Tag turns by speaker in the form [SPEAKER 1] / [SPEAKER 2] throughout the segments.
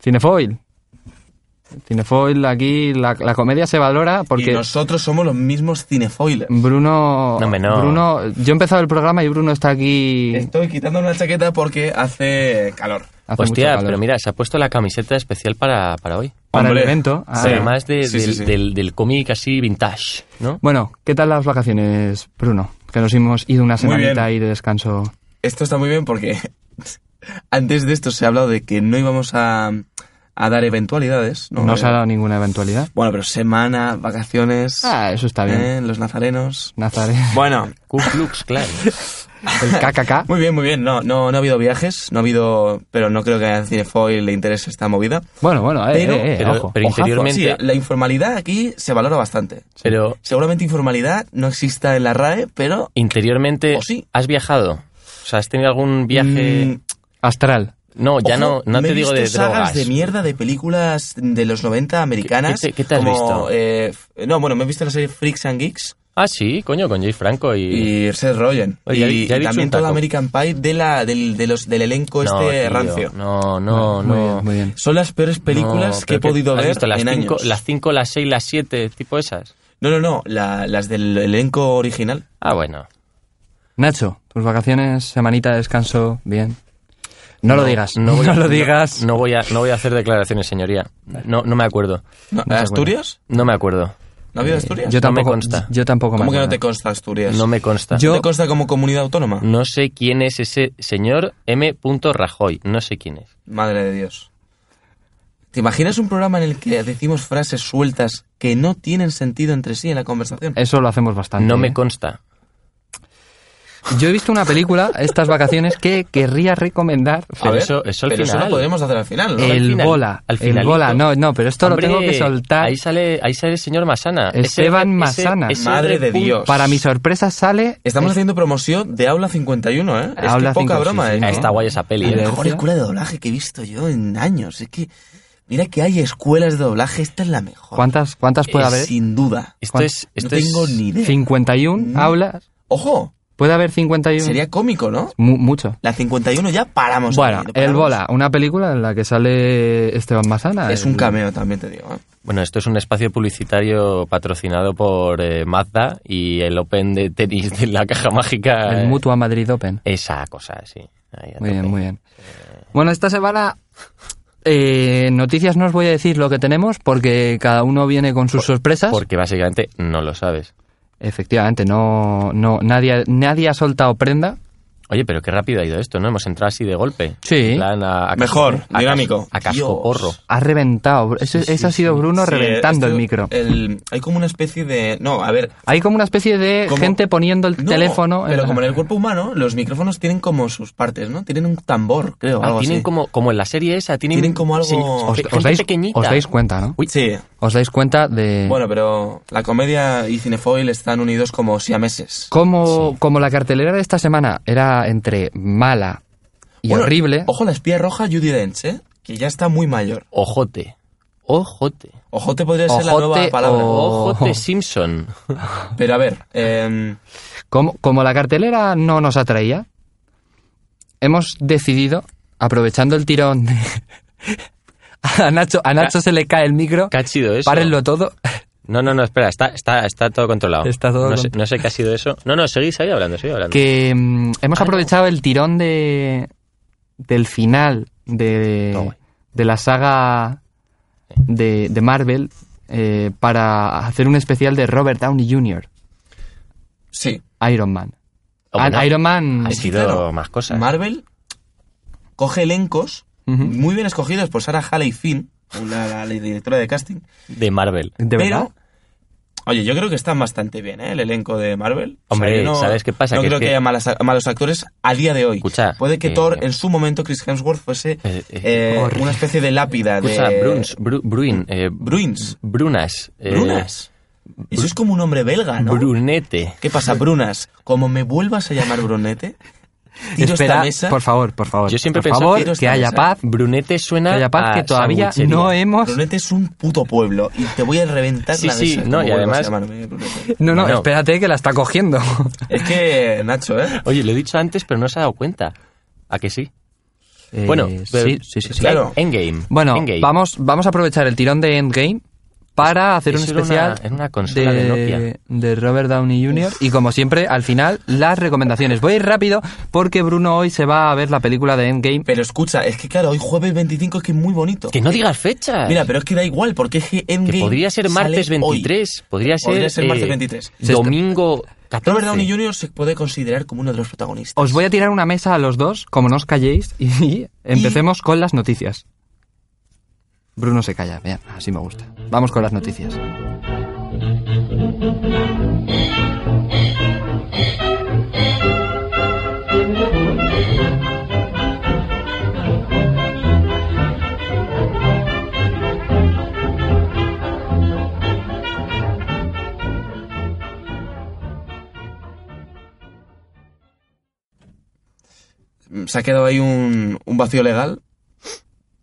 [SPEAKER 1] Cinefoil. Cinefoil, aquí la, la comedia se valora porque...
[SPEAKER 2] Y nosotros somos los mismos cinefoilers.
[SPEAKER 1] Bruno,
[SPEAKER 3] No, hombre, no. Eh,
[SPEAKER 1] Bruno, yo he empezado el programa y Bruno está aquí.
[SPEAKER 2] Estoy quitando una chaqueta porque hace calor.
[SPEAKER 1] hace mucho
[SPEAKER 3] Hostia,
[SPEAKER 1] calor.
[SPEAKER 3] pues pero mira, se ha puesto la camiseta especial para, para hoy.
[SPEAKER 1] Para
[SPEAKER 2] Hombre.
[SPEAKER 1] el evento. ah.
[SPEAKER 2] Sí.
[SPEAKER 3] Además de-
[SPEAKER 2] Sí, sí,
[SPEAKER 3] del,
[SPEAKER 2] sí.
[SPEAKER 3] del- del cómic así vintage, ¿no?
[SPEAKER 1] Bueno, ¿qué tal las vacaciones, Bruno? Que nos hemos ido una
[SPEAKER 2] Muy bien.
[SPEAKER 1] semanita ahí de descanso.
[SPEAKER 2] Esto está muy bien porque antes de esto se ha hablado de que no íbamos a, a dar eventualidades.
[SPEAKER 1] No, se ha dado ninguna eventualidad.
[SPEAKER 2] Bueno, pero semana, vacaciones,
[SPEAKER 1] Ah, eso está bien.
[SPEAKER 2] eh, los nazarenos.
[SPEAKER 1] Nazaret,
[SPEAKER 2] Bueno,
[SPEAKER 3] Ku Klux Klan.
[SPEAKER 1] el KKK.
[SPEAKER 2] muy bien, muy bien. No, no, no ha habido viajes, no ha habido, pero no creo que a Cinefoil le interese esta movida.
[SPEAKER 1] Bueno, bueno, eh,
[SPEAKER 2] Pero-
[SPEAKER 1] eh, eh,
[SPEAKER 3] pero-
[SPEAKER 1] ojo.
[SPEAKER 3] pero
[SPEAKER 1] Ojazo.
[SPEAKER 3] interiormente-
[SPEAKER 2] Sí, eh, la informalidad aquí se valora bastante.
[SPEAKER 3] Pero
[SPEAKER 2] Seguramente informalidad no exista en la RAE, pero
[SPEAKER 3] interiormente,
[SPEAKER 2] O Oh, sí.
[SPEAKER 3] ¿has viajado? O sea, ¿has tenido algún viaje...?
[SPEAKER 2] mm,
[SPEAKER 1] Astral.
[SPEAKER 3] no, ya
[SPEAKER 2] Ojo,
[SPEAKER 3] no, no
[SPEAKER 2] me
[SPEAKER 3] te
[SPEAKER 2] he
[SPEAKER 3] digo de
[SPEAKER 2] visto sagas
[SPEAKER 3] drogas.
[SPEAKER 2] de mierda de películas de los 90 americanas.
[SPEAKER 3] qué te- qué te has
[SPEAKER 2] como,
[SPEAKER 3] visto?
[SPEAKER 2] eh, f- no, bueno, me he visto la serie Freaks and Geeks
[SPEAKER 3] ah, sí, coño, con Jay Franco y...
[SPEAKER 2] y Seth Rogen.
[SPEAKER 3] Oye, ya he-
[SPEAKER 2] y
[SPEAKER 3] ya he dicho
[SPEAKER 2] también
[SPEAKER 3] un taco.
[SPEAKER 2] todo American Pie de la, del, de los, del elenco
[SPEAKER 3] No,
[SPEAKER 2] este
[SPEAKER 3] tío,
[SPEAKER 2] rancio.
[SPEAKER 3] No, no,
[SPEAKER 1] Muy
[SPEAKER 3] no.
[SPEAKER 1] bien, muy bien.
[SPEAKER 2] Son las peores películas
[SPEAKER 3] No,
[SPEAKER 2] que he
[SPEAKER 3] pero
[SPEAKER 2] podido
[SPEAKER 3] ¿has
[SPEAKER 2] ver
[SPEAKER 3] visto las
[SPEAKER 2] en
[SPEAKER 3] cinco,
[SPEAKER 2] años.
[SPEAKER 3] Las 5, las 6, las 7, tipo esas.
[SPEAKER 2] No, no, no, la- las del elenco original.
[SPEAKER 3] Ah, bueno.
[SPEAKER 1] Nacho, tus vacaciones, semanita de descanso, bien. No, lo digas, no,
[SPEAKER 3] voy a-
[SPEAKER 1] lo digas.
[SPEAKER 3] No, voy a, no voy a hacer declaraciones, señoría. No, no me acuerdo.
[SPEAKER 2] No, ¿Asturias?
[SPEAKER 3] No me acuerdo.
[SPEAKER 2] ¿No ha
[SPEAKER 3] Eh,
[SPEAKER 2] habido Asturias?
[SPEAKER 1] yo
[SPEAKER 3] no me
[SPEAKER 1] tampoco,
[SPEAKER 3] consta.
[SPEAKER 1] Yo tampoco
[SPEAKER 2] ¿Cómo
[SPEAKER 1] me
[SPEAKER 2] que no
[SPEAKER 1] acuerdo.
[SPEAKER 2] te consta Asturias?
[SPEAKER 3] No me consta.
[SPEAKER 1] Yo-
[SPEAKER 2] ¿No te consta como comunidad autónoma?
[SPEAKER 3] No sé quién es ese señor M. Rajoy. No sé quién es.
[SPEAKER 2] Madre de Dios. ¿Te imaginas un programa en el que decimos frases sueltas que no tienen sentido entre sí en la conversación?
[SPEAKER 1] Eso lo hacemos bastante.
[SPEAKER 3] No me
[SPEAKER 1] ¿eh?
[SPEAKER 3] consta.
[SPEAKER 1] Yo he visto una película estas vacaciones que querría recomendar.
[SPEAKER 3] pero eso- eso al
[SPEAKER 2] pero
[SPEAKER 3] final.
[SPEAKER 2] lo podremos hacer al final, ¿no?
[SPEAKER 1] El
[SPEAKER 3] Eh, al final,
[SPEAKER 1] bola.
[SPEAKER 3] al
[SPEAKER 1] el
[SPEAKER 3] finalito.
[SPEAKER 1] bola. No, no, pero esto
[SPEAKER 3] Hombre,
[SPEAKER 1] lo tengo que soltar.
[SPEAKER 3] Ahí sale, ahí sale el señor Masana. Ese-
[SPEAKER 1] Esteban
[SPEAKER 3] ese-
[SPEAKER 1] Massana.
[SPEAKER 3] ese
[SPEAKER 2] Madre de
[SPEAKER 3] pun-
[SPEAKER 2] Dios.
[SPEAKER 1] Para mi sorpresa sale.
[SPEAKER 3] eh.
[SPEAKER 2] Estamos haciendo promoción de Aula 51, ¿eh? Es
[SPEAKER 1] Aula
[SPEAKER 2] que poca
[SPEAKER 1] 51,
[SPEAKER 2] broma,
[SPEAKER 1] sí,
[SPEAKER 2] ¿eh?
[SPEAKER 1] sí.
[SPEAKER 3] Está guay esa
[SPEAKER 2] La
[SPEAKER 3] peli. ¿eh?
[SPEAKER 1] Joder.
[SPEAKER 2] mejor escuela de doblaje que he visto yo en años. Es que, mira que hay escuelas de doblaje, esta es la mejor.
[SPEAKER 1] ¿Cuántas, cuántas puede
[SPEAKER 2] Eh,
[SPEAKER 1] haber?
[SPEAKER 2] Sin duda.
[SPEAKER 3] Esto es...
[SPEAKER 2] No
[SPEAKER 3] Esto Este, es-
[SPEAKER 2] tengo ni idea.
[SPEAKER 1] 51 aulas.
[SPEAKER 2] Ojo,
[SPEAKER 1] ¿Puede haber 51?
[SPEAKER 2] sería cómico, ¿no?
[SPEAKER 1] Mu- mucho.
[SPEAKER 2] La 51 ya paramos.
[SPEAKER 1] Bueno,
[SPEAKER 2] aquí, lo
[SPEAKER 1] El
[SPEAKER 2] paramos.
[SPEAKER 1] Bola, una película en la que sale Esteban Massana.
[SPEAKER 2] Es un cameo, también te digo. ¿eh?
[SPEAKER 3] Bueno, esto es un espacio publicitario patrocinado por eh, Mazda y el Open de tenis de la caja mágica.
[SPEAKER 1] El
[SPEAKER 3] eh,
[SPEAKER 1] Mutua Madrid Open.
[SPEAKER 3] Esa cosa, sí. Ahí a
[SPEAKER 1] Muy bien,
[SPEAKER 3] tope.
[SPEAKER 1] muy bien. Bueno, esta semana eh, noticias no os voy a decir lo que tenemos porque cada uno viene con sus sorpresas.
[SPEAKER 3] Porque básicamente no lo sabes.
[SPEAKER 1] Efectivamente, no, no, nadie, nadie ha soltado prenda.
[SPEAKER 3] Oye, pero qué rápido ha ido esto, ¿no? Hemos entrado así de golpe.
[SPEAKER 1] Sí.
[SPEAKER 3] En plan, a- a casco-
[SPEAKER 2] Mejor,
[SPEAKER 3] a casco-
[SPEAKER 2] dinámico.
[SPEAKER 3] A casco
[SPEAKER 2] Dios.
[SPEAKER 3] porro.
[SPEAKER 1] Ha reventado. Eso, eso ha sido Bruno
[SPEAKER 2] Sí,
[SPEAKER 1] reventando
[SPEAKER 2] esto- eh,
[SPEAKER 1] el micro.
[SPEAKER 2] el- hay como una especie de. No, a ver.
[SPEAKER 1] Hay como una especie de
[SPEAKER 2] como-
[SPEAKER 1] gente poniendo el
[SPEAKER 2] No,
[SPEAKER 1] teléfono. en
[SPEAKER 2] Pero
[SPEAKER 1] la-
[SPEAKER 2] como en el cuerpo humano, los micrófonos tienen como sus partes, ¿no? Tienen un tambor, creo.
[SPEAKER 3] Ah,
[SPEAKER 2] algo
[SPEAKER 3] tienen
[SPEAKER 2] así.
[SPEAKER 3] como, como en la serie esa, tienen,
[SPEAKER 2] Tienen como algo-
[SPEAKER 3] se-
[SPEAKER 2] Os-
[SPEAKER 1] Os,
[SPEAKER 3] pe-
[SPEAKER 1] os
[SPEAKER 3] gente
[SPEAKER 1] dais,
[SPEAKER 3] pequeñita.
[SPEAKER 1] os dais cuenta, ¿no?
[SPEAKER 3] Uy,
[SPEAKER 2] Sí.
[SPEAKER 1] Os dais cuenta de
[SPEAKER 2] Bueno, pero la comedia y cinefoil están unidos como siameses.
[SPEAKER 1] cómo, como la cartelera de esta semana era entre mala y
[SPEAKER 2] Bueno,
[SPEAKER 1] horrible.
[SPEAKER 2] Ojo, la espía roja Judy Dench, ¿eh? Que ya está muy mayor.
[SPEAKER 3] ojote. Ojote.
[SPEAKER 2] Ojote podría ser la
[SPEAKER 1] Ojote oh.
[SPEAKER 2] nueva palabra.
[SPEAKER 1] o-
[SPEAKER 3] Ojote Simpson.
[SPEAKER 2] Pero a ver, eh,
[SPEAKER 1] Como, como la cartelera no nos atraía, hemos decidido, aprovechando el tirón de- A Nacho, a Nacho se le cae el micro.
[SPEAKER 3] ¿Qué ha sido eso?
[SPEAKER 1] Párenlo todo.
[SPEAKER 3] No, no, no, espera, está, está, está todo controlado.
[SPEAKER 1] Está todo
[SPEAKER 3] no, sé,
[SPEAKER 1] contro-
[SPEAKER 3] no sé qué ha sido eso. No, no, seguís ahí hablando, seguís hablando.
[SPEAKER 1] Que mm, hemos aprovechado el tirón de del final
[SPEAKER 3] Todo
[SPEAKER 1] de,
[SPEAKER 3] guay.
[SPEAKER 1] de la saga de, de Marvel eh, para hacer un especial de Robert Downey Jr.,
[SPEAKER 2] sí.
[SPEAKER 1] Iron Man. Ah,
[SPEAKER 3] Hombre, no,
[SPEAKER 1] Iron Man.
[SPEAKER 3] Oh, Ha
[SPEAKER 2] Sí,
[SPEAKER 3] sido
[SPEAKER 2] claro.
[SPEAKER 3] más cosas.
[SPEAKER 2] Marvel coge elencos
[SPEAKER 1] Ujú.
[SPEAKER 2] muy bien escogidos por Sarah Haley Finn, una- la, la directora de casting.
[SPEAKER 3] de Marvel.
[SPEAKER 1] ¿De
[SPEAKER 2] pero,
[SPEAKER 1] verdad?
[SPEAKER 2] Oye, yo creo que están bastante bien, ¿eh? El elenco de Marvel.
[SPEAKER 3] Hombre,
[SPEAKER 2] yo
[SPEAKER 3] ¿sabes qué pasa?
[SPEAKER 2] No
[SPEAKER 3] Que
[SPEAKER 2] creo
[SPEAKER 3] es
[SPEAKER 2] que
[SPEAKER 3] que-
[SPEAKER 2] haya malas- malos actores a día de hoy.
[SPEAKER 3] Escucha,
[SPEAKER 2] Puede que
[SPEAKER 3] eh,
[SPEAKER 2] Thor, en su momento, Chris Hemsworth, fuese
[SPEAKER 3] Eh, eh,
[SPEAKER 2] eh,
[SPEAKER 1] horrible.
[SPEAKER 2] una especie de lápida
[SPEAKER 3] Escucha,
[SPEAKER 2] de...
[SPEAKER 3] Bruns, Bru- Bruin, eh,
[SPEAKER 2] Bruins.
[SPEAKER 3] Brunas. eh,
[SPEAKER 2] Brunas. Eso es como un hombre
[SPEAKER 1] Ah,
[SPEAKER 2] belga, ¿no?
[SPEAKER 3] Brunete.
[SPEAKER 2] ¿Qué pasa, Brunas? Como me vuelvas a llamar Brunete, tiro esta
[SPEAKER 1] Espera,
[SPEAKER 2] mesa...
[SPEAKER 1] por favor, por favor.
[SPEAKER 3] Yo siempre he
[SPEAKER 1] por
[SPEAKER 3] pensado
[SPEAKER 1] favor,
[SPEAKER 2] que esto
[SPEAKER 1] que haya
[SPEAKER 2] está
[SPEAKER 1] paz.
[SPEAKER 3] Brunete
[SPEAKER 1] Que
[SPEAKER 3] suena
[SPEAKER 1] haya paz,
[SPEAKER 3] a
[SPEAKER 1] que todavía
[SPEAKER 3] sandwichería.
[SPEAKER 1] no hemos...
[SPEAKER 2] Brunete es un puto pueblo y te voy a reventar
[SPEAKER 3] Sí,
[SPEAKER 2] la
[SPEAKER 3] sí,
[SPEAKER 2] mesa.
[SPEAKER 3] no,
[SPEAKER 2] como
[SPEAKER 3] y
[SPEAKER 2] vuelvas a
[SPEAKER 3] además-
[SPEAKER 2] llamarme Brunete.
[SPEAKER 1] No, no,
[SPEAKER 3] Bueno.
[SPEAKER 1] espérate que la está cogiendo.
[SPEAKER 2] Es que, Nacho, ¿eh?
[SPEAKER 3] Oye, lo he dicho antes, pero no se ha dado cuenta. ¿A que sí?
[SPEAKER 2] Eh,
[SPEAKER 3] Bueno,
[SPEAKER 2] sí, sí, sí, sí. Claro.
[SPEAKER 3] Claro. Endgame.
[SPEAKER 1] Bueno,
[SPEAKER 3] Endgame.
[SPEAKER 1] vamos, vamos a aprovechar el tirón de Endgame para hacer un
[SPEAKER 3] Eso era
[SPEAKER 1] especial
[SPEAKER 3] una- era una consola de Nokia.
[SPEAKER 1] de Robert Downey Jr. Y como siempre, al final, las recomendaciones. Voy a ir rápido porque Bruno hoy se va a ver la película de Endgame.
[SPEAKER 2] Pero escucha, es que claro, hoy jueves 25 es que es muy bonito.
[SPEAKER 3] Que no digas fechas.
[SPEAKER 2] Mira, pero es que da igual, porque es que
[SPEAKER 3] que
[SPEAKER 2] Endgame
[SPEAKER 3] podría ser martes
[SPEAKER 2] sale hoy.
[SPEAKER 3] 23. Podría ser,
[SPEAKER 2] Podría ser martes
[SPEAKER 3] eh,
[SPEAKER 2] 23.
[SPEAKER 3] Domingo 14.
[SPEAKER 2] Robert Downey Jr. se puede considerar como uno de los protagonistas.
[SPEAKER 1] Os voy a tirar una mesa a los dos, como no os calléis, y empecemos con las noticias. Bruno se calla, vean, así me gusta. Vamos con las noticias.
[SPEAKER 2] Se ha quedado ahí un, un vacío legal.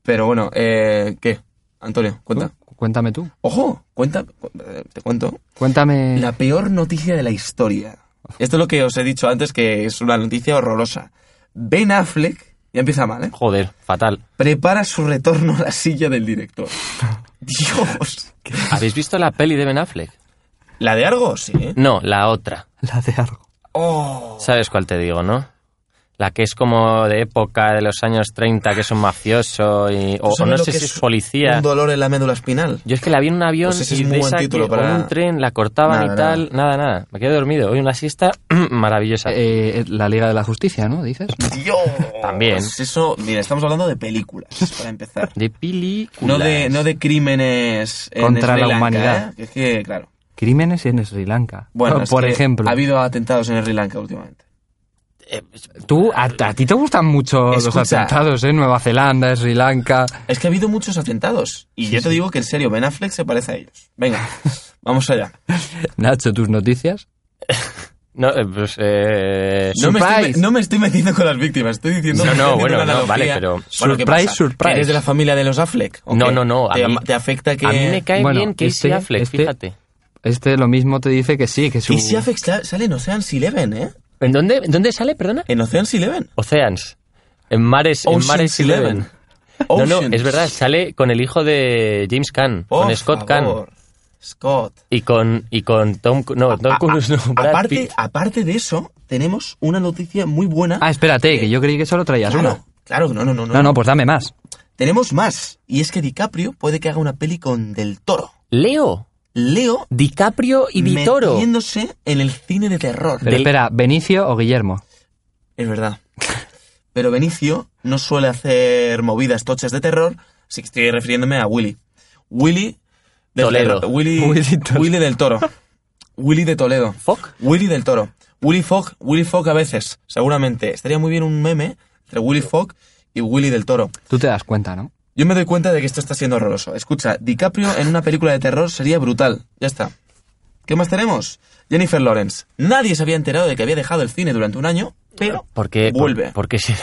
[SPEAKER 2] Pero bueno, eh, ¿qué? Antonio, cuenta.
[SPEAKER 1] Tú, Cuéntame tú.
[SPEAKER 2] Ojo, cuenta, cu- eh, te cuento.
[SPEAKER 1] Cuéntame.
[SPEAKER 2] La peor noticia de la historia. Esto es lo que os he dicho antes, que es una noticia horrorosa. Ben Affleck, ya empieza mal, ¿eh?
[SPEAKER 3] Joder, fatal.
[SPEAKER 2] Prepara su retorno a la silla del director. Dios.
[SPEAKER 3] ¿Habéis visto la peli de Ben Affleck?
[SPEAKER 2] ¿La de Argo? Sí, ¿eh?
[SPEAKER 3] No, la otra.
[SPEAKER 1] La de Argo.
[SPEAKER 2] Oh.
[SPEAKER 3] ¿Sabes cuál te digo, no? La que es como de época de los años 30, que es un mafioso y,
[SPEAKER 2] ¿Tú
[SPEAKER 3] o, o
[SPEAKER 2] sabes
[SPEAKER 3] no
[SPEAKER 2] lo
[SPEAKER 3] sé
[SPEAKER 2] que
[SPEAKER 3] si es policía.
[SPEAKER 2] Un dolor en la médula espinal.
[SPEAKER 3] Yo es que la vi en un avión
[SPEAKER 2] Pues ese es
[SPEAKER 3] y
[SPEAKER 2] un
[SPEAKER 3] de
[SPEAKER 2] buen
[SPEAKER 3] esa que,
[SPEAKER 2] título
[SPEAKER 3] o
[SPEAKER 2] para-
[SPEAKER 3] en un tren la cortaban
[SPEAKER 2] Nada,
[SPEAKER 3] y tal, nada, nada. Me quedé dormido. Hoy una siesta maravillosa.
[SPEAKER 1] Eh, eh, la Liga de la Justicia, ¿no? Dices.
[SPEAKER 2] Dios. Pues
[SPEAKER 3] También.
[SPEAKER 2] Eso, mira, estamos hablando de películas, para empezar.
[SPEAKER 3] de película.
[SPEAKER 2] No de, no de crímenes en
[SPEAKER 1] Contra
[SPEAKER 2] Sri
[SPEAKER 1] la
[SPEAKER 2] Lanka,
[SPEAKER 1] humanidad.
[SPEAKER 2] ¿eh? Que Es que, claro.
[SPEAKER 1] Crímenes en Sri Lanka.
[SPEAKER 2] Bueno,
[SPEAKER 1] por,
[SPEAKER 2] es
[SPEAKER 1] por
[SPEAKER 2] que
[SPEAKER 1] ejemplo.
[SPEAKER 2] Ha habido atentados en Sri Lanka últimamente. Eh,
[SPEAKER 1] Tú, a, a ti te gustan mucho los
[SPEAKER 2] Escucha.
[SPEAKER 1] atentados, ¿eh? Nueva Zelanda, Sri Lanka.
[SPEAKER 2] Es que ha habido muchos atentados. Y yo te digo que en serio, Ben Affleck se parece a ellos. Venga, vamos allá.
[SPEAKER 1] Nacho, tus noticias.
[SPEAKER 3] No, eh, pues, eh,
[SPEAKER 2] No me, estoy,
[SPEAKER 1] Surprise.
[SPEAKER 2] no me estoy metiendo con las víctimas, estoy diciendo.
[SPEAKER 3] No, no,
[SPEAKER 2] haciendo
[SPEAKER 3] bueno,
[SPEAKER 2] una
[SPEAKER 3] no,
[SPEAKER 2] analogía.
[SPEAKER 3] vale, pero-
[SPEAKER 2] Bueno, ¿qué
[SPEAKER 1] Surprise,
[SPEAKER 2] pasa?
[SPEAKER 1] surprise.
[SPEAKER 2] ¿Que ¿Eres de la familia de los Affleck? ¿O
[SPEAKER 3] No,
[SPEAKER 2] qué?
[SPEAKER 3] no, no, a
[SPEAKER 2] ¿Te,
[SPEAKER 3] mí-
[SPEAKER 2] te afecta que.
[SPEAKER 3] a mí me cae
[SPEAKER 1] Bueno,
[SPEAKER 3] bien Casey
[SPEAKER 1] este-
[SPEAKER 3] Affleck,
[SPEAKER 1] este-
[SPEAKER 3] fíjate.
[SPEAKER 1] Este lo mismo te dice que sí, que su...
[SPEAKER 2] Y si Affleck sa- sale en Ocean's Eleven, ¿eh?
[SPEAKER 3] ¿En dónde, en dónde sale, perdona?
[SPEAKER 2] En Ocean's Eleven.
[SPEAKER 3] Oceans. En Mares, en
[SPEAKER 2] Ocean's
[SPEAKER 3] Mares
[SPEAKER 2] Eleven.
[SPEAKER 3] Eleven. No, no,
[SPEAKER 2] Ocean's.
[SPEAKER 3] es verdad, sale con el hijo de James Caan,
[SPEAKER 2] Por
[SPEAKER 3] con Scott
[SPEAKER 2] favor,
[SPEAKER 3] Caan.
[SPEAKER 2] Scott.
[SPEAKER 3] Y con, y con Tom... Cu- No, Tom
[SPEAKER 2] A-
[SPEAKER 3] Cruise no,
[SPEAKER 2] a-
[SPEAKER 3] Brad
[SPEAKER 2] aparte,
[SPEAKER 3] Pitt.
[SPEAKER 2] aparte de eso, tenemos una noticia muy buena.
[SPEAKER 1] Ah, espérate, que yo creí que solo traías una.
[SPEAKER 2] claro, claro, no, no, no, no.
[SPEAKER 1] No, no, pues dame más.
[SPEAKER 2] Tenemos más. Y es que DiCaprio puede que haga una peli con Del Toro.
[SPEAKER 3] Leo,
[SPEAKER 2] Leo
[SPEAKER 3] DiCaprio y Vitoro.
[SPEAKER 2] metiéndose en el cine de terror.
[SPEAKER 1] Pero
[SPEAKER 3] Del-
[SPEAKER 1] espera, ¿Benicio o Guillermo?
[SPEAKER 2] Es verdad. Pero Benicio no suele hacer movidas tochas de terror, así que estoy refiriéndome a Willy. Willy del
[SPEAKER 3] Toledo.
[SPEAKER 2] Terror- Willy,
[SPEAKER 1] Willy Toledo.
[SPEAKER 2] Willy del Toro. Willy de Toledo.
[SPEAKER 3] Fuck.
[SPEAKER 2] Willy del Toro. Willy Fogg, Willy Fogg a veces, seguramente. Estaría muy bien un meme entre Willy Fogg y Willy del Toro.
[SPEAKER 1] Tú te das cuenta, ¿no?
[SPEAKER 2] Yo me doy cuenta de que esto está siendo horroroso. Escucha, DiCaprio en una película de terror sería brutal. Ya está. ¿Qué más tenemos? Jennifer Lawrence. Nadie se había enterado de que había dejado el cine durante un año, pero
[SPEAKER 3] Porque
[SPEAKER 2] vuelve.
[SPEAKER 3] Por, porque se-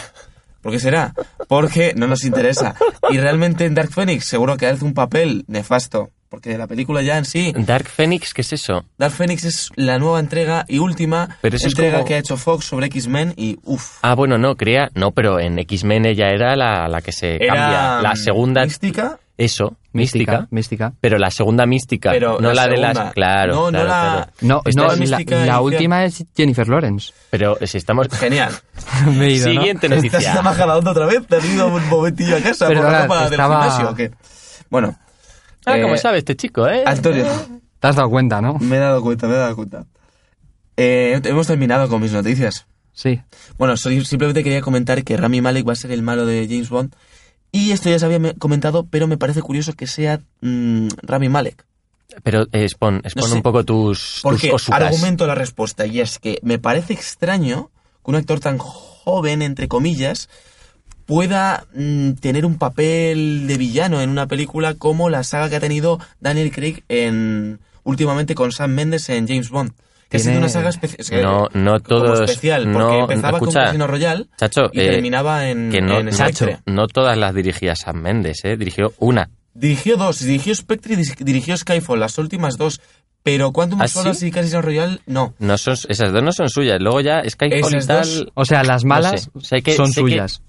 [SPEAKER 2] ¿Por qué será? Porque no nos interesa. Y realmente en Dark Phoenix seguro que hace un papel nefasto. Porque la película ya en sí.
[SPEAKER 3] Dark Phoenix, ¿qué es eso?
[SPEAKER 2] Dark Phoenix es la nueva entrega y última
[SPEAKER 3] Pero eso es
[SPEAKER 2] entrega
[SPEAKER 3] como-
[SPEAKER 2] que ha hecho Fox sobre X-Men y uff.
[SPEAKER 3] Ah, bueno, no, crea, no, pero en X-Men ella era la, la que se cambia. La segunda,
[SPEAKER 2] Mística,
[SPEAKER 3] eso, mística.
[SPEAKER 1] Mística.
[SPEAKER 3] Pero la segunda mística,
[SPEAKER 2] pero.
[SPEAKER 3] no la, de
[SPEAKER 2] segunda.
[SPEAKER 3] las. Claro,
[SPEAKER 2] No,
[SPEAKER 3] claro,
[SPEAKER 2] no la.
[SPEAKER 3] claro.
[SPEAKER 1] No,
[SPEAKER 3] Esta
[SPEAKER 1] no,
[SPEAKER 2] es
[SPEAKER 1] la,
[SPEAKER 2] mística
[SPEAKER 1] la
[SPEAKER 2] inicial.
[SPEAKER 1] última es Jennifer Lawrence.
[SPEAKER 3] Pero si estamos.
[SPEAKER 2] Genial.
[SPEAKER 1] Me he ido, ¿no?
[SPEAKER 3] Siguiente
[SPEAKER 2] ¿Estás
[SPEAKER 3] noticia.
[SPEAKER 2] más jalando otra vez? ¿Te has ido un momentillo a casa por
[SPEAKER 1] Perdonad,
[SPEAKER 2] la copa
[SPEAKER 1] estaba-
[SPEAKER 2] del gimnasio o qué? Bueno.
[SPEAKER 3] Ah, como
[SPEAKER 2] eh,
[SPEAKER 3] sabe este chico, ¿eh?
[SPEAKER 2] Antonio,
[SPEAKER 1] Te has dado cuenta, ¿no?
[SPEAKER 2] me he dado cuenta, me he dado cuenta. Eh, hemos terminado con mis noticias.
[SPEAKER 1] Sí.
[SPEAKER 2] Bueno, soy- simplemente quería comentar que Rami Malek va a ser el malo de James Bond. Y esto ya se había me- comentado, pero me parece curioso que sea mm, Rami Malek.
[SPEAKER 3] Pero eh, expon, expon
[SPEAKER 2] sé.
[SPEAKER 3] un poco tus, tus
[SPEAKER 2] Porque
[SPEAKER 3] osukas.
[SPEAKER 2] argumento la respuesta, y es que me parece extraño que un actor tan joven, entre comillas, pueda mm, tener un papel de villano en una película como la saga que ha tenido Daniel Craig en últimamente con Sam Mendes en James Bond. Que ha
[SPEAKER 1] Tiene-
[SPEAKER 2] sido una saga especial.
[SPEAKER 3] No, no todos-
[SPEAKER 2] especial, porque
[SPEAKER 3] no,
[SPEAKER 2] empezaba
[SPEAKER 3] escucha,
[SPEAKER 2] con Casino Royal
[SPEAKER 3] Chacho,
[SPEAKER 2] y
[SPEAKER 3] eh,
[SPEAKER 2] terminaba en,
[SPEAKER 3] que no,
[SPEAKER 2] en
[SPEAKER 3] Nacho,
[SPEAKER 2] Spectre.
[SPEAKER 3] no todas las dirigía Sam Méndez, ¿eh? Dirigió una.
[SPEAKER 2] Dirigió dos, dirigió Spectre y dis- dirigió Skyfall, las últimas dos. Pero Quantum
[SPEAKER 3] ¿Ah,
[SPEAKER 2] of Solace
[SPEAKER 3] sí?
[SPEAKER 2] y Casino Royal, no.
[SPEAKER 3] No son, esas dos no son suyas. Luego ya Skyfall y
[SPEAKER 2] Esas
[SPEAKER 3] tal.
[SPEAKER 2] dos-
[SPEAKER 1] O sea, las
[SPEAKER 3] no
[SPEAKER 1] malas
[SPEAKER 3] sé. O sea, hay que-
[SPEAKER 1] son
[SPEAKER 3] sé que-
[SPEAKER 1] suyas.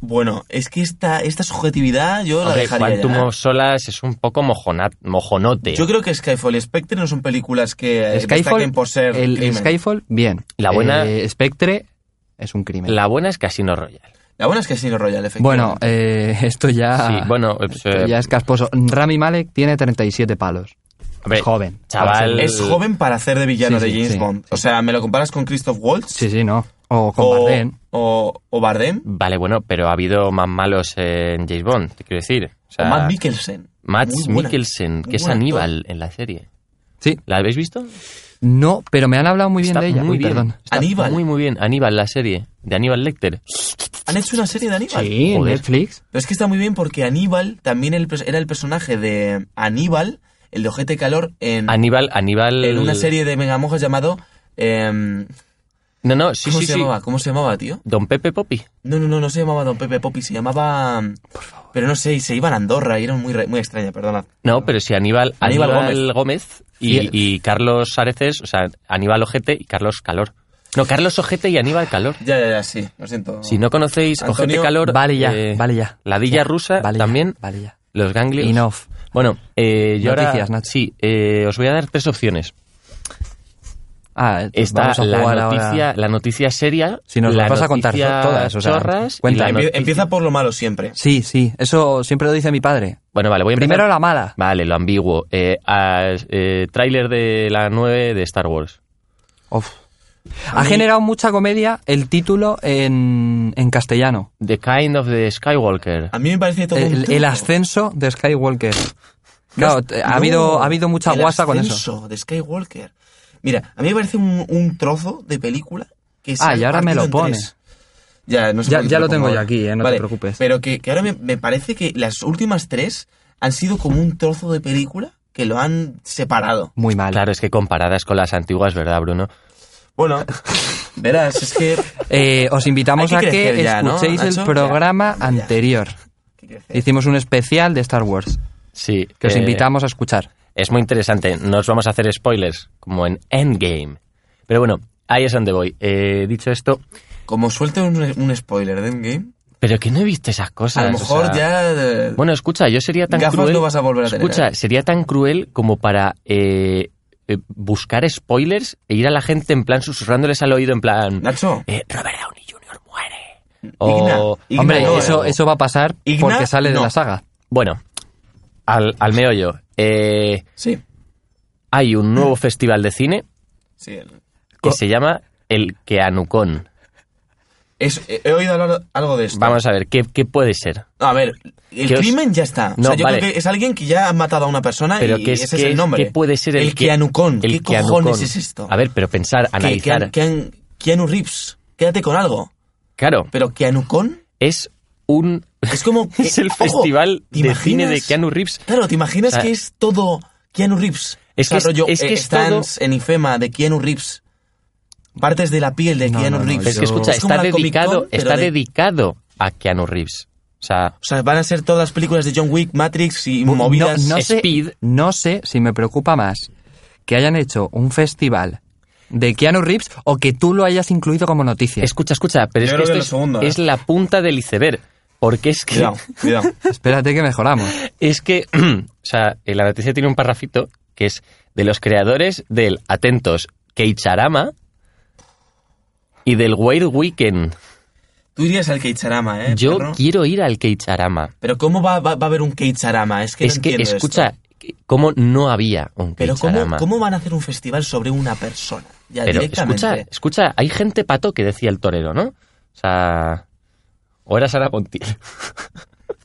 [SPEAKER 2] Bueno, es que esta, esta subjetividad yo la
[SPEAKER 3] Hombre,
[SPEAKER 2] dejaría
[SPEAKER 3] Quantum
[SPEAKER 2] ya. ¿eh?
[SPEAKER 3] of Solace es un poco mojona- mojonote.
[SPEAKER 2] Yo creo que Skyfall y Spectre no son películas que eh,
[SPEAKER 1] Skyfall,
[SPEAKER 2] destaquen por ser
[SPEAKER 1] el
[SPEAKER 2] crimen.
[SPEAKER 1] Skyfall, bien.
[SPEAKER 3] La buena-
[SPEAKER 1] Eh, Spectre es un crimen.
[SPEAKER 3] La buena es Casino Royale.
[SPEAKER 2] La buena es que Casino Royale, efectivamente.
[SPEAKER 1] Bueno, eh, esto ya.
[SPEAKER 3] Sí, bueno, pues,
[SPEAKER 1] esto
[SPEAKER 3] eh,
[SPEAKER 1] ya es casposo. Rami Malek tiene 37 palos.
[SPEAKER 3] Hombre,
[SPEAKER 1] Es joven.
[SPEAKER 3] Chaval.
[SPEAKER 2] Es joven para hacer de villano
[SPEAKER 1] Sí,
[SPEAKER 2] de
[SPEAKER 1] sí,
[SPEAKER 2] James
[SPEAKER 1] sí,
[SPEAKER 2] Bond.
[SPEAKER 1] sí.
[SPEAKER 2] O sea, ¿me lo comparas con Christoph Waltz?
[SPEAKER 1] Sí, sí, no. O con
[SPEAKER 2] o,
[SPEAKER 1] Bardem.
[SPEAKER 2] O, o Bardem.
[SPEAKER 3] Vale, bueno, pero ha habido más malos en James Bond, te quiero decir. O sea,
[SPEAKER 2] o Matt Mikkelsen.
[SPEAKER 3] Mads
[SPEAKER 2] Muy buena.
[SPEAKER 3] Mikkelsen,
[SPEAKER 2] Muy
[SPEAKER 3] que es
[SPEAKER 2] buen actor.
[SPEAKER 3] Aníbal en la serie.
[SPEAKER 1] Sí.
[SPEAKER 3] ¿La habéis visto?
[SPEAKER 1] No, pero me han hablado muy bien
[SPEAKER 3] Está
[SPEAKER 1] de ella.
[SPEAKER 3] Muy
[SPEAKER 1] Uy,
[SPEAKER 3] bien.
[SPEAKER 1] perdón.
[SPEAKER 3] Está
[SPEAKER 2] Aníbal.
[SPEAKER 3] Muy, muy bien. Aníbal, la serie. De Aníbal Lecter.
[SPEAKER 2] ¿Han hecho una serie de Aníbal?
[SPEAKER 1] Sí, en
[SPEAKER 3] Joder.
[SPEAKER 1] Netflix.
[SPEAKER 2] Pero es que está muy bien porque Aníbal también el pers- era el personaje de Aníbal, el de Ojete Calor, en,
[SPEAKER 3] Aníbal, Aníbal.
[SPEAKER 2] en una serie de megamojas llamado... em,
[SPEAKER 3] No, no, sí,
[SPEAKER 2] ¿Cómo
[SPEAKER 3] sí,
[SPEAKER 2] se
[SPEAKER 3] sí.
[SPEAKER 2] llamaba? ¿Cómo se llamaba, tío?
[SPEAKER 3] Don Pepe Poppy.
[SPEAKER 2] No, no, no, no se llamaba Don Pepe Poppy, se llamaba... Pero no sé, y se iban a Andorra y era muy, re- muy extraña, perdona.
[SPEAKER 3] No, pero sí, Aníbal,
[SPEAKER 2] Aníbal
[SPEAKER 3] Aníbal, Gómez, y,
[SPEAKER 1] Fiel.
[SPEAKER 3] y Carlos Areces, o sea, Aníbal Ojete y Carlos Calor. No, Carlos Ojete y Aníbal Calor.
[SPEAKER 2] Ya, ya, ya, sí, lo siento.
[SPEAKER 3] Si no conocéis
[SPEAKER 2] Antonio,
[SPEAKER 3] Ojete Calor,
[SPEAKER 1] Vale ya,
[SPEAKER 3] eh,
[SPEAKER 1] vale ya.
[SPEAKER 3] La Dilla Rusa
[SPEAKER 1] Vale ya,
[SPEAKER 3] también,
[SPEAKER 1] vale ya.
[SPEAKER 3] los ganglios.
[SPEAKER 1] Enough.
[SPEAKER 3] Bueno, eh, yo ahora
[SPEAKER 1] Noticias, Nacho.
[SPEAKER 3] sí, eh, os voy a dar tres opciones.
[SPEAKER 1] Ah,
[SPEAKER 3] Está
[SPEAKER 1] vamos a
[SPEAKER 3] la
[SPEAKER 1] jugar
[SPEAKER 3] noticia,
[SPEAKER 1] ahora.
[SPEAKER 3] la noticia seria.
[SPEAKER 1] Si nos
[SPEAKER 3] la
[SPEAKER 1] las vas a contar
[SPEAKER 3] noticia
[SPEAKER 1] todas, o sea,
[SPEAKER 3] chorras y
[SPEAKER 1] cuenta.
[SPEAKER 3] la
[SPEAKER 2] Empie-
[SPEAKER 3] noticia-
[SPEAKER 2] Empieza por lo malo siempre.
[SPEAKER 1] Sí, sí, eso siempre lo dice mi padre.
[SPEAKER 3] Bueno, vale, voy a empezar.
[SPEAKER 1] Primero la mala.
[SPEAKER 3] Vale, lo ambiguo. Eh, a- eh, tráiler de la 9 de Star Wars.
[SPEAKER 1] Uf. Ha generado mucha comedia el título en, en castellano.
[SPEAKER 3] The Kind of the Skywalker.
[SPEAKER 2] A mí me parece todo un
[SPEAKER 1] El, el
[SPEAKER 2] truco.
[SPEAKER 1] ascenso de Skywalker. Claro,
[SPEAKER 2] No,
[SPEAKER 1] ha, habido, ha habido mucha
[SPEAKER 2] el
[SPEAKER 1] guasa con eso.
[SPEAKER 2] ascenso de Skywalker. Mira, a mí me parece un, un trozo de película que se
[SPEAKER 1] Ah,
[SPEAKER 2] ha
[SPEAKER 1] y ahora me
[SPEAKER 2] partido
[SPEAKER 1] lo
[SPEAKER 2] en
[SPEAKER 1] pone.
[SPEAKER 2] tres. Ya, no sé
[SPEAKER 1] Ya-
[SPEAKER 2] por qué
[SPEAKER 1] ya
[SPEAKER 2] te
[SPEAKER 1] lo tengo
[SPEAKER 2] pongo
[SPEAKER 1] yo
[SPEAKER 2] ahora.
[SPEAKER 1] aquí, eh, no te
[SPEAKER 2] Vale,
[SPEAKER 1] preocupes.
[SPEAKER 2] Pero que, que ahora me, me parece que las últimas tres han sido como un trozo de película que lo han separado.
[SPEAKER 1] Muy mal.
[SPEAKER 3] Claro, es que comparadas con las antiguas, ¿verdad, Bruno?
[SPEAKER 2] Bueno, verás, es que...
[SPEAKER 1] Eh, os invitamos
[SPEAKER 2] Hay que
[SPEAKER 1] a que
[SPEAKER 2] crecer ya, ¿no,
[SPEAKER 1] escuchéis
[SPEAKER 2] Nacho?
[SPEAKER 1] el programa
[SPEAKER 2] Ya, ya.
[SPEAKER 1] anterior.
[SPEAKER 2] ¿qué quieres hacer?
[SPEAKER 1] Hicimos un especial de Star Wars
[SPEAKER 3] Sí.
[SPEAKER 1] que os
[SPEAKER 3] eh,
[SPEAKER 1] invitamos a escuchar.
[SPEAKER 3] Es muy interesante. No os vamos a hacer spoilers, como en Endgame. Pero bueno, ahí es donde voy. Eh, dicho esto,
[SPEAKER 2] Como suelto un, un spoiler de Endgame,
[SPEAKER 3] pero que no he visto esas cosas.
[SPEAKER 2] a
[SPEAKER 1] Ah,
[SPEAKER 2] lo
[SPEAKER 3] o
[SPEAKER 2] mejor
[SPEAKER 3] sea-
[SPEAKER 2] ya... eh,
[SPEAKER 3] Bueno, escucha, yo sería tan
[SPEAKER 2] Gafas
[SPEAKER 3] cruel.
[SPEAKER 2] no vas a volver a tener,
[SPEAKER 3] escucha,
[SPEAKER 2] ¿eh?
[SPEAKER 3] sería tan cruel como para eh, eh, buscar spoilers e ir a la gente en plan susurrándoles al oído en plan.
[SPEAKER 2] Nacho.
[SPEAKER 3] eh, Robert Downey Jr. muere.
[SPEAKER 2] Igna,
[SPEAKER 3] O-
[SPEAKER 2] Igna,
[SPEAKER 1] Hombre,
[SPEAKER 2] no,
[SPEAKER 1] eso,
[SPEAKER 2] eh.
[SPEAKER 1] eso va a pasar
[SPEAKER 2] Igna,
[SPEAKER 1] porque sale
[SPEAKER 2] no.
[SPEAKER 1] de la saga.
[SPEAKER 3] Bueno, al, al meollo. Eh,
[SPEAKER 2] Sí,
[SPEAKER 3] hay un nuevo festival de cine
[SPEAKER 2] sí. el-
[SPEAKER 3] que se llama el Keanucon.
[SPEAKER 2] Es, he- he oído hablar algo de esto.
[SPEAKER 3] Vamos a ver, ¿qué, qué puede ser?
[SPEAKER 2] No, a ver, el
[SPEAKER 3] Que os-
[SPEAKER 2] crimen ya está. o
[SPEAKER 3] No,
[SPEAKER 2] sea, yo
[SPEAKER 3] vale.
[SPEAKER 2] creo que es alguien que ya ha matado a una persona
[SPEAKER 3] Pero
[SPEAKER 2] y
[SPEAKER 3] que es,
[SPEAKER 2] ese es
[SPEAKER 3] que
[SPEAKER 2] el
[SPEAKER 3] es-
[SPEAKER 2] nombre.
[SPEAKER 3] ¿Qué puede ser el,
[SPEAKER 2] El
[SPEAKER 3] que-
[SPEAKER 2] Keanucon.
[SPEAKER 3] el
[SPEAKER 2] ¿Qué cojones
[SPEAKER 3] Keanucon?
[SPEAKER 2] es esto?
[SPEAKER 3] A ver, pero pensar,
[SPEAKER 2] Que- que-
[SPEAKER 3] analizar.
[SPEAKER 2] que- Keanu Reeves. Quédate con algo.
[SPEAKER 3] claro,
[SPEAKER 2] Pero Keanucon
[SPEAKER 3] es un
[SPEAKER 2] es como...
[SPEAKER 3] es
[SPEAKER 2] eh,
[SPEAKER 3] el
[SPEAKER 2] ojo,
[SPEAKER 3] festival
[SPEAKER 2] ¿te
[SPEAKER 3] de cine de
[SPEAKER 2] imaginas?
[SPEAKER 3] Keanu Reeves.
[SPEAKER 2] Claro, ¿te imaginas
[SPEAKER 3] O sea,
[SPEAKER 2] que es todo Keanu Reeves?
[SPEAKER 3] es
[SPEAKER 2] O sea,
[SPEAKER 3] que es-
[SPEAKER 2] rollo,
[SPEAKER 3] es que
[SPEAKER 2] eh,
[SPEAKER 3] es
[SPEAKER 2] stands en Ifema de Keanu Reeves. Partes de la piel de
[SPEAKER 1] No,
[SPEAKER 2] Keanu
[SPEAKER 1] no, no,
[SPEAKER 2] Reeves.
[SPEAKER 3] Es que
[SPEAKER 1] Yo-
[SPEAKER 3] escucha,
[SPEAKER 2] Es como
[SPEAKER 3] está
[SPEAKER 2] la Comic
[SPEAKER 3] dedicado,
[SPEAKER 2] Con, pero
[SPEAKER 3] está
[SPEAKER 2] de-
[SPEAKER 3] dedicado a Keanu Reeves. O sea,
[SPEAKER 2] O sea, van a ser todas las películas de John Wick, Matrix y
[SPEAKER 1] Bu-
[SPEAKER 2] movidas.
[SPEAKER 1] No sé-
[SPEAKER 3] Speed.
[SPEAKER 1] No sé si me preocupa más que hayan hecho un festival de Keanu Reeves o que tú lo hayas incluido como noticia.
[SPEAKER 3] escucha, escucha,
[SPEAKER 2] Yo
[SPEAKER 3] pero es
[SPEAKER 2] creo
[SPEAKER 3] que
[SPEAKER 2] que
[SPEAKER 3] esto
[SPEAKER 2] lo
[SPEAKER 3] es,
[SPEAKER 2] segundo, ¿eh?
[SPEAKER 3] es la punta del iceberg. Porque es que,
[SPEAKER 2] Cuidado, cuidado.
[SPEAKER 1] Espérate que mejoramos.
[SPEAKER 3] es que, o sea, eh, la noticia tiene un parrafito que es de los creadores del, atentos, Keicharama y del Weird
[SPEAKER 2] Eh,
[SPEAKER 3] Weekend.
[SPEAKER 2] Tú irías al Keicharama, ¿eh?
[SPEAKER 3] Yo
[SPEAKER 2] perro?
[SPEAKER 3] quiero ir al Keicharama.
[SPEAKER 2] Pero ¿cómo va, va- va a haber un Keicharama? Es que no
[SPEAKER 3] es que,
[SPEAKER 2] entiendo
[SPEAKER 3] escucha,
[SPEAKER 2] esto.
[SPEAKER 3] que- ¿cómo no había un
[SPEAKER 2] Pero ¿cómo,
[SPEAKER 3] Keicharama?
[SPEAKER 2] ¿cómo van a hacer un festival sobre una persona? Ya,
[SPEAKER 3] Pero
[SPEAKER 2] directamente.
[SPEAKER 3] escucha, escucha, hay gente pato que decía el torero, ¿no? O sea, o era Sara Pontiel.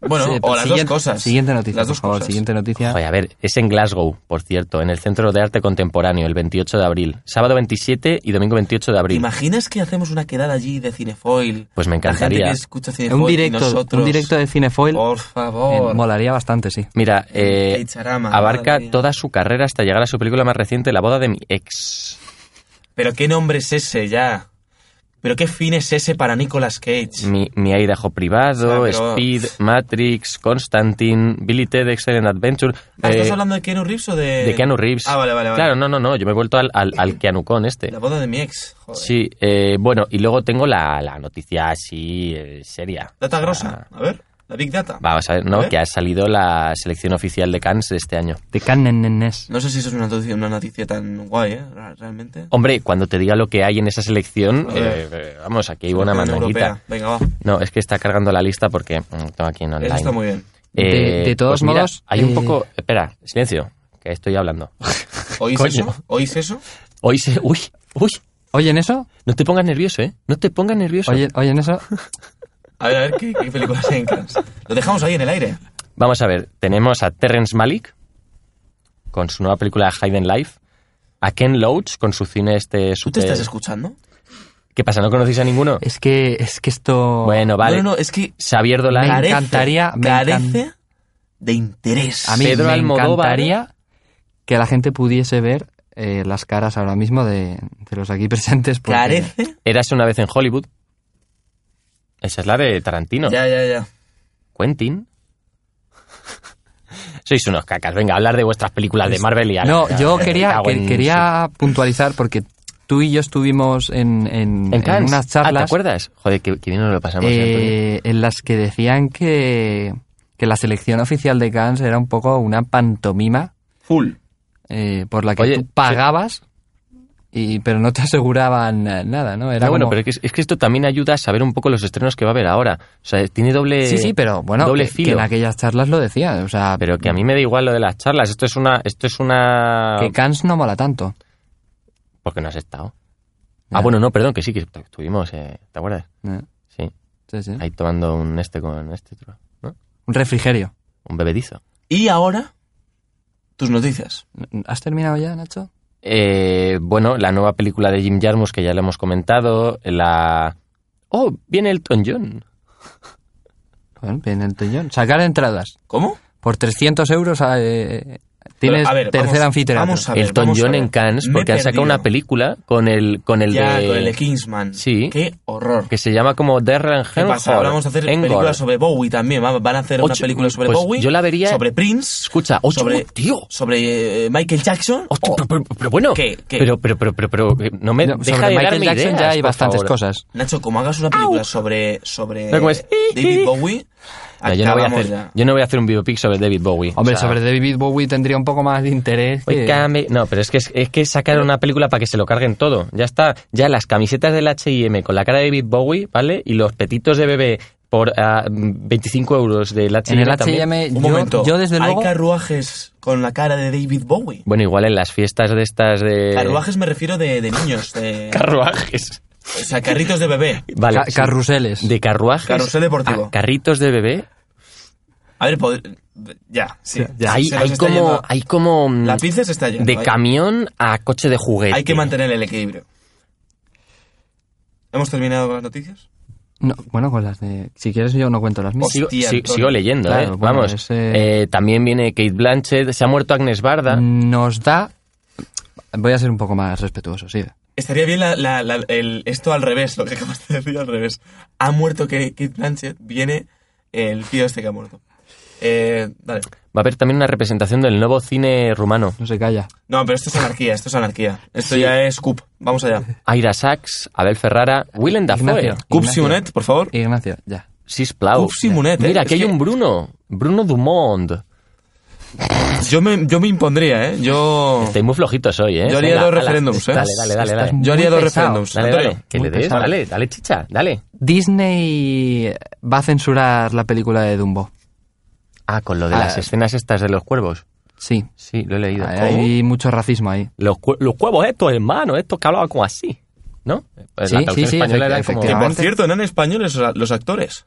[SPEAKER 2] Bueno,
[SPEAKER 1] Sí,
[SPEAKER 2] o las
[SPEAKER 1] siguiente-
[SPEAKER 2] dos cosas.
[SPEAKER 1] Siguiente noticia,
[SPEAKER 2] Las dos
[SPEAKER 1] por favor,
[SPEAKER 2] cosas.
[SPEAKER 1] siguiente noticia.
[SPEAKER 3] Joder, a ver, es en Glasgow, por cierto, en el Centro de Arte Contemporáneo, el 28 de abril. Sábado 27 y domingo 28 de
[SPEAKER 2] ¿Te
[SPEAKER 3] abril.
[SPEAKER 2] imaginas que hacemos una quedada allí de cinefoil?
[SPEAKER 3] Pues me
[SPEAKER 2] La gente
[SPEAKER 3] encantaría.
[SPEAKER 2] que escucha cinefoil
[SPEAKER 1] un,
[SPEAKER 2] y
[SPEAKER 1] directo,
[SPEAKER 2] nosotros.
[SPEAKER 1] un directo de Cinefoil
[SPEAKER 2] Por
[SPEAKER 1] eh,
[SPEAKER 2] favor.
[SPEAKER 1] molaría bastante, sí.
[SPEAKER 3] Mira, eh,
[SPEAKER 2] Keicharama,
[SPEAKER 3] abarca
[SPEAKER 2] madre mía.
[SPEAKER 3] toda su carrera hasta llegar a su película más reciente, La boda de mi ex.
[SPEAKER 2] Pero ¿qué nombre es ese ya? Pero qué fin es ese para Nicolas Cage.
[SPEAKER 3] Mi, mi Idaho
[SPEAKER 2] Ah,
[SPEAKER 3] Privado,
[SPEAKER 2] pero-
[SPEAKER 3] Speed, Matrix, Constantine, Billy Ted, Excellent Adventure.
[SPEAKER 2] Ah, ¿Estás
[SPEAKER 3] eh,
[SPEAKER 2] hablando de Keanu Reeves o de...?
[SPEAKER 3] de Keanu Reeves.
[SPEAKER 2] Ah, vale, vale, vale.
[SPEAKER 3] Claro, no, no, no. Yo me he vuelto al, al, al Keanu con este.
[SPEAKER 2] La boda de mi ex. Joder.
[SPEAKER 3] Sí, eh, bueno, y luego tengo la, la noticia así eh, seria.
[SPEAKER 2] Data
[SPEAKER 3] Ah,
[SPEAKER 2] grosa. A ver, la Big Data.
[SPEAKER 3] Vamos a ver,
[SPEAKER 2] A
[SPEAKER 3] ¿no?
[SPEAKER 2] ver.
[SPEAKER 3] Que ha salido la selección oficial de Cannes de este año.
[SPEAKER 1] De Cannenes.
[SPEAKER 2] No sé si eso es una noticia, una noticia tan guay, ¿eh? Ra- Realmente.
[SPEAKER 3] Hombre, cuando te diga lo que hay en esa selección,
[SPEAKER 2] A ver.
[SPEAKER 3] eh, eh, vamos, aquí hay buena
[SPEAKER 2] Opinión
[SPEAKER 3] mandanguita.
[SPEAKER 2] europea. Venga, va.
[SPEAKER 3] No, es que está cargando la lista porque mm, tengo aquí en online.
[SPEAKER 2] Eso está muy bien.
[SPEAKER 1] De- de todos
[SPEAKER 3] pues mira,
[SPEAKER 1] modos,
[SPEAKER 3] hay un
[SPEAKER 1] eh,
[SPEAKER 3] poco... Espera, silencio, que estoy hablando.
[SPEAKER 2] ¿Oís
[SPEAKER 3] Coño.
[SPEAKER 2] eso? ¿Oís eso?
[SPEAKER 3] Hoy se... Uy, uy,
[SPEAKER 1] ¿Oyen eso?
[SPEAKER 3] no te pongas nervioso, ¿eh? No te pongas nervioso.
[SPEAKER 1] ¿Oyen, oyen eso?
[SPEAKER 2] A ver, a ver, ¿qué, qué películas hay en Cannes? Lo dejamos ahí en el aire.
[SPEAKER 3] Vamos a ver, tenemos a Terrence Malick con su nueva película Hidden Life, a Ken Loach con su cine este
[SPEAKER 2] ¿Tú te
[SPEAKER 3] super...
[SPEAKER 2] estás escuchando?
[SPEAKER 3] ¿Qué pasa? ¿No conocéis a ninguno?
[SPEAKER 1] Es que, es que esto...
[SPEAKER 3] Bueno, vale.
[SPEAKER 2] No, no, no, es que
[SPEAKER 3] Xavier
[SPEAKER 1] Me
[SPEAKER 3] Dolan,
[SPEAKER 2] Carece-
[SPEAKER 1] encantaría- me
[SPEAKER 2] carece de interés.
[SPEAKER 1] a mí
[SPEAKER 3] Pedro
[SPEAKER 1] me
[SPEAKER 2] ¿eh?
[SPEAKER 3] Almodóvar.
[SPEAKER 1] encantaría que la gente pudiese ver eh, las caras ahora mismo de, de los aquí presentes. porque-
[SPEAKER 2] carece.
[SPEAKER 3] Eras una vez en Hollywood. Esa es la de Tarantino.
[SPEAKER 2] Ya, ya, ya.
[SPEAKER 3] Quentin. Sois unos cacas. Venga, hablar de vuestras películas de Marvel y
[SPEAKER 1] No,
[SPEAKER 3] Ya,
[SPEAKER 1] yo
[SPEAKER 3] me
[SPEAKER 1] quería,
[SPEAKER 3] cago
[SPEAKER 1] que-
[SPEAKER 3] en-
[SPEAKER 1] quería puntualizar porque tú y yo estuvimos en, en-
[SPEAKER 3] En
[SPEAKER 1] en
[SPEAKER 3] Cannes.
[SPEAKER 1] unas
[SPEAKER 3] Ah, ¿Te
[SPEAKER 1] charlas
[SPEAKER 3] acuerdas? Joder, que, que bien nos lo pasamos. ¿eh,
[SPEAKER 1] eh, en las que decían que, que la selección oficial de Cannes era un poco una pantomima
[SPEAKER 2] Full.
[SPEAKER 1] eh, por la que
[SPEAKER 3] Oye,
[SPEAKER 1] tú pagabas, y, pero no te aseguraban eh, nada, ¿no? Era
[SPEAKER 3] No, bueno,
[SPEAKER 1] como-
[SPEAKER 3] pero es que, es que esto también ayuda a saber un poco los estrenos que va a haber ahora. O sea, tiene doble.
[SPEAKER 1] sí, sí, pero bueno,
[SPEAKER 3] doble
[SPEAKER 1] que- que,
[SPEAKER 3] filo.
[SPEAKER 1] en aquellas charlas lo decía, o sea,
[SPEAKER 3] Pero que a mí me da igual lo de las charlas. Esto es una. Esto es una.
[SPEAKER 1] que Cannes no mola tanto.
[SPEAKER 3] Porque no has estado.
[SPEAKER 1] Ya.
[SPEAKER 3] Ah, bueno, no, perdón, que sí, que est- estuvimos. eh, ¿Te acuerdas?
[SPEAKER 1] Eh,
[SPEAKER 3] Sí.
[SPEAKER 1] sí, sí.
[SPEAKER 3] Ahí tomando un este con este, otro, ¿no?
[SPEAKER 1] Un refrigerio.
[SPEAKER 3] Un bebedizo.
[SPEAKER 2] Y ahora, tus noticias.
[SPEAKER 1] ¿Has terminado ya, Nacho?
[SPEAKER 3] Eh, bueno, la nueva película de Jim Jarmusch que ya le hemos comentado. La. Oh, viene Elton John.
[SPEAKER 1] Bueno, viene el tuyo. Sacar entradas.
[SPEAKER 2] ¿Cómo?
[SPEAKER 1] Por 300 euros eh, tienes
[SPEAKER 2] Pero, a ver,
[SPEAKER 1] tercer
[SPEAKER 2] vamos-
[SPEAKER 1] anfiteatro.
[SPEAKER 2] vamos a ver.
[SPEAKER 3] Elton
[SPEAKER 2] vamos a
[SPEAKER 3] John
[SPEAKER 2] ver.
[SPEAKER 3] en Cannes,
[SPEAKER 2] Me he
[SPEAKER 3] porque han sacado
[SPEAKER 2] perdido.
[SPEAKER 3] una película con el, con el
[SPEAKER 2] ya,
[SPEAKER 3] de.
[SPEAKER 2] con el de Kingsman.
[SPEAKER 3] Sí.
[SPEAKER 2] Qué horror.
[SPEAKER 3] que se llama como Derren
[SPEAKER 2] ¿Qué pasa? Ahora vamos a hacer películas sobre Bowie también. va- Van a hacer una
[SPEAKER 3] Ocho-
[SPEAKER 2] película sobre
[SPEAKER 3] pues
[SPEAKER 2] Bowie.
[SPEAKER 3] yo la vería-
[SPEAKER 2] Sobre Prince.
[SPEAKER 3] Escucha, ocho,
[SPEAKER 2] sobre,
[SPEAKER 3] tío.
[SPEAKER 2] Sobre eh, Michael Jackson.
[SPEAKER 3] Hostia,
[SPEAKER 2] Oh,
[SPEAKER 3] pero, pero- pero bueno,
[SPEAKER 2] ¿Qué? ¿Qué?
[SPEAKER 3] Pero, pero, pero, pero, pero, eh, no me
[SPEAKER 1] No,
[SPEAKER 3] deja
[SPEAKER 1] sobre
[SPEAKER 3] de
[SPEAKER 1] Michael
[SPEAKER 3] darme
[SPEAKER 1] Jackson
[SPEAKER 3] ideas,
[SPEAKER 1] ya hay
[SPEAKER 3] por
[SPEAKER 1] bastantes
[SPEAKER 3] favor.
[SPEAKER 1] cosas.
[SPEAKER 2] Nacho, como hagas una película sobre, sobre
[SPEAKER 3] No, ¿cómo es?
[SPEAKER 2] David Bowie,
[SPEAKER 3] No, yo, no voy a
[SPEAKER 2] acabamos
[SPEAKER 3] hacer,
[SPEAKER 2] ya.
[SPEAKER 3] yo no voy a hacer un biopic sobre David Bowie. o
[SPEAKER 1] Hombre,
[SPEAKER 3] sea,
[SPEAKER 1] sobre David Bowie tendría un poco más de interés.
[SPEAKER 3] hoy
[SPEAKER 1] que-
[SPEAKER 3] came- No, pero es que, es que sacaron una película para que se lo carguen todo. Ya está, ya las camisetas del H&M con la cara de David Bowie, ¿vale? Y los petitos de bebé por ah, 25 euros del
[SPEAKER 1] En
[SPEAKER 3] H&M
[SPEAKER 1] el
[SPEAKER 3] también.
[SPEAKER 1] H&M,
[SPEAKER 2] Un
[SPEAKER 1] yo,
[SPEAKER 2] momento.
[SPEAKER 1] yo desde luego...
[SPEAKER 2] Hay carruajes con la cara de David Bowie.
[SPEAKER 3] Bueno, igual en las fiestas de estas de...
[SPEAKER 2] Carruajes me refiero de, de niños, de,
[SPEAKER 3] Carruajes.
[SPEAKER 2] o sea, carritos de bebé.
[SPEAKER 3] Vale.
[SPEAKER 1] ca-
[SPEAKER 3] sí.
[SPEAKER 1] carruseles.
[SPEAKER 3] De carruajes.
[SPEAKER 2] Carrusel deportivo.
[SPEAKER 3] a carritos de bebé.
[SPEAKER 2] A ver, pod- ya, sí.
[SPEAKER 1] Ya,
[SPEAKER 3] hay,
[SPEAKER 2] Se nos
[SPEAKER 3] hay
[SPEAKER 2] está
[SPEAKER 3] como,
[SPEAKER 2] yendo-
[SPEAKER 3] hay como mm,
[SPEAKER 2] La pizza se está yendo.
[SPEAKER 3] de
[SPEAKER 2] ¿eh?
[SPEAKER 3] camión a coche de juguete.
[SPEAKER 2] Hay que mantener el equilibrio. ¿Hemos terminado con las noticias?
[SPEAKER 1] No, bueno, con las de... Si quieres yo no cuento las mías.
[SPEAKER 3] Sigo,
[SPEAKER 2] Hostia,
[SPEAKER 3] si-
[SPEAKER 2] Antonio.
[SPEAKER 3] sigo leyendo,
[SPEAKER 1] Claro,
[SPEAKER 3] eh.
[SPEAKER 1] bueno,
[SPEAKER 3] Vamos.
[SPEAKER 1] ese-
[SPEAKER 3] Eh, también viene Kate Blanchett. Se ha muerto Agnes Barda.
[SPEAKER 1] Nos da... Voy a ser un poco más respetuoso, sí.
[SPEAKER 2] Estaría bien la- la- la- el- esto al revés, lo que acabas de decir al revés. Ha muerto que Kate Blanchett, viene el tío este que ha muerto. Eh, dale.
[SPEAKER 3] Va a haber también una representación del nuevo cine rumano.
[SPEAKER 1] No se calla.
[SPEAKER 2] No, pero esto es anarquía, esto es anarquía. Esto ya es Coop. Vamos allá.
[SPEAKER 3] Aira Sachs, Abel Ferrara, Willem Dafoe,
[SPEAKER 1] Ignacio.
[SPEAKER 2] Coop
[SPEAKER 1] Ignacio.
[SPEAKER 2] Simonet, por favor.
[SPEAKER 1] Ignacio, ya.
[SPEAKER 3] Sis Plau.
[SPEAKER 2] Uf, Simonet, eh.
[SPEAKER 3] Mira,
[SPEAKER 2] Es
[SPEAKER 3] aquí hay
[SPEAKER 2] que-
[SPEAKER 3] un Bruno. Bruno Dumont.
[SPEAKER 2] Yo me, yo me impondría, ¿eh? Yo,
[SPEAKER 3] Estoy muy flojitos hoy, eh.
[SPEAKER 2] Yo haría
[SPEAKER 3] Venga,
[SPEAKER 2] dos
[SPEAKER 3] ala,
[SPEAKER 2] referéndums, eh.
[SPEAKER 3] Dale, dale, dale.
[SPEAKER 1] Estás
[SPEAKER 3] dale.
[SPEAKER 1] muy
[SPEAKER 2] yo haría dos
[SPEAKER 1] pesado.
[SPEAKER 2] referéndums.
[SPEAKER 3] Dale,
[SPEAKER 2] Antonio.
[SPEAKER 3] dale, que
[SPEAKER 1] Muy
[SPEAKER 3] le des,
[SPEAKER 1] pesado.
[SPEAKER 3] dale, dale chicha, dale.
[SPEAKER 1] Disney va a censurar la película de Dumbo.
[SPEAKER 3] Ah, Ah, con lo de
[SPEAKER 1] Ah.
[SPEAKER 3] las escenas estas de los cuervos.
[SPEAKER 1] Sí.
[SPEAKER 3] Sí, lo he leído.
[SPEAKER 1] Hay mucho racismo ahí.
[SPEAKER 3] Los, cue- los cuervos estos, hermano, estos que hablaban como así, ¿no? Pues
[SPEAKER 1] Sí,
[SPEAKER 3] la traducción
[SPEAKER 1] sí, sí,
[SPEAKER 3] española era
[SPEAKER 1] efecti-
[SPEAKER 3] como...
[SPEAKER 2] Que
[SPEAKER 1] efectivamente.
[SPEAKER 2] por cierto, eran españoles los actores.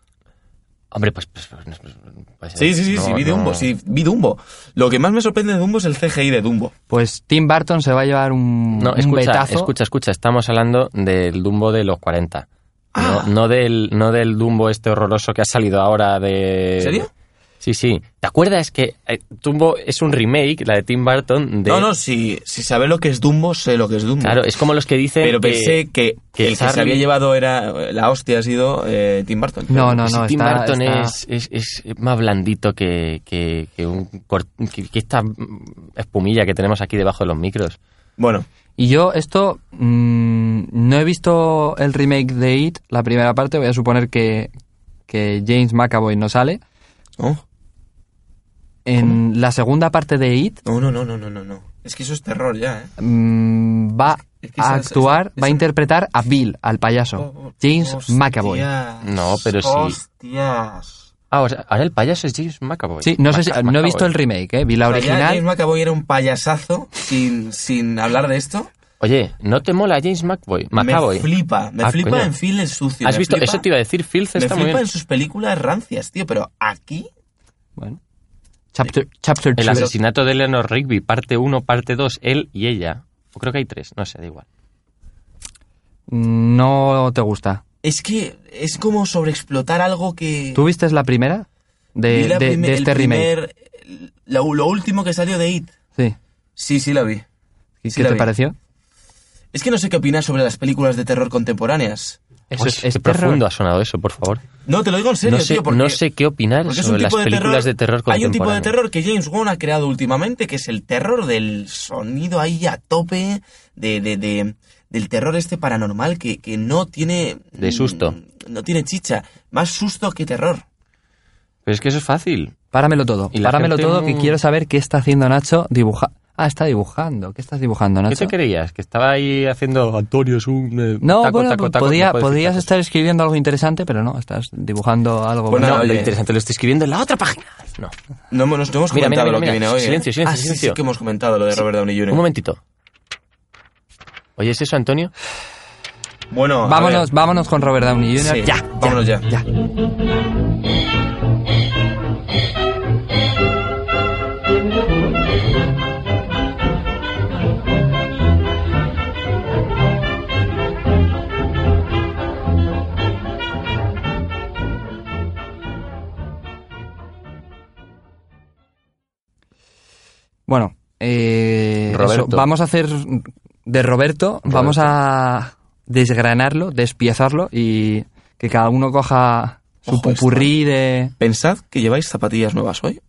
[SPEAKER 3] Hombre, pues... pues, pues, pues, pues,
[SPEAKER 2] Sí, sí, sí,
[SPEAKER 3] no,
[SPEAKER 2] sí, vi
[SPEAKER 3] no.
[SPEAKER 2] Dumbo, sí, vi Dumbo. Lo que más me sorprende de Dumbo es el CGI de Dumbo.
[SPEAKER 1] Pues Tim Burton se va a llevar un,
[SPEAKER 3] No,
[SPEAKER 1] un
[SPEAKER 3] escucha,
[SPEAKER 1] betazo.
[SPEAKER 3] escucha, escucha, estamos hablando del Dumbo de los 40.
[SPEAKER 2] Ah.
[SPEAKER 3] No, no, del, no del Dumbo este horroroso que ha salido ahora de...
[SPEAKER 2] ¿En serio?
[SPEAKER 3] Sí, sí. ¿Te acuerdas que eh, Dumbo es un remake, la de Tim Burton? De...
[SPEAKER 2] No, no, si, si sabe lo que es Dumbo, sé lo que es Dumbo.
[SPEAKER 3] Claro, es como los que dicen.
[SPEAKER 2] Pero
[SPEAKER 3] que-
[SPEAKER 2] pensé que,
[SPEAKER 3] que
[SPEAKER 2] el que se
[SPEAKER 3] Charlie-
[SPEAKER 2] había llevado era. La hostia ha sido eh, Tim Burton.
[SPEAKER 1] No, no,
[SPEAKER 3] si
[SPEAKER 1] no.
[SPEAKER 3] Tim
[SPEAKER 1] está-
[SPEAKER 3] Burton
[SPEAKER 1] está-
[SPEAKER 3] Es, es- es más blandito que, que- que un cor- que- que esta espumilla que tenemos aquí debajo de los micros.
[SPEAKER 2] Bueno,
[SPEAKER 1] Y yo esto mm, no he visto el remake de It, la primera parte, voy a suponer que, que James McAvoy no sale.
[SPEAKER 2] no,
[SPEAKER 1] En la segunda parte de It
[SPEAKER 2] no, no, no, no, no, no, no. Es que eso es terror ya, ¿eh?
[SPEAKER 1] mm, va
[SPEAKER 2] Es Oh, que
[SPEAKER 1] a
[SPEAKER 2] esa-
[SPEAKER 1] actuar,
[SPEAKER 2] esa-
[SPEAKER 1] va a
[SPEAKER 2] esa-
[SPEAKER 1] interpretar a Bill, al payaso, James
[SPEAKER 2] Hostias,
[SPEAKER 1] McAvoy.
[SPEAKER 3] No, pero sí.
[SPEAKER 2] Hostias.
[SPEAKER 3] Ah, o sea, ahora el payaso es James McAvoy.
[SPEAKER 1] Sí, no sé si-
[SPEAKER 3] Maca-
[SPEAKER 1] no he
[SPEAKER 3] McAvoy.
[SPEAKER 1] visto el remake, eh, vi la
[SPEAKER 2] O sea, ya James
[SPEAKER 1] original.
[SPEAKER 2] McAvoy era un payasazo sin, sin hablar de esto.
[SPEAKER 3] Oye, ¿no te mola James McAvoy? McAvoy.
[SPEAKER 2] Me flipa, me
[SPEAKER 3] Ah,
[SPEAKER 2] flipa
[SPEAKER 3] coño.
[SPEAKER 2] en Phil el sucio.
[SPEAKER 3] ¿Has
[SPEAKER 2] me
[SPEAKER 3] visto?
[SPEAKER 2] flipa-
[SPEAKER 3] Eso te iba a decir, Phil
[SPEAKER 2] Me
[SPEAKER 3] está muy
[SPEAKER 2] flipa
[SPEAKER 3] bien.
[SPEAKER 2] en sus películas rancias, tío, pero aquí.
[SPEAKER 1] Bueno. Chapter, chapter
[SPEAKER 3] El
[SPEAKER 1] two.
[SPEAKER 3] asesinato de Eleanor Rigby, parte 1, parte 2, él y ella. O creo que hay tres, no sé, da igual.
[SPEAKER 1] No te gusta.
[SPEAKER 2] Es que es como sobreexplotar algo que.
[SPEAKER 1] ¿Tú viste la primera de,
[SPEAKER 2] Vi la
[SPEAKER 1] de- de
[SPEAKER 2] primer- el
[SPEAKER 1] este remake?
[SPEAKER 2] primer- la- lo último que salió de It.
[SPEAKER 1] Sí.
[SPEAKER 2] Sí, sí, la vi.
[SPEAKER 1] ¿Qué
[SPEAKER 2] Sí
[SPEAKER 1] qué
[SPEAKER 2] la
[SPEAKER 1] te
[SPEAKER 2] vi.
[SPEAKER 1] pareció?
[SPEAKER 2] Es que no sé qué opinas sobre las películas de terror contemporáneas.
[SPEAKER 1] Eso
[SPEAKER 3] Uy,
[SPEAKER 1] es- Pues es
[SPEAKER 3] qué
[SPEAKER 1] terror.
[SPEAKER 3] profundo ha sonado eso, por favor.
[SPEAKER 2] No, te lo digo en serio,
[SPEAKER 3] No sé,
[SPEAKER 2] tío, porque,
[SPEAKER 3] no sé qué opinar
[SPEAKER 2] porque es
[SPEAKER 3] sobre
[SPEAKER 2] un
[SPEAKER 3] las
[SPEAKER 2] tipo de
[SPEAKER 3] películas
[SPEAKER 2] terror.
[SPEAKER 3] de terror
[SPEAKER 2] hay un tipo de
[SPEAKER 3] contemporáneo.
[SPEAKER 2] terror que James Wan ha creado últimamente, que es el terror del sonido ahí a tope, de, de- de- del terror este paranormal que, que no tiene.
[SPEAKER 3] De susto.
[SPEAKER 2] mm, No tiene chicha. Más susto que terror.
[SPEAKER 3] Pero es que eso es fácil.
[SPEAKER 1] Páramelo todo.
[SPEAKER 3] Y la
[SPEAKER 1] Páramelo
[SPEAKER 3] gente
[SPEAKER 1] todo que
[SPEAKER 3] no-
[SPEAKER 1] quiero saber qué está haciendo Nacho dibuja. Ah, está dibujando. ¿Qué estás dibujando,
[SPEAKER 3] ¿Qué
[SPEAKER 1] Nacho?
[SPEAKER 3] te creías? Que estaba ahí haciendo Antonio es un eh,
[SPEAKER 1] no,
[SPEAKER 3] taco,
[SPEAKER 1] bueno, pues
[SPEAKER 3] taco, taco,
[SPEAKER 1] podía-
[SPEAKER 3] no puedes
[SPEAKER 1] podías
[SPEAKER 3] decir
[SPEAKER 1] estar escribiendo algo interesante, pero no, estás dibujando algo.
[SPEAKER 2] Bueno,
[SPEAKER 1] más-
[SPEAKER 3] tacos. No, lo
[SPEAKER 2] Oye.
[SPEAKER 3] interesante lo estoy escribiendo en la otra página. No.
[SPEAKER 2] No, hemos- no hemos
[SPEAKER 3] Mira,
[SPEAKER 2] comentado
[SPEAKER 3] mira, mira,
[SPEAKER 2] lo que
[SPEAKER 3] mira.
[SPEAKER 2] viene hoy. ¿eh?
[SPEAKER 3] Silencio, silencio,
[SPEAKER 2] Ah, sí, sí
[SPEAKER 3] silencio.
[SPEAKER 2] que hemos comentado lo de Robert Downey Jr.
[SPEAKER 3] Un momentito. Oye, ¿es eso, Antonio?
[SPEAKER 2] Bueno, a
[SPEAKER 1] vámonos,
[SPEAKER 2] ver.
[SPEAKER 1] vámonos con Robert Downey Jr.
[SPEAKER 2] Sí,
[SPEAKER 1] ya,
[SPEAKER 2] vámonos ya.
[SPEAKER 1] ya. Bueno, eh, eso,
[SPEAKER 3] Roberto.
[SPEAKER 1] vamos a hacer de Roberto, vamos a desgranarlo, despiezarlo y que cada uno coja su
[SPEAKER 2] Ojo, ¿eh?
[SPEAKER 1] pupurrí de...
[SPEAKER 2] Pensad que lleváis zapatillas nuevas hoy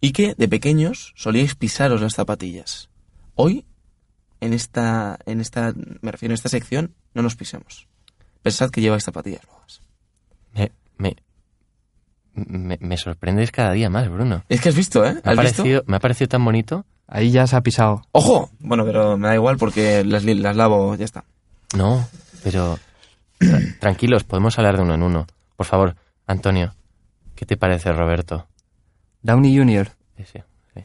[SPEAKER 2] y que de pequeños solíais pisaros las zapatillas. Hoy, en esta, en esta, me refiero a esta sección, no nos pisemos. Pensad que lleváis zapatillas nuevas.
[SPEAKER 3] Me, me, me, me sorprendes cada día más, Bruno.
[SPEAKER 2] Es que has visto, ¿eh?
[SPEAKER 3] Me ha,
[SPEAKER 2] ¿Has visto?
[SPEAKER 3] parecido, me ha parecido tan bonito.
[SPEAKER 1] Ahí ya se ha pisado.
[SPEAKER 2] ¡Ojo! Bueno, pero me da igual porque las, li- las lavo, ya está.
[SPEAKER 3] No, pero tra- tranquilos, podemos hablar de uno en uno. Por favor, Antonio, ¿qué te parece Roberto?
[SPEAKER 1] Downey Jr.
[SPEAKER 3] Sí, sí, sí.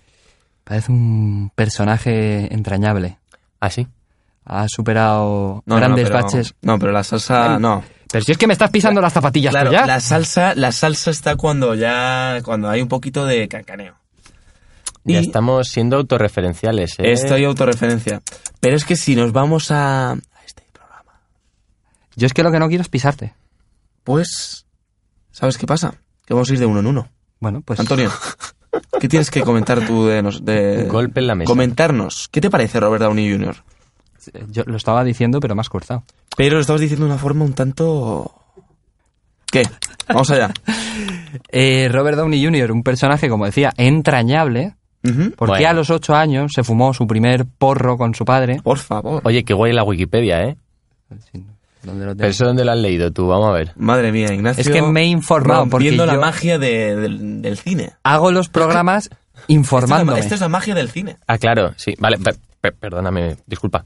[SPEAKER 1] parece un personaje entrañable.
[SPEAKER 3] Ah, sí.
[SPEAKER 1] Ha superado
[SPEAKER 2] No, no,
[SPEAKER 1] grandes
[SPEAKER 2] no, pero,
[SPEAKER 1] baches.
[SPEAKER 2] No, pero la salsa, no.
[SPEAKER 1] Pero si es que me estás pisando las zapatillas,
[SPEAKER 2] Claro,
[SPEAKER 1] tú ya.
[SPEAKER 2] la salsa, la salsa está cuando ya, cuando hay un poquito de cancaneo.
[SPEAKER 3] Ya
[SPEAKER 2] Y-
[SPEAKER 3] estamos siendo autorreferenciales, ¿eh?
[SPEAKER 2] Estoy autorreferencia. Pero es que si nos vamos a, a este programa,
[SPEAKER 1] Yo es que lo que no quiero es pisarte.
[SPEAKER 2] pues, ¿sabes qué pasa? Que vamos a ir de uno en uno.
[SPEAKER 1] Bueno, pues...
[SPEAKER 2] Antonio, ¿qué tienes que comentar tú de... nos- de-
[SPEAKER 3] Golpe en la mesa.
[SPEAKER 2] Comentarnos, ¿qué te parece Robert Downey Jr.?
[SPEAKER 1] eh, Yo lo estaba diciendo, pero más cortado.
[SPEAKER 2] Pero lo estabas diciendo de una forma un tanto... ¿Qué? Vamos allá.
[SPEAKER 1] Eh, Robert Downey Jr., un personaje, como decía, entrañable,
[SPEAKER 2] Ujú.
[SPEAKER 1] porque
[SPEAKER 3] Bueno.
[SPEAKER 1] a los ocho años se fumó su primer porro con su padre.
[SPEAKER 2] Por favor.
[SPEAKER 3] Oye, que guay la Wikipedia, ¿eh?
[SPEAKER 1] ¿Dónde lo
[SPEAKER 3] Pero
[SPEAKER 1] tengo?
[SPEAKER 3] eso dónde lo has leído tú, vamos a ver.
[SPEAKER 2] Madre mía, Ignacio.
[SPEAKER 1] Es que me he informado, porque
[SPEAKER 2] Viendo la
[SPEAKER 1] yo-
[SPEAKER 2] magia de- del, del cine.
[SPEAKER 1] Hago los programas
[SPEAKER 2] Esta es la-
[SPEAKER 1] informándome.
[SPEAKER 2] Esta es la magia del cine.
[SPEAKER 3] Ah, claro, sí. Vale, per- per- perdóname, disculpa.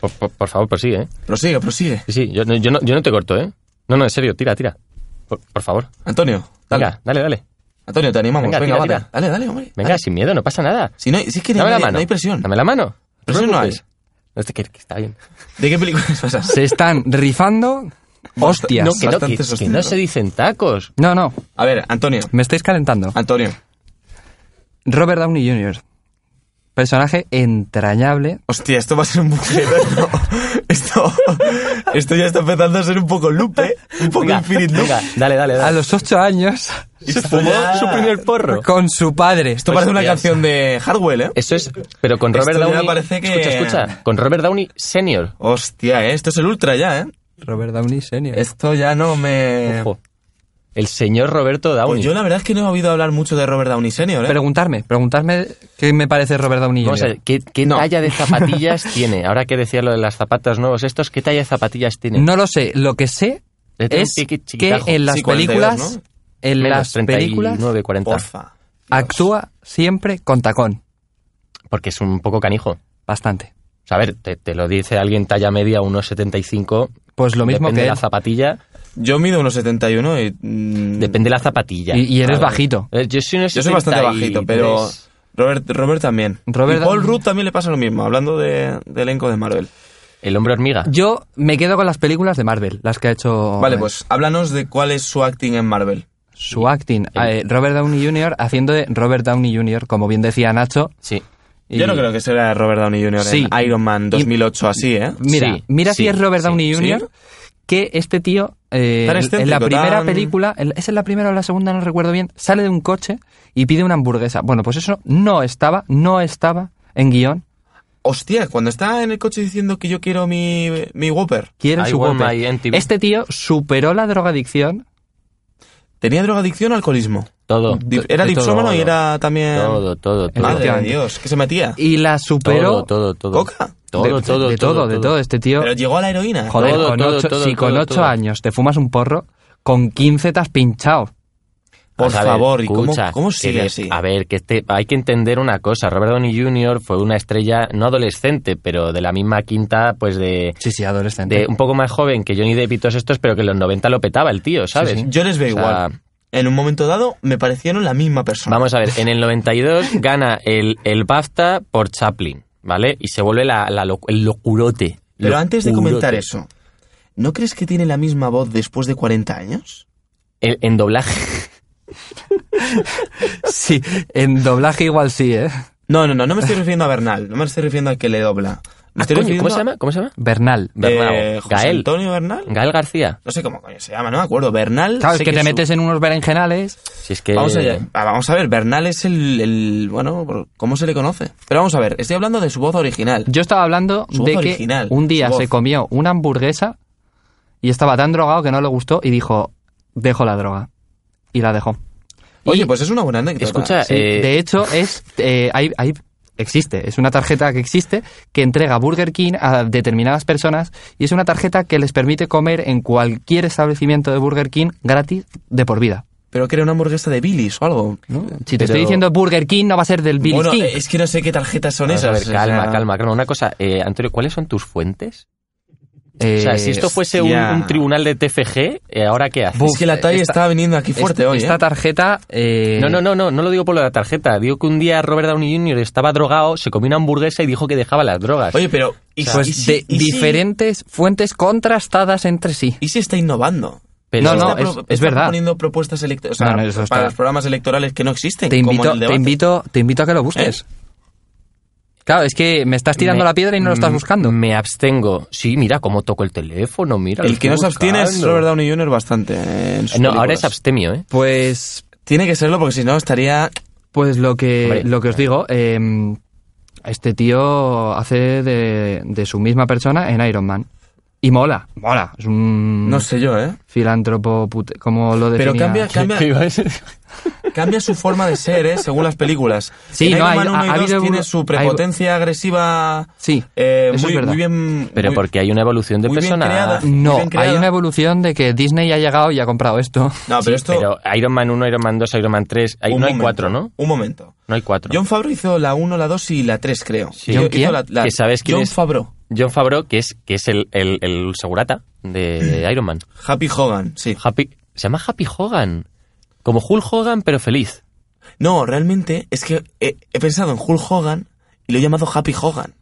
[SPEAKER 3] Por, por- por favor, prosigue, ¿eh?
[SPEAKER 2] Prosigue, prosigue.
[SPEAKER 3] Sí, sí, yo, no- yo no, yo no te corto, ¿eh? No, no, en serio, tira, tira. Por, por favor.
[SPEAKER 2] Antonio, dale.
[SPEAKER 3] Venga, dale, dale.
[SPEAKER 2] Antonio, te animamos.
[SPEAKER 3] Venga,
[SPEAKER 2] Venga,
[SPEAKER 3] tira,
[SPEAKER 2] vale.
[SPEAKER 3] tira.
[SPEAKER 2] Dale, dale, hombre.
[SPEAKER 3] Venga,
[SPEAKER 2] Dale.
[SPEAKER 3] sin miedo, no pasa nada.
[SPEAKER 2] Si, no, si es que no,
[SPEAKER 3] Dame la
[SPEAKER 2] hay,
[SPEAKER 3] mano.
[SPEAKER 2] no hay presión.
[SPEAKER 3] Dame la mano. te
[SPEAKER 2] Presión no
[SPEAKER 3] preocupes.
[SPEAKER 2] hay.
[SPEAKER 3] No, este que, que está bien.
[SPEAKER 2] ¿De qué películas pasas?
[SPEAKER 1] Se están rifando hostias.
[SPEAKER 3] No, que no, que-
[SPEAKER 2] bastante
[SPEAKER 3] que
[SPEAKER 2] sostenido.
[SPEAKER 3] no se dicen tacos.
[SPEAKER 1] No, no,
[SPEAKER 2] A ver, Antonio.
[SPEAKER 1] me estáis calentando.
[SPEAKER 2] Antonio.
[SPEAKER 1] Robert Downey Jr., personaje entrañable.
[SPEAKER 2] Hostia, esto va a ser un bucle eterno. Esto, esto ya está empezando a ser un poco loop, ¿eh? Un poco
[SPEAKER 3] Venga,
[SPEAKER 2] infinito.
[SPEAKER 3] venga, dale, dale,
[SPEAKER 1] A
[SPEAKER 3] dale.
[SPEAKER 1] los ocho años,
[SPEAKER 3] Se fumó su primer porro.
[SPEAKER 1] con su padre.
[SPEAKER 2] Esto parece una
[SPEAKER 3] Hostias.
[SPEAKER 2] canción de Hardwell, ¿eh?
[SPEAKER 3] Eso es, pero con
[SPEAKER 2] Esto
[SPEAKER 3] Robert
[SPEAKER 2] ya
[SPEAKER 3] Downey.
[SPEAKER 2] parece que-
[SPEAKER 3] Escucha, escucha. Con Robert Downey Senior.
[SPEAKER 2] Hostia, ¿eh? Esto es el ultra ya, ¿eh?
[SPEAKER 1] Robert Downey Sr.
[SPEAKER 2] Esto ya no me...
[SPEAKER 3] Ojo. El señor Roberto
[SPEAKER 2] Pues
[SPEAKER 3] Downey.
[SPEAKER 2] yo la verdad es que no he oído hablar mucho de Robert Downey Sr., ¿eh?
[SPEAKER 1] Preguntarme, preguntarme qué me parece Robert Downey
[SPEAKER 3] Vamos a
[SPEAKER 1] Jr.
[SPEAKER 3] ver, ¿qué, qué talla de zapatillas tiene? Ahora que decía lo de las zapatas nuevos estos, ¿qué talla de zapatillas tiene?
[SPEAKER 1] No lo sé, lo que sé
[SPEAKER 3] Le tengo
[SPEAKER 1] es
[SPEAKER 3] un piqui
[SPEAKER 1] que
[SPEAKER 3] chiquitajo.
[SPEAKER 1] en las
[SPEAKER 2] Sí, 42,
[SPEAKER 1] películas,
[SPEAKER 2] ¿no?
[SPEAKER 1] en
[SPEAKER 3] Menos,
[SPEAKER 1] las
[SPEAKER 3] 39,
[SPEAKER 1] películas
[SPEAKER 3] 40.
[SPEAKER 2] Porfa.
[SPEAKER 1] actúa siempre con tacón,
[SPEAKER 3] Porque es un poco canijo. O
[SPEAKER 1] bastante.
[SPEAKER 3] sea, a ver, te, te lo dice alguien talla media, unos 75.
[SPEAKER 1] Pues lo mismo
[SPEAKER 3] depende
[SPEAKER 1] que
[SPEAKER 3] la
[SPEAKER 1] él.
[SPEAKER 3] zapatilla.
[SPEAKER 2] Yo mido unos 71 y... mm,
[SPEAKER 3] Depende la zapatilla.
[SPEAKER 1] Y- y eres
[SPEAKER 3] Claro.
[SPEAKER 1] bajito.
[SPEAKER 3] Eh, Yo soy, unos
[SPEAKER 2] Yo soy bastante
[SPEAKER 3] 73.
[SPEAKER 2] bajito, pero... Robert, Robert también.
[SPEAKER 1] Robert
[SPEAKER 2] y Paul
[SPEAKER 1] Downey-
[SPEAKER 2] Rudd también le pasa lo mismo, hablando de, de elenco de Marvel.
[SPEAKER 3] El hombre hormiga.
[SPEAKER 1] Yo me quedo con las películas de Marvel, las que ha hecho
[SPEAKER 2] Vale,
[SPEAKER 1] eh,
[SPEAKER 2] pues háblanos de cuál es su acting en Marvel.
[SPEAKER 1] su acting. eh, Robert Downey Jr. haciendo de Robert Downey Jr., como bien decía Nacho.
[SPEAKER 3] Sí.
[SPEAKER 1] y-
[SPEAKER 2] Yo no creo que sea Robert Downey Jr.
[SPEAKER 1] Sí.
[SPEAKER 2] en Iron Man 2008 así, ¿eh?
[SPEAKER 1] Mira,
[SPEAKER 3] Sí,
[SPEAKER 1] mira
[SPEAKER 3] sí,
[SPEAKER 1] si es Robert
[SPEAKER 3] sí,
[SPEAKER 1] Downey
[SPEAKER 2] sí.
[SPEAKER 1] Jr. que este tío eh,
[SPEAKER 2] Tan
[SPEAKER 1] en la
[SPEAKER 2] excéntrico,
[SPEAKER 1] primera
[SPEAKER 2] tan-
[SPEAKER 1] película, en- es en la primera o la segunda, no recuerdo bien, sale de un coche y pide una hamburguesa. Bueno, pues eso no estaba, no estaba en guión.
[SPEAKER 2] Hostia, cuando está en el coche diciendo que yo quiero mi, mi Whopper.
[SPEAKER 1] Quiero
[SPEAKER 3] I
[SPEAKER 1] su
[SPEAKER 3] want
[SPEAKER 1] Whopper.
[SPEAKER 3] my MTV.
[SPEAKER 1] Este tío superó la drogadicción.
[SPEAKER 2] ¿Tenía drogadicción o alcoholismo?
[SPEAKER 3] Todo.
[SPEAKER 2] Di- Era
[SPEAKER 1] de todo,
[SPEAKER 2] dipsómano y
[SPEAKER 1] todo.
[SPEAKER 2] era también...
[SPEAKER 3] Todo, todo,
[SPEAKER 2] Madre
[SPEAKER 3] todo.
[SPEAKER 2] de
[SPEAKER 1] Efectivamente.
[SPEAKER 2] Dios, ¿qué se metía?
[SPEAKER 1] Y la superó
[SPEAKER 3] Todo, todo, todo.
[SPEAKER 2] ¿Coca?
[SPEAKER 3] Todo,
[SPEAKER 1] de,
[SPEAKER 3] todo,
[SPEAKER 1] de
[SPEAKER 3] todo,
[SPEAKER 1] de todo, de todo. Este tío,
[SPEAKER 2] Pero llegó a la heroína.
[SPEAKER 1] joder,
[SPEAKER 3] todo,
[SPEAKER 1] con
[SPEAKER 3] todo,
[SPEAKER 1] ocho-
[SPEAKER 3] todo,
[SPEAKER 1] si con
[SPEAKER 3] todo,
[SPEAKER 1] ocho
[SPEAKER 3] todo.
[SPEAKER 1] años te fumas un porro, con 15 te has pinchado.
[SPEAKER 2] Por
[SPEAKER 3] A ver,
[SPEAKER 2] favor, ¿y cómo,
[SPEAKER 3] escucha,
[SPEAKER 2] cómo
[SPEAKER 3] que
[SPEAKER 2] sigue
[SPEAKER 3] de-
[SPEAKER 2] así?
[SPEAKER 3] A ver, que este, hay que entender una cosa. Robert Downey Jr. fue una estrella no adolescente, pero de la misma quinta, pues de,
[SPEAKER 1] Sí, sí, adolescente.
[SPEAKER 3] de un poco más joven que Johnny Depp y todos estos, pero que en los 90 lo petaba el tío, ¿sabes?
[SPEAKER 1] sí.
[SPEAKER 2] Yo les veo
[SPEAKER 3] O sea,
[SPEAKER 2] igual. En un momento dado me parecieron la misma persona.
[SPEAKER 3] Vamos a ver, en el 92 gana el, el BAFTA por Chaplin, ¿vale? Y se vuelve la, la lo- el locurote.
[SPEAKER 2] Pero antes de
[SPEAKER 3] Locurote.
[SPEAKER 2] comentar eso, ¿no crees que tiene la misma voz después de 40 años?
[SPEAKER 3] El- en doblaje.
[SPEAKER 1] Sí, en doblaje igual sí, ¿eh?
[SPEAKER 2] No, no, no, no me estoy refiriendo a Bernal, no me estoy refiriendo al que le dobla. Me
[SPEAKER 3] Ah,
[SPEAKER 2] estoy
[SPEAKER 3] coño,
[SPEAKER 2] refiriendo
[SPEAKER 3] ¿Cómo se llama? ¿Cómo se llama?
[SPEAKER 1] Bernal.
[SPEAKER 2] a, eh,
[SPEAKER 3] Bernal.
[SPEAKER 2] José
[SPEAKER 3] Gael.
[SPEAKER 2] Antonio Bernal.
[SPEAKER 3] Gael García.
[SPEAKER 2] No sé cómo coño se llama, no me acuerdo. Bernal.
[SPEAKER 1] Claro, es
[SPEAKER 2] sé
[SPEAKER 1] que te
[SPEAKER 2] su-
[SPEAKER 1] metes en unos berenjenales.
[SPEAKER 3] Si es que...
[SPEAKER 2] Vamos, allá. Ah, vamos a ver, Bernal es el, el- Bueno, por- ¿cómo se le conoce? Pero vamos a ver, estoy hablando de su voz original.
[SPEAKER 1] Yo estaba hablando
[SPEAKER 2] Su
[SPEAKER 1] de
[SPEAKER 2] voz
[SPEAKER 1] que
[SPEAKER 2] original,
[SPEAKER 1] un día
[SPEAKER 2] su voz.
[SPEAKER 1] se comió una hamburguesa y estaba tan drogado que no le gustó y dijo, dejo la droga. Y la dejó.
[SPEAKER 2] Oye,
[SPEAKER 1] Y-
[SPEAKER 2] pues es una buena anécdota.
[SPEAKER 3] Escucha,
[SPEAKER 1] Sí,
[SPEAKER 3] eh,
[SPEAKER 1] de hecho, es eh, hay, hay- existe, es una tarjeta que existe que entrega Burger King a determinadas personas y es una tarjeta que les permite comer en cualquier establecimiento de Burger King gratis de por vida.
[SPEAKER 2] Pero que era una hamburguesa de Billy's o algo.
[SPEAKER 1] ¿no? Si te
[SPEAKER 3] Pero-
[SPEAKER 1] estoy diciendo Burger King, no va a ser del Billy
[SPEAKER 2] bueno,
[SPEAKER 1] King.
[SPEAKER 2] eh, es que no sé qué tarjetas son
[SPEAKER 3] Vamos a
[SPEAKER 2] esas.
[SPEAKER 3] ver,
[SPEAKER 2] o sea-
[SPEAKER 3] calma, calma, calma. Una cosa, eh, Antonio, ¿cuáles son tus fuentes? o sea,
[SPEAKER 1] Eh,
[SPEAKER 3] si esto fuese un,
[SPEAKER 2] hostia.
[SPEAKER 3] un tribunal de TFG, eh, ¿ahora qué haces?
[SPEAKER 1] Buf,
[SPEAKER 2] Es que la talla
[SPEAKER 1] esta-
[SPEAKER 2] está viniendo aquí fuerte
[SPEAKER 1] esta,
[SPEAKER 2] hoy.
[SPEAKER 1] esta
[SPEAKER 2] ¿eh?
[SPEAKER 1] tarjeta... eh,
[SPEAKER 3] No, no, no, no, no lo digo por lo de la tarjeta. Digo que un día Robert Downey Jr. estaba drogado, se comió una hamburguesa y dijo que dejaba las drogas.
[SPEAKER 2] Oye, pero. ¿y, si- y
[SPEAKER 1] Pues
[SPEAKER 2] si-
[SPEAKER 1] de
[SPEAKER 2] y si-
[SPEAKER 1] diferentes fuentes contrastadas entre sí.
[SPEAKER 2] ¿Y si está innovando?
[SPEAKER 3] Pero-
[SPEAKER 1] no,
[SPEAKER 2] ¿Y si
[SPEAKER 1] no,
[SPEAKER 2] está
[SPEAKER 1] es-
[SPEAKER 2] pro-
[SPEAKER 1] es
[SPEAKER 2] está
[SPEAKER 1] verdad.
[SPEAKER 2] poniendo propuestas electo- o sea,
[SPEAKER 1] No, no, eso
[SPEAKER 2] para
[SPEAKER 1] está-
[SPEAKER 2] los programas electorales que no existen.
[SPEAKER 1] Te
[SPEAKER 2] como
[SPEAKER 1] invito,
[SPEAKER 2] el
[SPEAKER 1] te
[SPEAKER 2] debate.
[SPEAKER 1] invito, te invito a que lo busques. Claro, es que ¿Eh? me estás tirando
[SPEAKER 3] Me-
[SPEAKER 1] la piedra y no lo estás
[SPEAKER 3] mm,
[SPEAKER 1] buscando.
[SPEAKER 3] Me abstengo. Sí, mira cómo toco el teléfono, mira. lo
[SPEAKER 2] El que no se
[SPEAKER 3] estoy
[SPEAKER 2] abstiene es
[SPEAKER 3] buscando.
[SPEAKER 2] Robert Downey Jr. bastante. eh, en sus
[SPEAKER 3] No, ahora
[SPEAKER 2] películas.
[SPEAKER 3] es abstemio, ¿eh?
[SPEAKER 1] Pues,
[SPEAKER 2] Tiene que serlo porque si no estaría.
[SPEAKER 1] pues lo que,
[SPEAKER 3] Hombre.
[SPEAKER 1] lo que os digo, eh, este tío hace de, de su misma persona en Iron Man. Y mola, mola. Es un
[SPEAKER 2] No sé yo, ¿eh?
[SPEAKER 1] filántropo, pute- como lo definía.
[SPEAKER 2] Pero cambia, cambia,
[SPEAKER 3] ¿Qué iba a decir?
[SPEAKER 2] cambia su forma de ser, ¿eh? Según las películas.
[SPEAKER 1] Sí,
[SPEAKER 2] en
[SPEAKER 1] no,
[SPEAKER 2] Iron
[SPEAKER 1] hay-
[SPEAKER 2] Man 1 y
[SPEAKER 1] ha
[SPEAKER 2] 2
[SPEAKER 1] habido
[SPEAKER 2] tiene
[SPEAKER 1] uno-
[SPEAKER 2] su prepotencia agresiva.
[SPEAKER 1] Sí,
[SPEAKER 2] eh,
[SPEAKER 1] eso
[SPEAKER 2] muy,
[SPEAKER 1] es verdad.
[SPEAKER 2] muy bien.
[SPEAKER 3] Pero
[SPEAKER 2] muy-
[SPEAKER 3] porque hay una evolución de
[SPEAKER 2] muy bien creada.
[SPEAKER 3] personaje.
[SPEAKER 1] No,
[SPEAKER 2] bien creada.
[SPEAKER 1] hay una evolución de que Disney ha llegado y ha comprado esto.
[SPEAKER 2] No, pero esto.
[SPEAKER 3] Pero Iron Man 1, Iron Man 2, Iron Man 3. hay-
[SPEAKER 2] un
[SPEAKER 3] no hay
[SPEAKER 2] momento,
[SPEAKER 3] cuatro, ¿no?
[SPEAKER 2] Un momento.
[SPEAKER 3] No hay cuatro.
[SPEAKER 2] John Favreau hizo la 1, la 2 y la 3, creo.
[SPEAKER 3] Sí.
[SPEAKER 2] Yo-
[SPEAKER 1] ¿John
[SPEAKER 2] hizo
[SPEAKER 1] quién?
[SPEAKER 2] la- la-
[SPEAKER 3] Que sabes quién
[SPEAKER 2] John
[SPEAKER 3] es.
[SPEAKER 2] Favreau.
[SPEAKER 3] John Favreau, que es, que es el, el, el segurata de, de Iron Man.
[SPEAKER 2] Happy Hogan, sí.
[SPEAKER 3] Happy, se llama Happy Hogan. Como Hulk Hogan, pero feliz.
[SPEAKER 2] No, realmente es que he, he pensado en Hulk Hogan y lo he llamado Happy Hogan.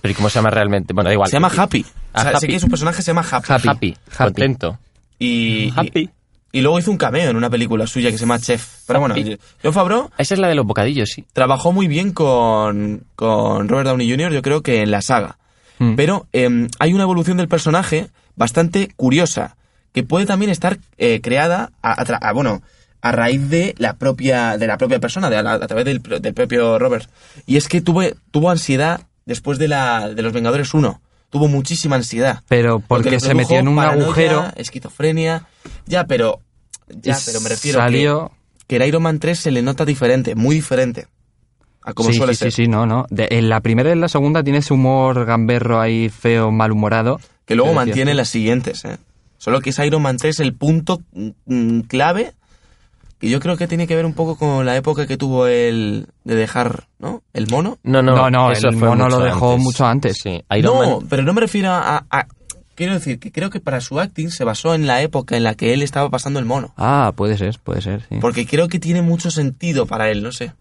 [SPEAKER 3] Pero ¿y ¿cómo se llama realmente? Bueno, da igual.
[SPEAKER 2] Se llama Happy. O
[SPEAKER 3] Ah,
[SPEAKER 2] sea,
[SPEAKER 3] Happy.
[SPEAKER 2] sé que su personaje se llama Happy.
[SPEAKER 3] Happy.
[SPEAKER 1] Happy.
[SPEAKER 3] Contento.
[SPEAKER 2] Y, y-
[SPEAKER 3] Happy.
[SPEAKER 2] Y luego hizo un cameo en una película suya que se llama Chef. Pero bueno,
[SPEAKER 3] Y-
[SPEAKER 2] John Favreau
[SPEAKER 3] Esa es la de los bocadillos, sí.
[SPEAKER 2] trabajó muy bien con, con Robert Downey Jr., yo creo que en la saga.
[SPEAKER 1] Mm.
[SPEAKER 2] Pero em, hay una evolución del personaje bastante curiosa, que puede también estar eh, creada a, a tra- a, bueno, a raíz de la propia, de la propia persona, de la- a través del, pro- del propio Robert. Y es que tuve, tuvo ansiedad después de, la, de Los Vengadores 1. Tuvo muchísima ansiedad.
[SPEAKER 1] Pero porque
[SPEAKER 2] le
[SPEAKER 1] se metió en
[SPEAKER 2] produjo
[SPEAKER 1] un
[SPEAKER 2] paranoia,
[SPEAKER 1] agujero.
[SPEAKER 2] Esquizofrenia. Ya, pero. Ya,
[SPEAKER 1] y
[SPEAKER 2] pero me refiero a que,
[SPEAKER 1] salió...
[SPEAKER 2] que el Iron Man 3 se le nota diferente, muy diferente. A como
[SPEAKER 1] sí,
[SPEAKER 2] suele
[SPEAKER 1] sí,
[SPEAKER 2] ser.
[SPEAKER 1] sí, sí, no, no. De- en la primera y en la segunda tiene ese humor gamberro ahí feo, malhumorado.
[SPEAKER 2] Que luego
[SPEAKER 1] Pero
[SPEAKER 2] mantiene
[SPEAKER 1] cierto.
[SPEAKER 2] las siguientes, ¿eh? Solo que es Iron Man 3 el punto mm, clave que yo creo que tiene que ver un poco con la época que tuvo el de dejar, ¿no? El mono.
[SPEAKER 3] No, no,
[SPEAKER 1] No, no,
[SPEAKER 3] eso
[SPEAKER 1] el
[SPEAKER 3] fue
[SPEAKER 1] mono
[SPEAKER 3] mucho
[SPEAKER 1] lo dejó mucho antes.
[SPEAKER 3] Sí, Iron
[SPEAKER 2] no,
[SPEAKER 3] Man.
[SPEAKER 2] pero no me refiero a, a- Quiero decir que creo que para su acting se basó en la época en la que él estaba pasando el mono.
[SPEAKER 1] Ah, puede ser, puede ser, sí.
[SPEAKER 2] Porque creo que tiene mucho sentido para él, no sé.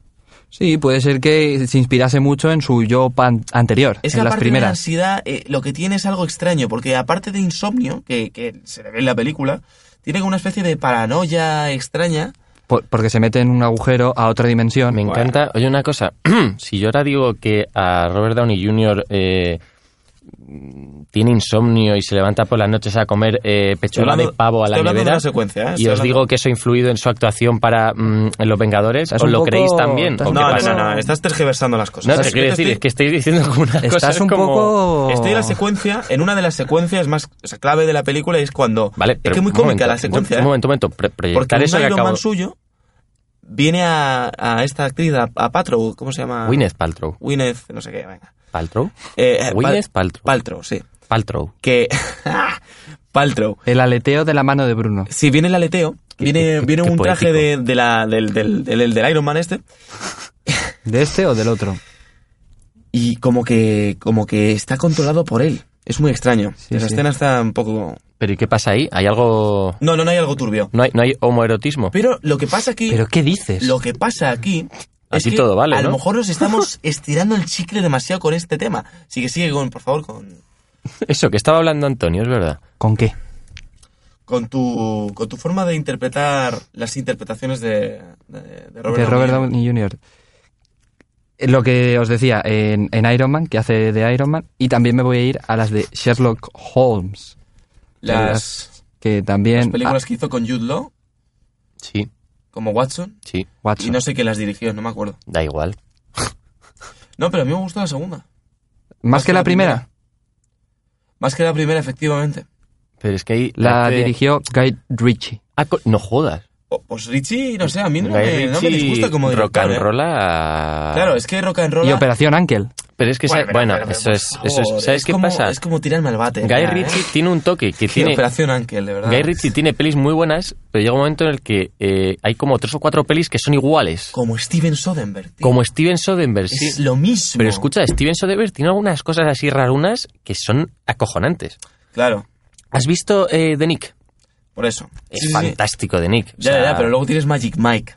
[SPEAKER 1] Sí, puede ser que se inspirase mucho en su yo pan- anterior,
[SPEAKER 2] Es que
[SPEAKER 1] en las
[SPEAKER 2] aparte de la
[SPEAKER 1] primeras.
[SPEAKER 2] ansiedad, eh, lo que tiene es algo extraño, porque aparte de insomnio, que, que se le ve en la película, tiene como una especie de paranoia extraña.
[SPEAKER 1] Por- porque se mete en un agujero a otra dimensión.
[SPEAKER 3] Me encanta. Oye, una cosa. si yo ahora digo que a Robert Downey Jr. eh, tiene insomnio y se levanta por las noches a comer eh, pechuga
[SPEAKER 2] hablando-
[SPEAKER 3] de pavo a la
[SPEAKER 2] estoy hablando de
[SPEAKER 3] nevera.
[SPEAKER 2] una secuencia, ¿eh? Estoy
[SPEAKER 3] Y os
[SPEAKER 2] hablando-
[SPEAKER 3] digo que eso ha influido en su actuación para mm, en Los Vengadores.
[SPEAKER 1] Estás
[SPEAKER 3] ¿Os
[SPEAKER 1] un
[SPEAKER 3] lo
[SPEAKER 1] poco-
[SPEAKER 3] creéis también?
[SPEAKER 1] estás
[SPEAKER 3] ¿O
[SPEAKER 1] un
[SPEAKER 3] qué
[SPEAKER 2] No, no,
[SPEAKER 3] pasa?
[SPEAKER 2] no, no, estás tergiversando las cosas.
[SPEAKER 3] No, te
[SPEAKER 2] Estás-
[SPEAKER 3] quiero decir,
[SPEAKER 2] estoy-
[SPEAKER 3] es que estoy diciendo como una cosa.
[SPEAKER 1] Estás
[SPEAKER 3] es
[SPEAKER 1] un
[SPEAKER 3] como-
[SPEAKER 1] poco...
[SPEAKER 2] Estoy en la secuencia, en una de las secuencias más o sea, clave de la película y es cuando...
[SPEAKER 3] Vale,
[SPEAKER 2] es
[SPEAKER 3] pero
[SPEAKER 2] que es muy
[SPEAKER 3] un
[SPEAKER 2] cómica
[SPEAKER 3] momento,
[SPEAKER 2] la secuencia,
[SPEAKER 3] Un
[SPEAKER 2] ¿eh?
[SPEAKER 3] momento, un momento. Pre-
[SPEAKER 2] porque
[SPEAKER 3] proyectar
[SPEAKER 2] un
[SPEAKER 3] eso que
[SPEAKER 2] Iron
[SPEAKER 3] acabo.
[SPEAKER 2] Man suyo viene a, a esta actriz, a, a Patrow, ¿cómo se llama?
[SPEAKER 3] Gwyneth Paltrow.
[SPEAKER 2] Gwyneth, no sé qué, venga.
[SPEAKER 3] ¿Paltrow?
[SPEAKER 2] Eh, eh,
[SPEAKER 3] Gwyneth
[SPEAKER 2] Pal-
[SPEAKER 3] Paltrow.
[SPEAKER 2] Paltrow, sí.
[SPEAKER 3] Paltrow.
[SPEAKER 2] Que... Paltrow.
[SPEAKER 1] El aleteo de la mano de Bruno.
[SPEAKER 2] Si viene el aleteo, viene,
[SPEAKER 3] qué-
[SPEAKER 2] viene
[SPEAKER 3] qué
[SPEAKER 2] un traje de,
[SPEAKER 3] poético.
[SPEAKER 2] de la, del, del, del- del Iron Man este
[SPEAKER 1] ¿De este o del otro?
[SPEAKER 2] y como que, como que está controlado por él. Es muy extraño.
[SPEAKER 1] Sí,
[SPEAKER 2] Esa
[SPEAKER 1] sí.
[SPEAKER 2] escena está un poco...
[SPEAKER 3] ¿Pero y qué pasa ahí? ¿Hay algo.?
[SPEAKER 2] No, no, no hay algo turbio.
[SPEAKER 3] ¿No hay, no hay homoerotismo?
[SPEAKER 2] Pero lo que pasa aquí,
[SPEAKER 1] ¿Pero qué dices?
[SPEAKER 2] lo que pasa aquí es
[SPEAKER 3] Aquí
[SPEAKER 2] que
[SPEAKER 3] todo vale,
[SPEAKER 2] a lo
[SPEAKER 3] ¿no?
[SPEAKER 2] mejor nos estamos estirando el chicle demasiado con este tema. Sigue, sigue con, por favor, con,
[SPEAKER 3] Eso que estaba hablando Antonio, es verdad.
[SPEAKER 1] ¿Con qué?
[SPEAKER 2] con tu con tu forma de interpretar las interpretaciones de, de, de Robert,
[SPEAKER 1] de Robert
[SPEAKER 2] Downey.
[SPEAKER 1] Downey Jr. Eh, Lo que os decía en, en Iron Man, que hace de Iron Man, y también me voy a ir a las de Sherlock Holmes,
[SPEAKER 2] Las,
[SPEAKER 1] que
[SPEAKER 2] las
[SPEAKER 1] también...
[SPEAKER 2] películas que hizo con Jude Law,
[SPEAKER 3] Sí,
[SPEAKER 2] como Watson,
[SPEAKER 3] sí,
[SPEAKER 1] Ah, Watson.
[SPEAKER 2] y no sé qué las dirigió, no me acuerdo.
[SPEAKER 3] da igual.
[SPEAKER 2] No, pero a mí me gustó la segunda.
[SPEAKER 1] Más que la primera,
[SPEAKER 2] Más que la primera, efectivamente.
[SPEAKER 3] Pero es que ahí.
[SPEAKER 1] la
[SPEAKER 2] Este-
[SPEAKER 3] hace-
[SPEAKER 1] dirigió Guy Ritchie.
[SPEAKER 3] Ah, co- no jodas.
[SPEAKER 2] O- pues Richie, no sé, a mí no,
[SPEAKER 3] Guy
[SPEAKER 2] me, no me
[SPEAKER 3] Ritchie,
[SPEAKER 2] disgusta como
[SPEAKER 3] Rock
[SPEAKER 2] director.
[SPEAKER 3] and
[SPEAKER 2] ¿eh?
[SPEAKER 3] roll
[SPEAKER 2] Claro, es que Rock and Roll...
[SPEAKER 1] Y Operación Ángel.
[SPEAKER 3] Pero es que. esa-
[SPEAKER 2] Bueno,
[SPEAKER 3] Bueno,
[SPEAKER 2] pero- pero- pero, por
[SPEAKER 3] eso es. Eso
[SPEAKER 2] favor,
[SPEAKER 3] es ¿Sabes
[SPEAKER 2] es
[SPEAKER 3] qué
[SPEAKER 2] como-
[SPEAKER 3] pasa?
[SPEAKER 2] Es como tirarme al bate.
[SPEAKER 3] Guy
[SPEAKER 2] ya, ¿eh?
[SPEAKER 3] Ritchie tiene un toque que
[SPEAKER 2] Sí,
[SPEAKER 3] tiene.
[SPEAKER 2] Operación Ángel, de verdad.
[SPEAKER 3] Guy Ritchie tiene pelis muy buenas, pero llega un momento en el que eh, hay como tres o cuatro pelis que son iguales.
[SPEAKER 2] Como Steven Soderbergh. tío.
[SPEAKER 3] Como Steven Soderbergh, sí.
[SPEAKER 2] Es lo mismo.
[SPEAKER 3] Pero escucha, Steven Soderbergh tiene algunas cosas así rarunas que son acojonantes.
[SPEAKER 2] Claro,
[SPEAKER 3] ¿Has visto eh, The Nick?
[SPEAKER 2] por eso.
[SPEAKER 3] Es
[SPEAKER 2] Sí, sí, sí.
[SPEAKER 3] fantástico The Nick. O
[SPEAKER 2] Ya,
[SPEAKER 3] sea,
[SPEAKER 2] ya, pero luego tienes Magic Mike.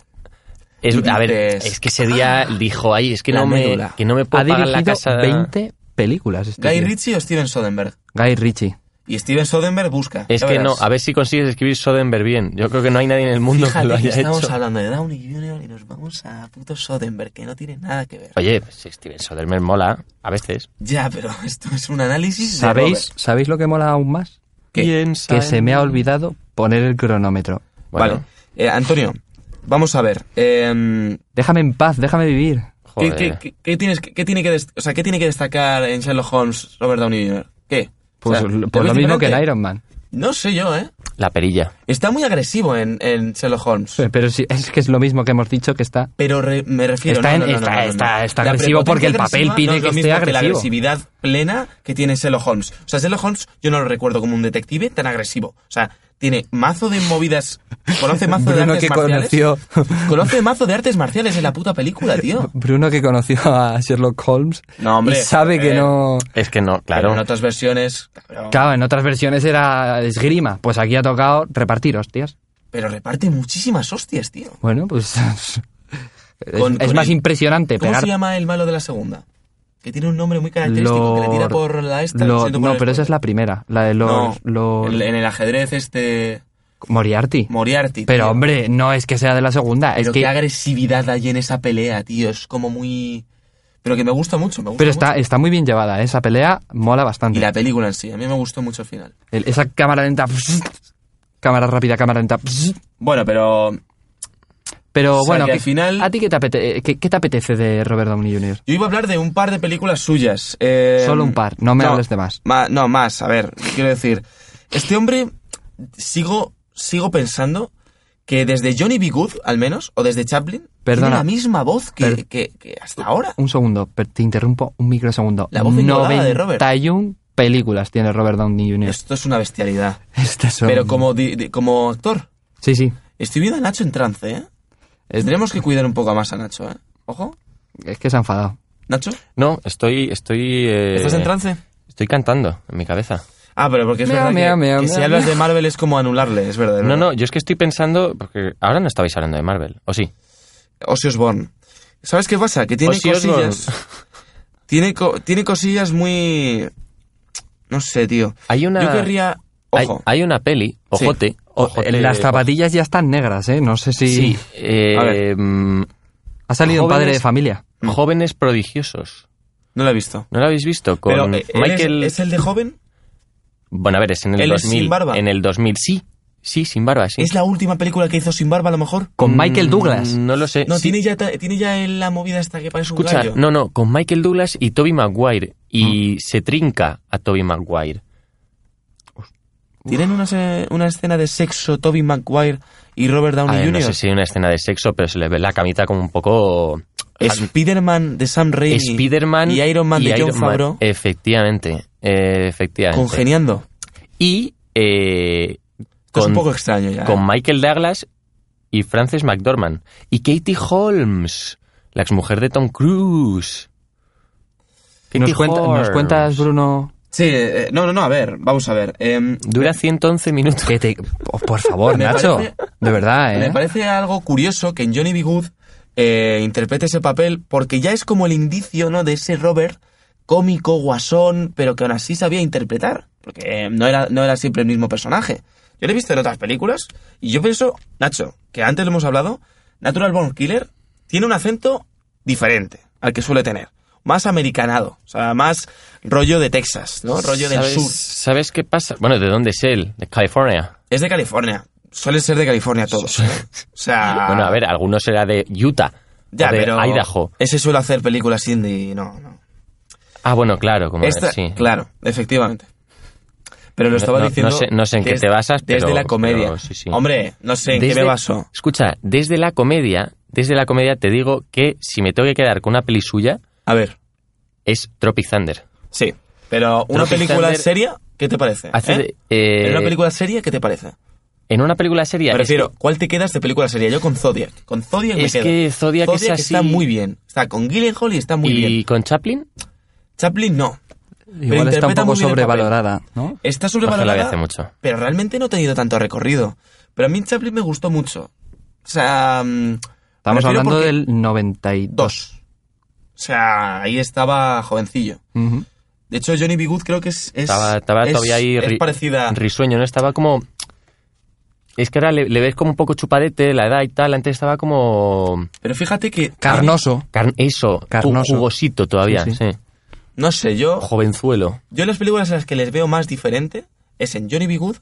[SPEAKER 3] es-
[SPEAKER 2] tú
[SPEAKER 3] a ver,
[SPEAKER 2] dices, "Ah".
[SPEAKER 3] es que ese día dijo, ay, es que
[SPEAKER 2] la
[SPEAKER 3] no me,
[SPEAKER 2] médula".
[SPEAKER 3] que no me
[SPEAKER 1] Ha
[SPEAKER 3] puedo pagar
[SPEAKER 1] dirigido
[SPEAKER 3] la casa.
[SPEAKER 1] 20 películas. este
[SPEAKER 2] Guy
[SPEAKER 1] tío.
[SPEAKER 2] Ritchie o Steven Soderbergh.
[SPEAKER 1] Guy Ritchie.
[SPEAKER 2] Y Steven Soderbergh busca.
[SPEAKER 3] Es
[SPEAKER 2] ya
[SPEAKER 3] que
[SPEAKER 2] verás.
[SPEAKER 3] no, a ver si consigues escribir Soderbergh bien. Yo creo que no hay nadie en el mundo
[SPEAKER 2] Fíjate
[SPEAKER 3] que lo
[SPEAKER 2] que
[SPEAKER 3] haya
[SPEAKER 2] estamos
[SPEAKER 3] hecho.
[SPEAKER 2] hablando de Downey Jr. y nos vamos a puto Soderbergh, que no tiene nada que ver.
[SPEAKER 3] Oye, pues Steven Soderbergh mola, a veces.
[SPEAKER 2] Ya, pero esto es un análisis de
[SPEAKER 1] ¿Sabéis,
[SPEAKER 2] Robert.
[SPEAKER 1] ¿Sabéis lo que mola aún más?
[SPEAKER 2] ¿Qué?
[SPEAKER 1] Que se me ha olvidado poner el cronómetro.
[SPEAKER 3] Bueno,
[SPEAKER 2] Vale. Eh, Antonio, vamos a ver. em,
[SPEAKER 1] Déjame en paz, déjame vivir.
[SPEAKER 2] ¿Qué,
[SPEAKER 3] joder.
[SPEAKER 2] qué- qué- qué tienes, que- qué tiene que des- o sea, ¿Qué tiene que destacar en Sherlock Holmes Robert Downey Jr.? ¿Qué?
[SPEAKER 1] Pues
[SPEAKER 2] O sea,
[SPEAKER 1] lo-
[SPEAKER 2] ¿te
[SPEAKER 1] por
[SPEAKER 2] ves
[SPEAKER 1] lo mismo que en
[SPEAKER 2] diferente?
[SPEAKER 1] Iron Man.
[SPEAKER 2] No sé yo, ¿eh?
[SPEAKER 3] La perilla.
[SPEAKER 2] Está muy agresivo en, en Sherlock Holmes.
[SPEAKER 1] Pe- Pero sí, es que es lo mismo que hemos dicho que está.
[SPEAKER 2] Pero re- me refiero...
[SPEAKER 1] Está
[SPEAKER 2] no,
[SPEAKER 1] en-
[SPEAKER 2] no, no,
[SPEAKER 1] está-
[SPEAKER 2] no, no, no, no.
[SPEAKER 1] está- está
[SPEAKER 2] La
[SPEAKER 1] agresivo porque el
[SPEAKER 2] prepotencia
[SPEAKER 1] papel
[SPEAKER 2] agresiva
[SPEAKER 1] pide
[SPEAKER 2] no es lo
[SPEAKER 1] que
[SPEAKER 2] mismo
[SPEAKER 1] esté
[SPEAKER 2] que la
[SPEAKER 1] agresivo.
[SPEAKER 2] agresividad plena que tiene Sherlock Holmes. O sea, Sherlock Holmes yo no lo recuerdo como un detective tan agresivo. O sea, tiene mazo de movidas... Conoce mazo de
[SPEAKER 1] Bruno
[SPEAKER 2] artes
[SPEAKER 1] que
[SPEAKER 2] marciales.
[SPEAKER 1] conoció-
[SPEAKER 2] Conoce mazo de artes marciales en la puta película, tío.
[SPEAKER 1] Bruno que conoció a Sherlock Holmes
[SPEAKER 2] No, hombre,
[SPEAKER 1] y sabe que
[SPEAKER 2] eh,
[SPEAKER 1] no...
[SPEAKER 3] Es que no,
[SPEAKER 2] Pero
[SPEAKER 3] claro.
[SPEAKER 2] en otras versiones... cabrón,
[SPEAKER 1] Claro, en otras versiones era esgrima. Pues aquí ha tocado repartir hostias.
[SPEAKER 2] Pero reparte muchísimas hostias, tío.
[SPEAKER 1] Bueno, pues... es-
[SPEAKER 2] Con-
[SPEAKER 1] es
[SPEAKER 2] con
[SPEAKER 1] más
[SPEAKER 2] el-
[SPEAKER 1] impresionante
[SPEAKER 2] ¿Cómo
[SPEAKER 1] pegar...
[SPEAKER 2] se llama el malo de la segunda? Que tiene un nombre muy característico, que le tira
[SPEAKER 1] Lord-
[SPEAKER 2] por la esta.
[SPEAKER 1] Lord-
[SPEAKER 2] siento por
[SPEAKER 1] no,
[SPEAKER 2] el
[SPEAKER 1] pero esa es
[SPEAKER 2] spoiler.
[SPEAKER 1] la primera. La de los...
[SPEAKER 2] No, el- en el ajedrez este...
[SPEAKER 1] Moriarty.
[SPEAKER 2] Moriarty. tío.
[SPEAKER 1] Pero hombre, no es que sea de la segunda,
[SPEAKER 2] Pero
[SPEAKER 1] es
[SPEAKER 2] qué
[SPEAKER 1] que...
[SPEAKER 2] agresividad hay en esa pelea, tío. Es como muy. Pero que me gusta mucho, me gusta.
[SPEAKER 1] Pero está,
[SPEAKER 2] mucho.
[SPEAKER 1] está muy bien llevada, ¿eh? esa pelea mola bastante.
[SPEAKER 2] Y la película en sí, a mí me gustó mucho el final.
[SPEAKER 1] El- esa cámara lenta... cámara rápida, cámara lenta...
[SPEAKER 2] Bueno, pero
[SPEAKER 1] Pero
[SPEAKER 2] O sea,
[SPEAKER 1] bueno,
[SPEAKER 2] que al
[SPEAKER 1] ¿qué-
[SPEAKER 2] final-
[SPEAKER 1] ¿a ti qué te, apete- eh, qué- qué te apetece de Robert Downey Jr.?
[SPEAKER 2] yo iba a hablar de un par de películas suyas. eh,
[SPEAKER 1] Solo un par, Em, no me hables de más.
[SPEAKER 2] ma- no, más, a ver, quiero decir. Este hombre, sigo, sigo pensando que desde Johnny B. Good, al menos, o desde Chaplin, tiene
[SPEAKER 1] Perdona.
[SPEAKER 2] la misma voz que,
[SPEAKER 1] Per-
[SPEAKER 2] que- que hasta ahora.
[SPEAKER 1] Un segundo, per- te interrumpo un microsegundo.
[SPEAKER 2] La voz engordada de Robert.
[SPEAKER 1] 91 películas tiene Robert Downey Jr.
[SPEAKER 2] Esto es una bestialidad.
[SPEAKER 1] Este es un-
[SPEAKER 2] Pero como, di- di- como actor,
[SPEAKER 1] Sí, sí.
[SPEAKER 2] estoy viendo a Nacho en trance, ¿eh?
[SPEAKER 1] Es,
[SPEAKER 2] Tendremos que cuidar un poco más a Nacho, ¿eh? Ojo.
[SPEAKER 1] es que se ha enfadado.
[SPEAKER 2] Nacho,
[SPEAKER 3] No, estoy. estoy eh,
[SPEAKER 2] ¿estás en trance?
[SPEAKER 3] Estoy cantando en mi cabeza.
[SPEAKER 2] Ah, pero porque es
[SPEAKER 1] Mea,
[SPEAKER 2] verdad
[SPEAKER 1] mea,
[SPEAKER 2] que,
[SPEAKER 1] mea,
[SPEAKER 2] que
[SPEAKER 1] mea,
[SPEAKER 2] si
[SPEAKER 1] mea.
[SPEAKER 2] hablas de Marvel es como anularle, es verdad. es
[SPEAKER 3] No,
[SPEAKER 2] verdad.
[SPEAKER 3] no, yo es que estoy pensando. Porque ahora no estabais hablando de Marvel, ¿o sí?
[SPEAKER 2] Ozzy Osbourne. ¿Sabes qué pasa? Que tiene
[SPEAKER 3] Ozzy
[SPEAKER 2] cosillas. Tiene, co- tiene cosillas muy. No sé, tío.
[SPEAKER 3] Hay una.
[SPEAKER 2] Yo querría.
[SPEAKER 3] hay,
[SPEAKER 2] Ojo.
[SPEAKER 3] hay una peli, ojote. ojote,
[SPEAKER 1] Las zapatillas ya están negras, ¿eh? No sé si...
[SPEAKER 3] Sí. eh,
[SPEAKER 2] A ver.
[SPEAKER 3] mm,
[SPEAKER 1] Ha salido un padre
[SPEAKER 3] Jóvenes-
[SPEAKER 1] de familia.
[SPEAKER 3] jóvenes prodigiosos.
[SPEAKER 2] No la he visto.
[SPEAKER 3] ¿No lo habéis visto? Con
[SPEAKER 2] Pero, eh, él es-
[SPEAKER 3] Michael.
[SPEAKER 2] es, el de joven?
[SPEAKER 3] Bueno, a ver, es en el
[SPEAKER 2] él es
[SPEAKER 3] 2000.
[SPEAKER 2] sin barba.
[SPEAKER 3] En el 2000, sí. Sí, sin barba, sí.
[SPEAKER 2] ¿Es la última película que hizo sin barba, a lo mejor?
[SPEAKER 1] Con Michael
[SPEAKER 3] Mm,
[SPEAKER 1] Douglas.
[SPEAKER 3] No lo sé.
[SPEAKER 2] No,
[SPEAKER 3] sí.
[SPEAKER 2] tiene ya ta- tiene ya en la movida hasta que parece un
[SPEAKER 3] Escucha,
[SPEAKER 2] gallo. Mm.
[SPEAKER 3] no, no, con Michael Douglas y Toby Maguire. Y se trinca a Toby Maguire.
[SPEAKER 2] ¿Tienen una, se- una escena de sexo Toby Maguire y Robert Downey
[SPEAKER 3] A ver,
[SPEAKER 2] Jr.?
[SPEAKER 3] Ah, no sé si hay una escena de sexo, pero se le ve la camita como un poco...
[SPEAKER 2] Spider-Man de Sam Raimi
[SPEAKER 3] Spider-Man
[SPEAKER 2] y Iron Man de John
[SPEAKER 3] Iron Man.
[SPEAKER 2] Favreau
[SPEAKER 3] Efectivamente, eh, efectivamente.
[SPEAKER 2] congeniando.
[SPEAKER 3] Y eh,
[SPEAKER 2] Esto es
[SPEAKER 3] con,
[SPEAKER 2] un poco extraño ya. ¿eh?
[SPEAKER 3] con Michael Douglas y Frances McDormand. Y Katie Holmes, la exmujer de Tom Cruise.
[SPEAKER 1] ¿Nos,
[SPEAKER 3] Katie
[SPEAKER 1] cuenta- ¿Nos
[SPEAKER 3] Holmes.
[SPEAKER 1] cuentas, Bruno?
[SPEAKER 2] Sí, eh, no, no, no, a ver, vamos a ver. em,
[SPEAKER 3] Dura 111 minutos.
[SPEAKER 1] Que te- oh, por favor,
[SPEAKER 2] Me
[SPEAKER 1] Nacho.
[SPEAKER 2] parece-
[SPEAKER 1] De verdad,
[SPEAKER 2] Me
[SPEAKER 1] ¿eh?
[SPEAKER 2] parece algo curioso que en Johnny B. Good eh, interprete ese papel porque ya es como el indicio, ¿no? De ese Robert cómico, guasón, pero que aún así sabía interpretar. Porque eh, no era, no era siempre el mismo personaje. Yo lo he visto en otras películas y yo pienso, Nacho, que antes lo hemos hablado, Natural Born Killer tiene un acento diferente al que suele tener. Más americanado, o sea, más rollo de Texas, ¿no? Rollo del
[SPEAKER 3] ¿Sabes-
[SPEAKER 2] sur.
[SPEAKER 3] ¿Sabes qué pasa? Bueno, ¿de dónde es él? De California.
[SPEAKER 2] Es de California. Suelen ser de California todos. O sea.
[SPEAKER 3] Bueno, a ver, algunos será de Utah.
[SPEAKER 2] Ah. Ya,
[SPEAKER 3] o de
[SPEAKER 2] pero
[SPEAKER 3] Idaho.
[SPEAKER 2] Ese suele hacer películas indie, no, no.
[SPEAKER 3] Ah, bueno, claro, como
[SPEAKER 2] Esta-
[SPEAKER 3] sí.
[SPEAKER 2] Claro, efectivamente. Pero lo
[SPEAKER 3] No-
[SPEAKER 2] estaba
[SPEAKER 3] no- no
[SPEAKER 2] diciendo.
[SPEAKER 3] sé- no sé en qué
[SPEAKER 2] des-
[SPEAKER 3] te basas,
[SPEAKER 2] Desde
[SPEAKER 3] pero-
[SPEAKER 2] la comedia.
[SPEAKER 3] pero sí, sí.
[SPEAKER 2] Hombre, no sé en qué
[SPEAKER 3] Desde-
[SPEAKER 2] me baso.
[SPEAKER 3] Escucha, desde la comedia, desde la comedia te digo que si me tengo que quedar con una peli suya
[SPEAKER 2] A ver,
[SPEAKER 3] es Tropic Thunder.
[SPEAKER 2] sí. Pero una
[SPEAKER 3] Tropic
[SPEAKER 2] película
[SPEAKER 3] Thunder-
[SPEAKER 2] seria, ¿qué te parece?
[SPEAKER 3] Hace
[SPEAKER 2] ¿Eh?
[SPEAKER 3] de- eh,
[SPEAKER 2] ¿En una película seria, qué te parece?
[SPEAKER 3] en una película seria.
[SPEAKER 2] Me
[SPEAKER 3] es
[SPEAKER 2] refiero, ¿cuál te quedas de película seria? Yo con Zodiac. Con Zodiac
[SPEAKER 3] Es
[SPEAKER 2] me quedo.
[SPEAKER 3] que Zodiac es así-
[SPEAKER 2] está muy bien. Está con Gyllenhaal y está
[SPEAKER 3] que-
[SPEAKER 2] muy
[SPEAKER 3] y
[SPEAKER 2] bien.
[SPEAKER 3] con Chaplin,
[SPEAKER 2] Chaplin no.
[SPEAKER 1] Igual está un
[SPEAKER 2] interpreta
[SPEAKER 1] poco
[SPEAKER 2] muy bien el papel.
[SPEAKER 1] sobrevalorada, ¿no?
[SPEAKER 2] Está
[SPEAKER 3] no la vi
[SPEAKER 2] sobrevalorada.
[SPEAKER 3] hace mucho.
[SPEAKER 2] pero realmente no ha tenido tanto recorrido. Pero a mí en Chaplin me gustó mucho. O sea, mm,
[SPEAKER 1] Estamos
[SPEAKER 2] me refiero
[SPEAKER 1] hablando
[SPEAKER 2] porque-
[SPEAKER 1] del 92.
[SPEAKER 2] dos. O sea, ahí estaba jovencillo.
[SPEAKER 1] Ujú.
[SPEAKER 2] De hecho, Johnny B. Good creo que es, es-
[SPEAKER 3] Estaba, estaba
[SPEAKER 2] es-
[SPEAKER 3] todavía ahí
[SPEAKER 2] es
[SPEAKER 3] ri-
[SPEAKER 2] parecida.
[SPEAKER 3] risueño, ¿no? Estaba como... Es que ahora le, le ves como un poco chupadete, la edad y tal. Antes estaba como...
[SPEAKER 2] Pero fíjate que
[SPEAKER 1] Carnoso.
[SPEAKER 3] car- eso, ju-
[SPEAKER 1] Carnoso.
[SPEAKER 3] jugosito todavía,
[SPEAKER 1] Sí,
[SPEAKER 3] sí,
[SPEAKER 1] sí.
[SPEAKER 2] no sé, yo
[SPEAKER 3] Jovenzuelo.
[SPEAKER 2] yo las películas en las que les veo más diferente es en Johnny B. Good,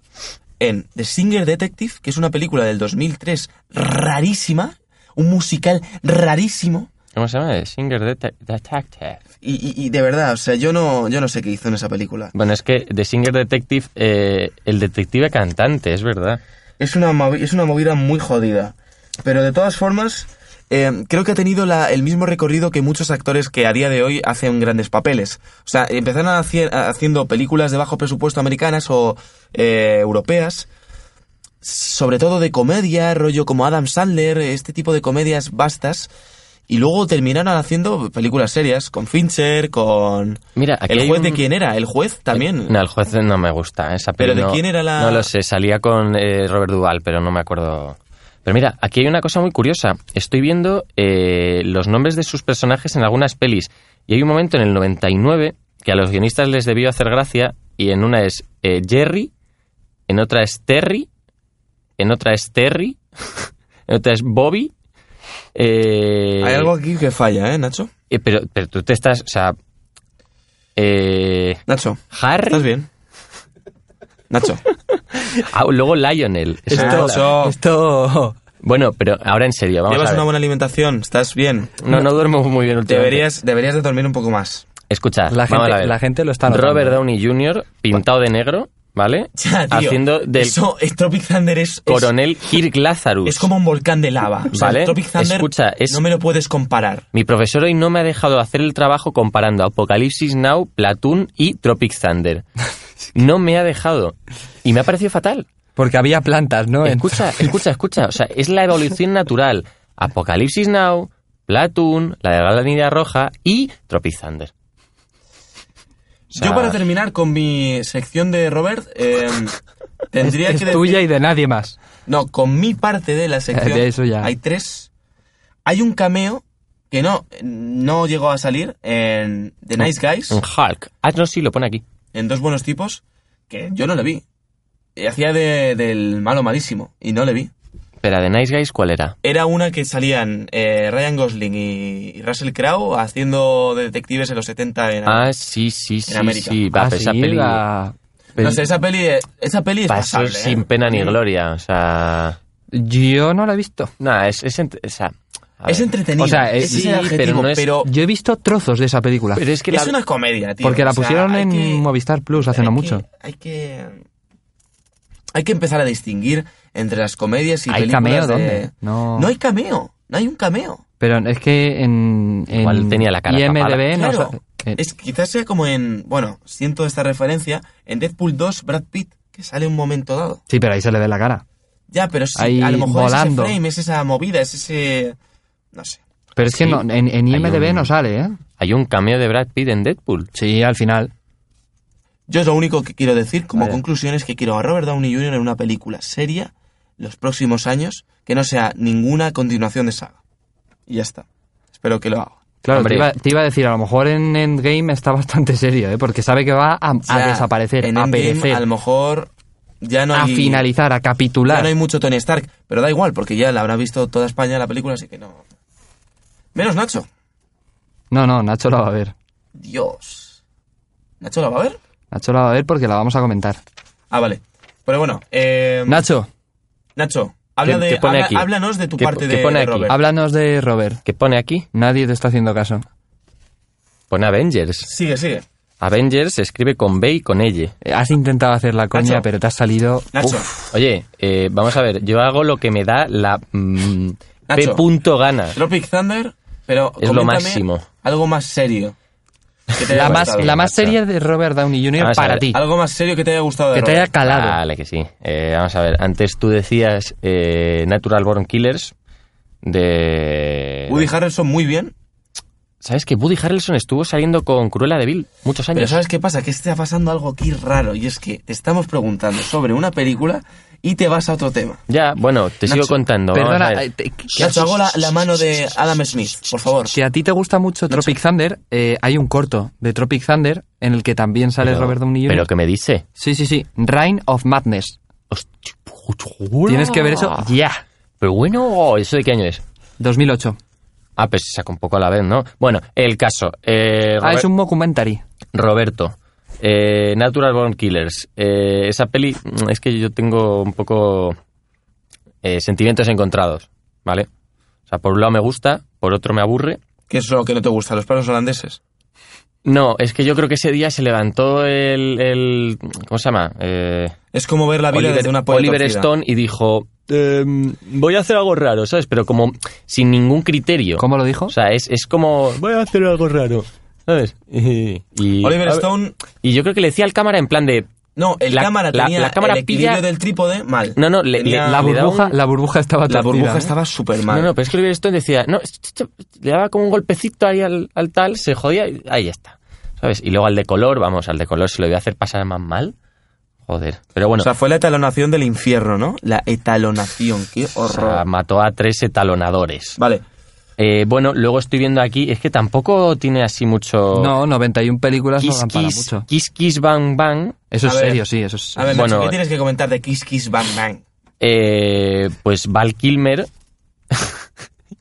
[SPEAKER 2] en The Singer Detective, que es una película del 2003 rarísima, un musical rarísimo.
[SPEAKER 3] ¿Cómo se llama? Singer Dete- Detective.
[SPEAKER 2] Y, y- y de verdad, o sea, yo no, yo no sé qué hizo en esa película.
[SPEAKER 3] Bueno, es que The Singer Detective, eh, el detective cantante, es verdad.
[SPEAKER 2] Es una, movi- es una movida muy jodida. Pero de todas formas, eh, creo que ha tenido la- el mismo recorrido que muchos actores que a día de hoy hacen grandes papeles. O sea, empezaron a hacer- a- haciendo películas de bajo presupuesto americanas o eh, europeas, sobre todo de comedia, rollo como Adam Sandler, este tipo de comedias vastas. Y luego terminaron haciendo películas serias, con Fincher, con...
[SPEAKER 3] Mira, aquí
[SPEAKER 2] ¿El
[SPEAKER 3] hay
[SPEAKER 2] juez
[SPEAKER 3] un-
[SPEAKER 2] de quién era? ¿El juez también?
[SPEAKER 3] No, el juez no me gusta. ¿eh? Esa peli
[SPEAKER 2] ¿Pero de
[SPEAKER 3] no-
[SPEAKER 2] quién era la-
[SPEAKER 3] No lo sé, salía con eh, Robert Duvall, pero no me acuerdo. Pero mira, aquí hay una cosa muy curiosa. Estoy viendo eh, los nombres de sus personajes en algunas pelis. Y hay un momento en el 99 que a los guionistas les debió hacer gracia. Y en una es eh, Jerry, en otra es Terry en otra es Terry, en otra es Bobby. eh,
[SPEAKER 2] Hay algo aquí que falla, ¿eh, Nacho?
[SPEAKER 3] eh, pero, pero tú te estás, o sea... eh,
[SPEAKER 2] Nacho, ¿estás
[SPEAKER 3] Harry,
[SPEAKER 2] bien? Nacho.
[SPEAKER 3] ah, luego Lionel. Eso
[SPEAKER 2] Esto-
[SPEAKER 3] mola.
[SPEAKER 2] Nacho.
[SPEAKER 4] Esto.
[SPEAKER 3] Bueno, pero ahora en serio, vamos
[SPEAKER 2] Llevas
[SPEAKER 3] a ver.
[SPEAKER 2] una buena alimentación, estás bien.
[SPEAKER 3] No, no duermo muy bien últimamente.
[SPEAKER 2] Deberías, deberías de dormir un poco más.
[SPEAKER 3] Escuchar.
[SPEAKER 4] La
[SPEAKER 3] vamos a
[SPEAKER 4] gente,
[SPEAKER 3] ver.
[SPEAKER 4] la gente lo está notando. ¿eh?
[SPEAKER 3] Robert Downey Jr. pintado de negro, ¿vale?
[SPEAKER 2] Ya, tío,
[SPEAKER 3] Haciendo del
[SPEAKER 2] Eso, es Tropic Thunder es, es-
[SPEAKER 3] coronel Kirk Lazarus.
[SPEAKER 2] es como un volcán de lava. O sea,
[SPEAKER 3] Vale,
[SPEAKER 2] Tropic Thunder
[SPEAKER 3] escucha, es-
[SPEAKER 2] no me lo puedes comparar.
[SPEAKER 3] Mi profesor hoy no me ha dejado hacer el trabajo comparando Apocalipsis Now, Platoon y Tropic Thunder. No me ha dejado. Y me ha parecido fatal.
[SPEAKER 4] Porque había plantas, ¿no? En-
[SPEAKER 3] Escucha, escucha, escucha. O sea, es la evolución natural. Apocalipsis Now, Platoon, la de la línea roja y Tropic Thunder. sea-
[SPEAKER 2] Yo para terminar con mi sección de Robert, eh, tendría
[SPEAKER 1] es
[SPEAKER 2] que decir-
[SPEAKER 1] tuya y de nadie más.
[SPEAKER 2] No, con mi parte de la sección
[SPEAKER 1] De eso ya.
[SPEAKER 2] hay tres. Hay un cameo que no, no llegó a salir en The Nice Guys,
[SPEAKER 3] Un Hulk. Ah, no, sí, lo pone aquí.
[SPEAKER 2] en Dos Buenos Tipos, que yo no le vi. Y Hacía de- del malo malísimo y no le vi.
[SPEAKER 3] Espera, de Nice Guys, ¿cuál era?
[SPEAKER 2] Era una que salían eh, Ryan Gosling y, y Russell Crowe haciendo de detectives en los 70 en...
[SPEAKER 3] Ah, sí, sí, sí,
[SPEAKER 2] América.
[SPEAKER 3] sí. Va,
[SPEAKER 1] Ah,
[SPEAKER 3] pero esa
[SPEAKER 1] sí,
[SPEAKER 3] peli
[SPEAKER 1] la-
[SPEAKER 2] no sé, esa peli, esa peli es
[SPEAKER 3] pasó
[SPEAKER 2] pasable, ¿eh?
[SPEAKER 3] sin pena ni gloria. O sea...
[SPEAKER 1] Yo no la he visto.
[SPEAKER 3] Nada, es, es, ent- o sea, a
[SPEAKER 2] Es
[SPEAKER 3] ver.
[SPEAKER 2] entretenido.
[SPEAKER 1] O sea,
[SPEAKER 2] ese
[SPEAKER 1] eh,
[SPEAKER 2] es
[SPEAKER 1] sí,
[SPEAKER 2] el adjetivo,
[SPEAKER 3] pero
[SPEAKER 2] pero,
[SPEAKER 3] no es-
[SPEAKER 1] Yo he visto trozos de esa película.
[SPEAKER 3] Pero es que
[SPEAKER 2] es
[SPEAKER 3] la-
[SPEAKER 2] una comedia, tío.
[SPEAKER 1] Porque la
[SPEAKER 2] O sea,
[SPEAKER 1] pusieron
[SPEAKER 2] hay
[SPEAKER 1] en
[SPEAKER 2] que-
[SPEAKER 1] Movistar Plus hace
[SPEAKER 2] hay
[SPEAKER 1] no
[SPEAKER 2] que-
[SPEAKER 1] mucho.
[SPEAKER 2] hay que. Hay que empezar a distinguir entre las comedias y
[SPEAKER 1] ¿Hay
[SPEAKER 2] películas
[SPEAKER 1] cameo
[SPEAKER 2] de-
[SPEAKER 1] dónde? No.
[SPEAKER 2] No hay cameo. No hay un cameo.
[SPEAKER 1] Pero es que en, en
[SPEAKER 3] Igual tenía la cara
[SPEAKER 1] IMDB no
[SPEAKER 2] Claro.
[SPEAKER 1] sa- eh,
[SPEAKER 2] Es, quizás sea como en. Bueno, siento esta referencia. En Deadpool 2, Brad Pitt, que sale un momento dado.
[SPEAKER 1] Sí, pero ahí se le ve la cara.
[SPEAKER 2] Ya, pero sí,
[SPEAKER 1] Ahí
[SPEAKER 2] a lo mejor
[SPEAKER 1] volando.
[SPEAKER 2] es ese frame, es esa movida, es ese. No sé.
[SPEAKER 1] Pero es que
[SPEAKER 3] Sí.
[SPEAKER 1] no, en, en
[SPEAKER 3] Hay
[SPEAKER 1] IMDB
[SPEAKER 3] un-
[SPEAKER 1] no sale, ¿eh?
[SPEAKER 3] hay un cameo de Brad Pitt en Deadpool.
[SPEAKER 1] Sí, al final.
[SPEAKER 2] Yo es lo único que quiero decir como
[SPEAKER 3] Vale.
[SPEAKER 2] conclusión es que quiero a Robert Downey Jr. en una película seria los próximos años que no sea ninguna continuación de saga. Y ya está. Espero que lo haga.
[SPEAKER 1] Claro,
[SPEAKER 3] Hombre.
[SPEAKER 1] te iba, te iba a decir, a lo mejor en Endgame está bastante serio, ¿eh? Porque sabe que va a, a
[SPEAKER 2] O sea,
[SPEAKER 1] desaparecer,
[SPEAKER 2] en
[SPEAKER 1] a
[SPEAKER 2] Endgame,
[SPEAKER 1] perecer,
[SPEAKER 2] A lo mejor ya no
[SPEAKER 1] a
[SPEAKER 2] hay,
[SPEAKER 1] finalizar, a
[SPEAKER 2] ya
[SPEAKER 1] capitular.
[SPEAKER 2] no hay mucho Tony Stark, pero da igual porque ya la habrá visto toda España la película, así que no. Menos Nacho.
[SPEAKER 1] No, no, Nacho la va a ver.
[SPEAKER 2] Dios. ¿Nacho la va a ver?
[SPEAKER 1] Nacho la va a ver porque la vamos a comentar.
[SPEAKER 2] Ah, vale. Pero bueno, eh,
[SPEAKER 1] Nacho,
[SPEAKER 2] Nacho, habla
[SPEAKER 3] ¿Qué-
[SPEAKER 2] de,
[SPEAKER 3] qué pone
[SPEAKER 2] habla-
[SPEAKER 3] aquí?
[SPEAKER 2] háblanos de tu
[SPEAKER 3] ¿Qué-
[SPEAKER 2] parte
[SPEAKER 3] qué
[SPEAKER 2] de,
[SPEAKER 3] pone
[SPEAKER 2] de
[SPEAKER 3] aquí?
[SPEAKER 2] Robert.
[SPEAKER 1] háblanos de Robert.
[SPEAKER 3] ¿Qué pone aquí?
[SPEAKER 1] Nadie te está haciendo caso.
[SPEAKER 3] Pone Avengers.
[SPEAKER 2] Sigue, sigue.
[SPEAKER 3] Avengers se escribe con B y con L.
[SPEAKER 1] Eh, Has intentado hacer la coña,
[SPEAKER 2] Nacho.
[SPEAKER 1] pero te has salido...
[SPEAKER 2] Nacho.
[SPEAKER 3] Oye, eh, vamos a ver, yo hago lo que me da la mm, P.
[SPEAKER 2] Nacho.
[SPEAKER 3] punto gana.
[SPEAKER 2] Tropic Thunder, pero
[SPEAKER 3] Es lo
[SPEAKER 2] coméntame
[SPEAKER 3] máximo.
[SPEAKER 2] Algo más serio. que te haya
[SPEAKER 1] La más,
[SPEAKER 2] gustado.
[SPEAKER 1] la más
[SPEAKER 3] Nacho.
[SPEAKER 1] serie de Robert Downey Jr.
[SPEAKER 3] Vamos a
[SPEAKER 1] para
[SPEAKER 3] ver.
[SPEAKER 1] ti.
[SPEAKER 2] Algo más serio que te haya gustado de
[SPEAKER 1] Que te haya
[SPEAKER 2] Robert.
[SPEAKER 1] calado.
[SPEAKER 3] Vale, que sí. Eh, vamos a ver, antes tú decías eh, Natural Born Killers de...
[SPEAKER 2] Woody Harrelson muy bien,
[SPEAKER 3] ¿Sabes que Woody Harrelson estuvo saliendo con Cruella de Vil muchos
[SPEAKER 2] pero
[SPEAKER 3] años?
[SPEAKER 2] ¿sabes qué pasa? Que está pasando algo aquí raro y es que te estamos preguntando sobre una película y te vas a otro tema.
[SPEAKER 3] Ya, bueno, te sigo contando. vamos
[SPEAKER 1] Perdona,
[SPEAKER 3] a ver.
[SPEAKER 1] eh, te- que-
[SPEAKER 2] Nacho, hago la, la mano de Adam Smith, por favor.
[SPEAKER 1] Si a ti te gusta mucho Tropic Thunder, eh, hay un corto de Tropic Thunder en el que también sale
[SPEAKER 3] Pero-
[SPEAKER 1] Robert Downey Jr.
[SPEAKER 3] Pero que me dice.
[SPEAKER 1] Sí, sí, sí. Reign of Madness. Tienes que ver eso ya.
[SPEAKER 3] Pero bueno, ¿eso de qué año es?
[SPEAKER 1] 2008.
[SPEAKER 3] Ah, pues se sacó un poco a la vez, ¿no? Bueno, el caso. eh,
[SPEAKER 1] Ah,
[SPEAKER 3] Robert-
[SPEAKER 1] es un documentary.
[SPEAKER 3] Roberto. eh, Natural Born Killers. eh, esa peli mm, es que yo tengo un poco eh, sentimientos encontrados, ¿vale? O sea, por un lado me gusta, por otro me aburre.
[SPEAKER 2] ¿Qué es lo que no te gusta? ¿Los planos holandeses?
[SPEAKER 3] No, es que yo creo que ese día se levantó el... el- ¿Cómo se llama? Eh,
[SPEAKER 2] Es como ver la vida
[SPEAKER 3] Oliver,
[SPEAKER 2] desde una polla
[SPEAKER 3] Oliver
[SPEAKER 2] torcida.
[SPEAKER 3] Stone y dijo, "Em, voy a hacer algo raro, ¿sabes? Pero como sin ningún criterio.
[SPEAKER 1] ¿Cómo lo dijo?
[SPEAKER 3] O sea, es, es como, voy a hacer algo raro, ¿sabes? Y, y-
[SPEAKER 2] Oliver
[SPEAKER 3] a ver,
[SPEAKER 2] Stone...
[SPEAKER 3] y yo creo que le decía al cámara en plan de...
[SPEAKER 2] No, el
[SPEAKER 3] La-
[SPEAKER 2] cámara
[SPEAKER 3] la-
[SPEAKER 2] tenía
[SPEAKER 3] la cámara
[SPEAKER 2] el equilibrio
[SPEAKER 3] pilla-
[SPEAKER 2] del trípode mal.
[SPEAKER 3] No, no, le- le-
[SPEAKER 2] Tenía-
[SPEAKER 1] La
[SPEAKER 3] le da
[SPEAKER 1] burbuja,
[SPEAKER 3] un-
[SPEAKER 1] la burbuja estaba
[SPEAKER 2] la
[SPEAKER 1] torcida,
[SPEAKER 2] burbuja
[SPEAKER 1] ¿no?
[SPEAKER 2] estaba súper mal.
[SPEAKER 3] No, no, pero es que Oliver Stone decía, no, ch- ch- ch- le daba como un golpecito ahí al, al tal, se jodía y ahí ya está. ¿Sabes? Y luego al de color, vamos, al de color se lo iba a hacer pasar más mal. Joder. Pero bueno,
[SPEAKER 2] O sea, fue la etalonación del infierno, ¿no? La etalonación, qué
[SPEAKER 3] o sea,
[SPEAKER 2] horror.
[SPEAKER 3] mató a tres etalonadores.
[SPEAKER 2] Vale,
[SPEAKER 3] Eh, bueno, luego estoy viendo aquí, es que tampoco tiene así mucho...
[SPEAKER 1] No, 91 películas no
[SPEAKER 3] Kiss,
[SPEAKER 1] dan para
[SPEAKER 3] kiss,
[SPEAKER 1] mucho.
[SPEAKER 3] Kiss Kiss Bang Bang.
[SPEAKER 1] Eso
[SPEAKER 2] A
[SPEAKER 1] es
[SPEAKER 2] ver.
[SPEAKER 1] serio, sí, eso es...
[SPEAKER 2] a ver,
[SPEAKER 3] Bueno,
[SPEAKER 2] Nacho, ¿qué
[SPEAKER 3] eh.
[SPEAKER 2] tienes que comentar de Kiss Kiss Bang Bang?
[SPEAKER 3] eh, pues Val Kilmer.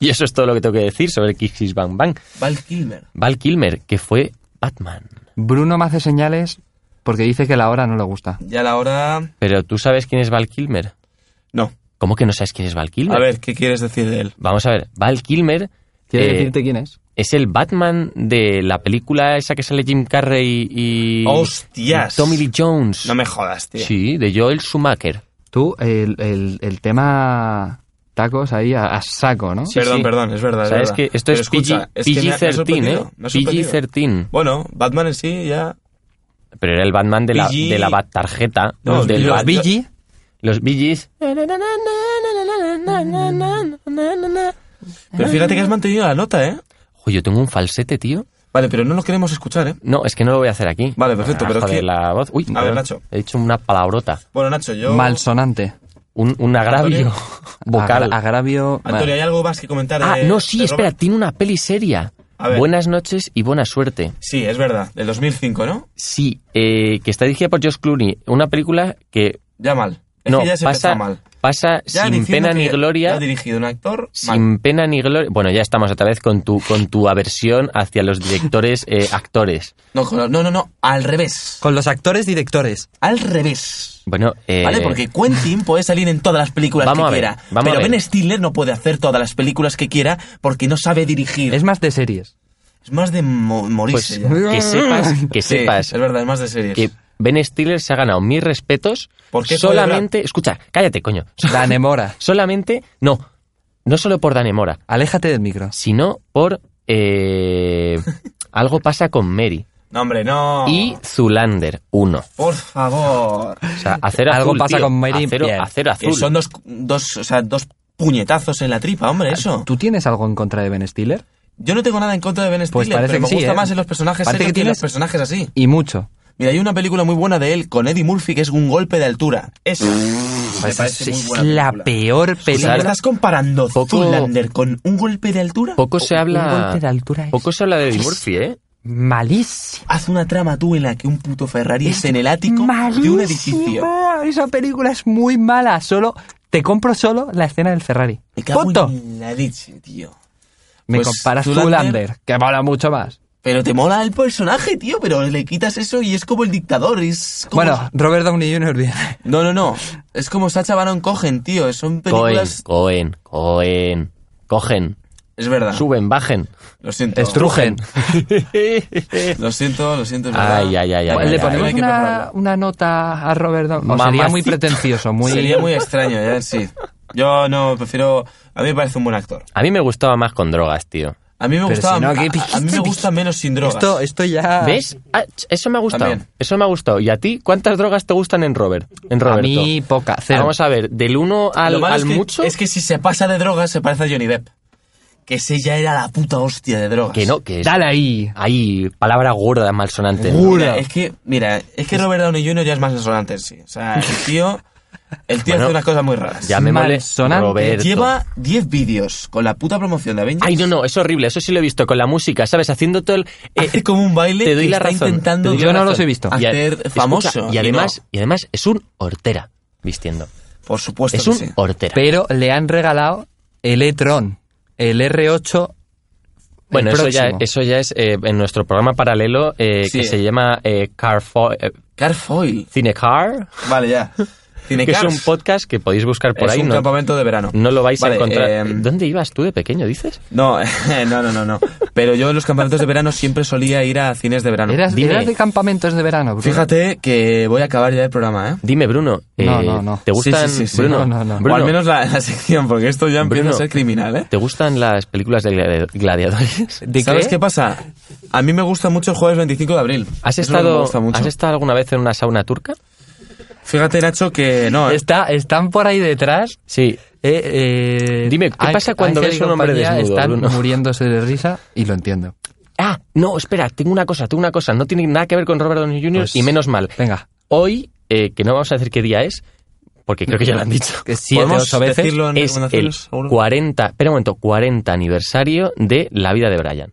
[SPEAKER 3] y eso es todo lo que tengo que decir sobre Kisses Bang Bang.
[SPEAKER 2] Val Kilmer.
[SPEAKER 3] Val Kilmer, que fue Batman.
[SPEAKER 1] Bruno me hace señales porque dice que la hora no le gusta.
[SPEAKER 2] Ya la hora...
[SPEAKER 3] Pero tú sabes quién es Val Kilmer.
[SPEAKER 2] No.
[SPEAKER 3] ¿Cómo que no sabes quién es Val Kilmer?
[SPEAKER 2] A ver, ¿qué quieres decir de él?
[SPEAKER 3] Vamos a ver. Val Kilmer
[SPEAKER 1] ¿Quiere
[SPEAKER 3] Eh,
[SPEAKER 1] decirte quién es?
[SPEAKER 3] es el Batman de la película esa que sale Jim Carrey y.
[SPEAKER 2] ¡Hostias!
[SPEAKER 3] y Tommy Lee Jones.
[SPEAKER 2] No me jodas, tío.
[SPEAKER 3] Sí, de Joel Schumacher.
[SPEAKER 1] Tú, el, el- el tema tacos ahí a, a saco, ¿no?
[SPEAKER 3] Sí,
[SPEAKER 2] perdón,
[SPEAKER 3] sí.
[SPEAKER 2] perdón, es verdad. es
[SPEAKER 3] ¿Sabes
[SPEAKER 2] verdad.
[SPEAKER 3] que esto
[SPEAKER 2] Pero
[SPEAKER 3] es
[SPEAKER 2] escucha,
[SPEAKER 3] PG-13,
[SPEAKER 2] es que me ha- me ha sorprendido,
[SPEAKER 3] ¿eh?
[SPEAKER 2] me ha sorprendido.
[SPEAKER 3] PG-13.
[SPEAKER 2] Bueno, Batman en sí ya...
[SPEAKER 3] Pero era el Batman de la,
[SPEAKER 2] PG.
[SPEAKER 3] de la bat tarjeta.
[SPEAKER 2] No,
[SPEAKER 3] del
[SPEAKER 2] los
[SPEAKER 3] Bat-
[SPEAKER 2] Bee
[SPEAKER 1] Billy,
[SPEAKER 3] Los Bee Gees. Ah.
[SPEAKER 2] Pero fíjate que has mantenido la nota, ¿eh?
[SPEAKER 3] Ojo, yo tengo un falsete, tío.
[SPEAKER 2] Vale, pero no lo queremos escuchar, ¿eh?
[SPEAKER 3] No, es que no lo voy a hacer aquí.
[SPEAKER 2] Vale, perfecto,
[SPEAKER 3] Ah,
[SPEAKER 2] pero es
[SPEAKER 3] joder,
[SPEAKER 2] que-
[SPEAKER 3] la voz. Uy,
[SPEAKER 2] A ver,
[SPEAKER 3] perdón.
[SPEAKER 2] Nacho.
[SPEAKER 3] He dicho una palabrota.
[SPEAKER 2] Bueno, Nacho, yo...
[SPEAKER 1] malsonante.
[SPEAKER 3] Un, un agravio
[SPEAKER 2] Antonio.
[SPEAKER 3] vocal.
[SPEAKER 1] Agra- agravio.
[SPEAKER 2] Antonio, ¿hay algo más que comentar de-
[SPEAKER 3] Ah, no, sí,
[SPEAKER 2] de
[SPEAKER 3] espera,
[SPEAKER 2] Robert?
[SPEAKER 3] tiene una peli seria.
[SPEAKER 2] Eh, A ver.
[SPEAKER 3] Buenas noches y buena suerte.
[SPEAKER 2] Sí, es verdad, del 2005, ¿no?
[SPEAKER 3] Sí, eh, que está dirigida por Josh Clooney. Una película que
[SPEAKER 2] Ya mal. Es
[SPEAKER 3] no
[SPEAKER 2] que ya se
[SPEAKER 3] pasa,
[SPEAKER 2] empezó mal.
[SPEAKER 3] pasa
[SPEAKER 2] Ya
[SPEAKER 3] sin
[SPEAKER 2] diciendo
[SPEAKER 3] pena
[SPEAKER 2] que
[SPEAKER 3] ni
[SPEAKER 2] ya- ya
[SPEAKER 3] gloria.
[SPEAKER 2] ha dirigido un actor mal.
[SPEAKER 3] Sin pena ni gloria. Bueno, ya estamos otra vez con tu, con tu aversión hacia los directores eh, actores.
[SPEAKER 2] No, joder, no, no, no, al revés.
[SPEAKER 4] Con los actores directores.
[SPEAKER 2] Al revés.
[SPEAKER 3] Bueno, eh,
[SPEAKER 2] ¿Vale? Porque Quentin puede salir en todas las películas
[SPEAKER 3] Vamos
[SPEAKER 2] que
[SPEAKER 3] a ver,
[SPEAKER 2] quiera.
[SPEAKER 3] vamos
[SPEAKER 2] pero
[SPEAKER 3] a ver.
[SPEAKER 2] Ben Stiller no puede hacer todas las películas que quiera porque no sabe dirigir. Es,
[SPEAKER 1] Es más de series.
[SPEAKER 2] más de mo- morirse
[SPEAKER 3] pues,
[SPEAKER 2] ya.
[SPEAKER 3] que sepas, que
[SPEAKER 2] Sí,
[SPEAKER 3] sepas
[SPEAKER 2] Es verdad, es más de series.
[SPEAKER 3] que Ben Stiller se ha ganado mis respetos
[SPEAKER 2] ¿Por qué fue
[SPEAKER 3] solamente. Escucha, cállate, coño.
[SPEAKER 1] Danemora.
[SPEAKER 3] Solamente, no, no solo por Danemora,
[SPEAKER 1] Aléjate del micro.
[SPEAKER 3] sino por eh, algo pasa con Mary
[SPEAKER 2] No, hombre, no.
[SPEAKER 1] Oh.
[SPEAKER 3] y Zulander 1.
[SPEAKER 2] Por favor.
[SPEAKER 3] O sea, acero
[SPEAKER 1] Algo
[SPEAKER 3] azul,
[SPEAKER 1] pasa
[SPEAKER 3] tío,
[SPEAKER 1] con Mary,
[SPEAKER 3] acero,
[SPEAKER 1] bien.
[SPEAKER 3] acero
[SPEAKER 2] Que
[SPEAKER 3] azul.
[SPEAKER 2] son dos, dos, o sea, dos puñetazos en la tripa, hombre, eso.
[SPEAKER 1] ¿Tú tienes algo en contra de Ben Stiller?
[SPEAKER 2] Yo no tengo nada en contra de Ben Stiller,
[SPEAKER 1] Pues parece
[SPEAKER 2] pero me
[SPEAKER 1] que sí,
[SPEAKER 2] gusta
[SPEAKER 1] ¿eh?
[SPEAKER 2] más en los personajes
[SPEAKER 1] Parece
[SPEAKER 2] serios
[SPEAKER 1] que
[SPEAKER 2] que en los
[SPEAKER 1] tienes-
[SPEAKER 2] personajes así.
[SPEAKER 1] Y mucho.
[SPEAKER 2] Mira, hay una película muy buena de él con Eddie Murphy que es un golpe de altura. Esa
[SPEAKER 3] Pues
[SPEAKER 2] me
[SPEAKER 1] Esa es
[SPEAKER 2] parece muy
[SPEAKER 1] es
[SPEAKER 2] buena
[SPEAKER 1] la
[SPEAKER 2] película. Pues
[SPEAKER 1] peor
[SPEAKER 2] O sea,
[SPEAKER 1] película.
[SPEAKER 2] ¿me estás comparando
[SPEAKER 3] Poco-
[SPEAKER 2] Zoolander con un golpe de altura?
[SPEAKER 3] Poco se
[SPEAKER 1] Un
[SPEAKER 3] habla.
[SPEAKER 1] golpe de altura es
[SPEAKER 3] Poco se habla de Eddie Murphy, ¿eh?
[SPEAKER 1] malísimo.
[SPEAKER 2] Haz una trama tú en la que un puto Ferrari
[SPEAKER 1] Es
[SPEAKER 2] esté en el ático de un edificio.
[SPEAKER 1] malísima. Esa película es muy mala. Solo te compro solo la escena del Ferrari.
[SPEAKER 2] Me cago
[SPEAKER 1] Punto.
[SPEAKER 2] en la leche, tío.
[SPEAKER 1] Me
[SPEAKER 2] Pues,
[SPEAKER 1] comparas
[SPEAKER 2] Zoolander-
[SPEAKER 1] Zulander, que mola mucho más.
[SPEAKER 2] Pero te mola el personaje, tío, pero le quitas eso y es como el dictador, es como...
[SPEAKER 1] Bueno, Robert Downey Jr. bien.
[SPEAKER 2] No, no, no. Es como Sacha Baron Cohen, tío. Son
[SPEAKER 3] Cohen,
[SPEAKER 2] películas...
[SPEAKER 3] Cohen, Cohen. Cogen,
[SPEAKER 2] Es verdad.
[SPEAKER 3] suben, bajen.
[SPEAKER 2] Lo siento.
[SPEAKER 1] Estrujen.
[SPEAKER 2] Lo siento, lo siento, es verdad.
[SPEAKER 3] Ay, ay, ay, ay,
[SPEAKER 1] Le
[SPEAKER 3] ay, ay.
[SPEAKER 1] ponemos
[SPEAKER 2] Hay que
[SPEAKER 1] una,
[SPEAKER 2] mejorarlo.
[SPEAKER 1] una nota a Robert Downey. O sería
[SPEAKER 3] Mamacita.
[SPEAKER 1] muy pretencioso, muy...
[SPEAKER 2] Sería muy extraño, ya sí. Yo no, prefiero... A mí me parece un buen actor.
[SPEAKER 3] A mí me gustaba más con drogas, tío.
[SPEAKER 2] A mí me gustaba...
[SPEAKER 1] si no,
[SPEAKER 2] a,
[SPEAKER 1] ¿qué
[SPEAKER 2] a- a mí me gusta menos sin drogas.
[SPEAKER 1] Esto, esto ya...
[SPEAKER 3] ¿Ves? Ah, ch- eso me ha gustado.
[SPEAKER 2] También.
[SPEAKER 3] Eso me ha gustado. ¿Y a ti cuántas drogas te gustan en Robert? En
[SPEAKER 1] A
[SPEAKER 3] Roberto. Ah,
[SPEAKER 1] mí poca, cero.
[SPEAKER 3] Vamos a ver, del 1
[SPEAKER 2] Lo
[SPEAKER 3] al,
[SPEAKER 2] malo
[SPEAKER 3] al
[SPEAKER 2] es que,
[SPEAKER 3] mucho.
[SPEAKER 2] Es que si se pasa de drogas se parece a Johnny Depp. Que ese ya era la puta hostia de drogas.
[SPEAKER 3] que no, que es.
[SPEAKER 1] Dale ahí.
[SPEAKER 3] Hay palabra gorda malsonante. ¿no?
[SPEAKER 2] Mira, es que, mira, es que Robert Downey Jr. ya es más resonante en sí. O sea, el tío... El tío
[SPEAKER 3] Bueno,
[SPEAKER 2] hace unas cosas muy raras. Eh,
[SPEAKER 3] Llamémosle
[SPEAKER 1] Malsonante.
[SPEAKER 3] Roberto.
[SPEAKER 2] Lleva 10 vídeos con la puta promoción de Avengers.
[SPEAKER 3] Ay, no, no, es horrible. Eso sí lo he visto con la música, ¿sabes? Haciendo todo el. eh,
[SPEAKER 2] Hace como un baile
[SPEAKER 3] te doy
[SPEAKER 2] que
[SPEAKER 3] la
[SPEAKER 2] está
[SPEAKER 3] razón.
[SPEAKER 2] intentando...
[SPEAKER 3] te doy
[SPEAKER 1] Yo
[SPEAKER 3] la
[SPEAKER 1] no
[SPEAKER 3] razón.
[SPEAKER 1] los he visto.
[SPEAKER 3] Y a-
[SPEAKER 2] Hacer
[SPEAKER 3] escucha,
[SPEAKER 2] famoso,
[SPEAKER 3] y,
[SPEAKER 2] y
[SPEAKER 3] además,
[SPEAKER 2] no.
[SPEAKER 3] y además es un hortera vistiendo.
[SPEAKER 2] Por supuesto
[SPEAKER 3] Es
[SPEAKER 2] que
[SPEAKER 3] un
[SPEAKER 2] sí.
[SPEAKER 3] hortera.
[SPEAKER 1] Pero le han regalado el e-tron, el R8. el
[SPEAKER 3] Bueno, eso ya,
[SPEAKER 1] próximo.
[SPEAKER 3] eso ya es eh, en nuestro programa paralelo eh,
[SPEAKER 2] Sí.
[SPEAKER 3] que se llama eh, Carfo- eh,
[SPEAKER 2] Carfoil.
[SPEAKER 3] Cine Car,
[SPEAKER 2] Vale, ya. Tiene
[SPEAKER 3] que es un podcast que podéis buscar por
[SPEAKER 2] es
[SPEAKER 3] ahí.
[SPEAKER 2] un
[SPEAKER 3] no,
[SPEAKER 2] campamento de verano.
[SPEAKER 3] no lo vais
[SPEAKER 2] Vale,
[SPEAKER 3] a encontrar.
[SPEAKER 2] eh,
[SPEAKER 3] ¿Dónde ibas tú de pequeño, dices?
[SPEAKER 2] no, no, no, no, no. Pero yo en los campamentos de verano siempre solía ir a cines de verano.
[SPEAKER 1] Eras,
[SPEAKER 3] dime.
[SPEAKER 1] eras de campamentos de verano, Bruno.
[SPEAKER 2] Fíjate que voy a acabar ya el programa, ¿eh?
[SPEAKER 3] Dime, Bruno. eh,
[SPEAKER 1] No, no, no.
[SPEAKER 3] ¿Te gustan,
[SPEAKER 2] Sí, sí, sí, sí.
[SPEAKER 3] Bruno,
[SPEAKER 1] No, no, no.
[SPEAKER 3] Bruno,
[SPEAKER 2] O al menos la, la sección, porque esto ya empieza
[SPEAKER 3] Bruno.
[SPEAKER 2] a ser criminal, ¿eh?
[SPEAKER 3] ¿Te gustan las películas de gladi- gladiadores?
[SPEAKER 2] ¿Sabes qué pasa? A mí me gusta mucho el jueves 25 de abril.
[SPEAKER 3] ¿Has
[SPEAKER 2] Eso es lo que me
[SPEAKER 3] estado,
[SPEAKER 2] gusta mucho.
[SPEAKER 3] ¿Has estado alguna vez en una sauna turca?
[SPEAKER 2] Fíjate, Nacho, que no. ¿eh?
[SPEAKER 1] Está, están por ahí detrás.
[SPEAKER 3] Sí.
[SPEAKER 1] Eh, eh,
[SPEAKER 3] Dime, ¿qué
[SPEAKER 1] Ángel-
[SPEAKER 3] pasa cuando
[SPEAKER 1] Ángel
[SPEAKER 3] ves
[SPEAKER 1] y
[SPEAKER 3] un hombre
[SPEAKER 1] compañía
[SPEAKER 3] desnudo,
[SPEAKER 1] Están
[SPEAKER 3] Bruno?
[SPEAKER 1] muriéndose de risa y lo entiendo.
[SPEAKER 3] Ah, no, espera, tengo una cosa, tengo una cosa. No tiene nada que ver con Robert Downey Jr.
[SPEAKER 1] Pues-
[SPEAKER 3] y menos mal.
[SPEAKER 1] Venga,
[SPEAKER 3] Hoy, eh, que no vamos a decir qué día es, porque creo que ya lo han dicho.
[SPEAKER 1] que siete,
[SPEAKER 2] ¿Podemos
[SPEAKER 1] ocho veces.
[SPEAKER 2] decirlo en
[SPEAKER 3] Es el
[SPEAKER 2] recomendaciones? seguro?
[SPEAKER 3] 40, espera un momento, 40 aniversario de la vida de Brian.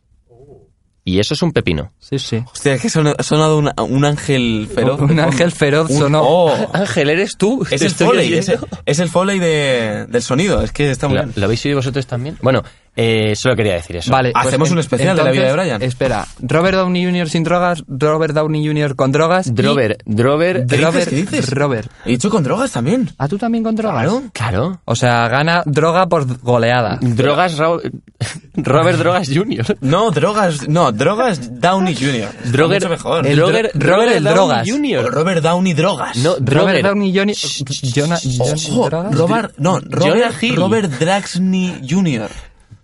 [SPEAKER 3] Y eso es un pepino.
[SPEAKER 1] Sí, sí.
[SPEAKER 2] Hostia, es que son- ha sonado un, un ángel feroz.
[SPEAKER 1] Un ángel feroz
[SPEAKER 2] Un-
[SPEAKER 1] sonó.
[SPEAKER 2] oh,
[SPEAKER 3] Ángel, ¿eres tú?
[SPEAKER 2] es
[SPEAKER 3] Te
[SPEAKER 2] el
[SPEAKER 3] estoy
[SPEAKER 2] foley, es,
[SPEAKER 3] oyendo.
[SPEAKER 2] es el foley de- del sonido. Es que está muy
[SPEAKER 3] ¿Lo,
[SPEAKER 2] bien.
[SPEAKER 3] lo habéis oído vosotros también? Bueno, eh, solo quería decir eso.
[SPEAKER 1] Vale, pues
[SPEAKER 2] Hacemos un especial de la vida de Brian.
[SPEAKER 1] Espera, Robert Downey Jr. sin drogas, Robert Downey Jr. con drogas. y-
[SPEAKER 3] Drover, Drover,
[SPEAKER 2] ¿Qué
[SPEAKER 1] Robert,
[SPEAKER 2] dices? ¿Qué dices?
[SPEAKER 1] Robert.
[SPEAKER 2] He dicho con drogas también.
[SPEAKER 1] ¿A tú también con drogas?
[SPEAKER 3] Claro.
[SPEAKER 1] O sea, gana droga por goleada.
[SPEAKER 3] Drogas, Ro- Robert Drogas Jr.
[SPEAKER 2] No, drogas, no, drogas Downey Jr. Está
[SPEAKER 3] Droger,
[SPEAKER 2] mucho mejor.
[SPEAKER 1] el-
[SPEAKER 3] Droger,
[SPEAKER 1] Dro- Robert el
[SPEAKER 3] Downey
[SPEAKER 1] Drogas.
[SPEAKER 2] O
[SPEAKER 3] Jr.
[SPEAKER 2] Robert Downey drogas.
[SPEAKER 3] No,
[SPEAKER 1] Robert
[SPEAKER 3] Droger.
[SPEAKER 1] Downey Jr. Jonah, Jonah-
[SPEAKER 2] Ojo,
[SPEAKER 1] drogas.
[SPEAKER 2] Robert, no, Robert,
[SPEAKER 3] Hill. Eh.
[SPEAKER 2] Robert Draxney Jr.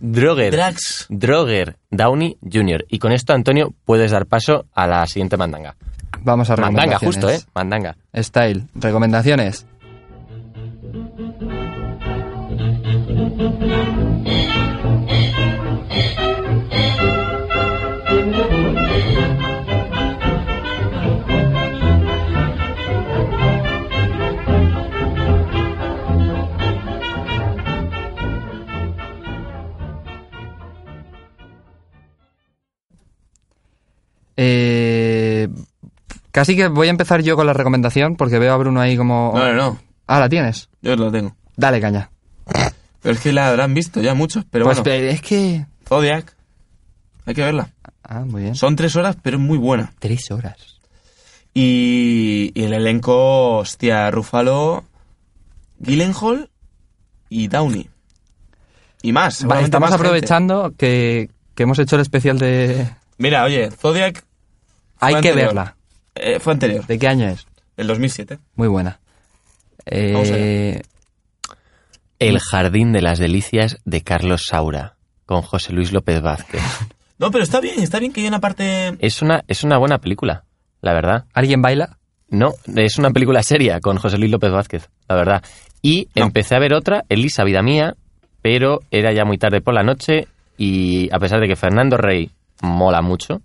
[SPEAKER 3] Droger.
[SPEAKER 2] Drax.
[SPEAKER 3] Droger Downey Jr. Y con esto, Antonio, puedes dar paso a la siguiente mandanga.
[SPEAKER 1] Vamos a
[SPEAKER 3] Mandanga,
[SPEAKER 1] recomendaciones.
[SPEAKER 3] justo, ¿eh? Mandanga.
[SPEAKER 1] Style, recomendaciones. Eh, Casi que voy a empezar yo con la recomendación porque veo a Bruno ahí como...
[SPEAKER 2] No, no, no,
[SPEAKER 1] Ah, la tienes.
[SPEAKER 2] yo lo tengo.
[SPEAKER 1] Dale, caña. Pero
[SPEAKER 2] Pero es que la habrán visto ya muchos, pero
[SPEAKER 1] pues
[SPEAKER 2] bueno,
[SPEAKER 1] pe- es que...
[SPEAKER 2] Zodiac, hay que verla.
[SPEAKER 1] Ah, muy bien.
[SPEAKER 2] Son tres horas, pero es muy buena.
[SPEAKER 1] tres horas.
[SPEAKER 2] Y, y el elenco, hostia, Rufalo, Gyllenhaal y Downey. Y más.
[SPEAKER 1] Vale,
[SPEAKER 2] seguramente
[SPEAKER 1] estamos
[SPEAKER 2] más gente.
[SPEAKER 1] aprovechando que, que hemos hecho el especial de...
[SPEAKER 2] Mira, oye, Zodiac
[SPEAKER 1] Hay que
[SPEAKER 2] anterior.
[SPEAKER 1] verla.
[SPEAKER 2] eh, fue anterior,
[SPEAKER 1] ¿De qué año es?
[SPEAKER 2] el 2007.
[SPEAKER 1] Muy buena. Eh,
[SPEAKER 2] Vamos
[SPEAKER 3] El Jardín de las Delicias de Carlos Saura, con José Luis López Vázquez.
[SPEAKER 2] No, pero está bien, está bien que hay una parte
[SPEAKER 3] Es una, es una buena película, la verdad.
[SPEAKER 1] ¿Alguien baila?
[SPEAKER 3] No, es una película seria con José Luis López Vázquez, la verdad. Y
[SPEAKER 2] No.
[SPEAKER 3] empecé a ver otra, Elisa, vida mía, pero era ya muy tarde por la noche y a pesar de que Fernando Rey mola mucho,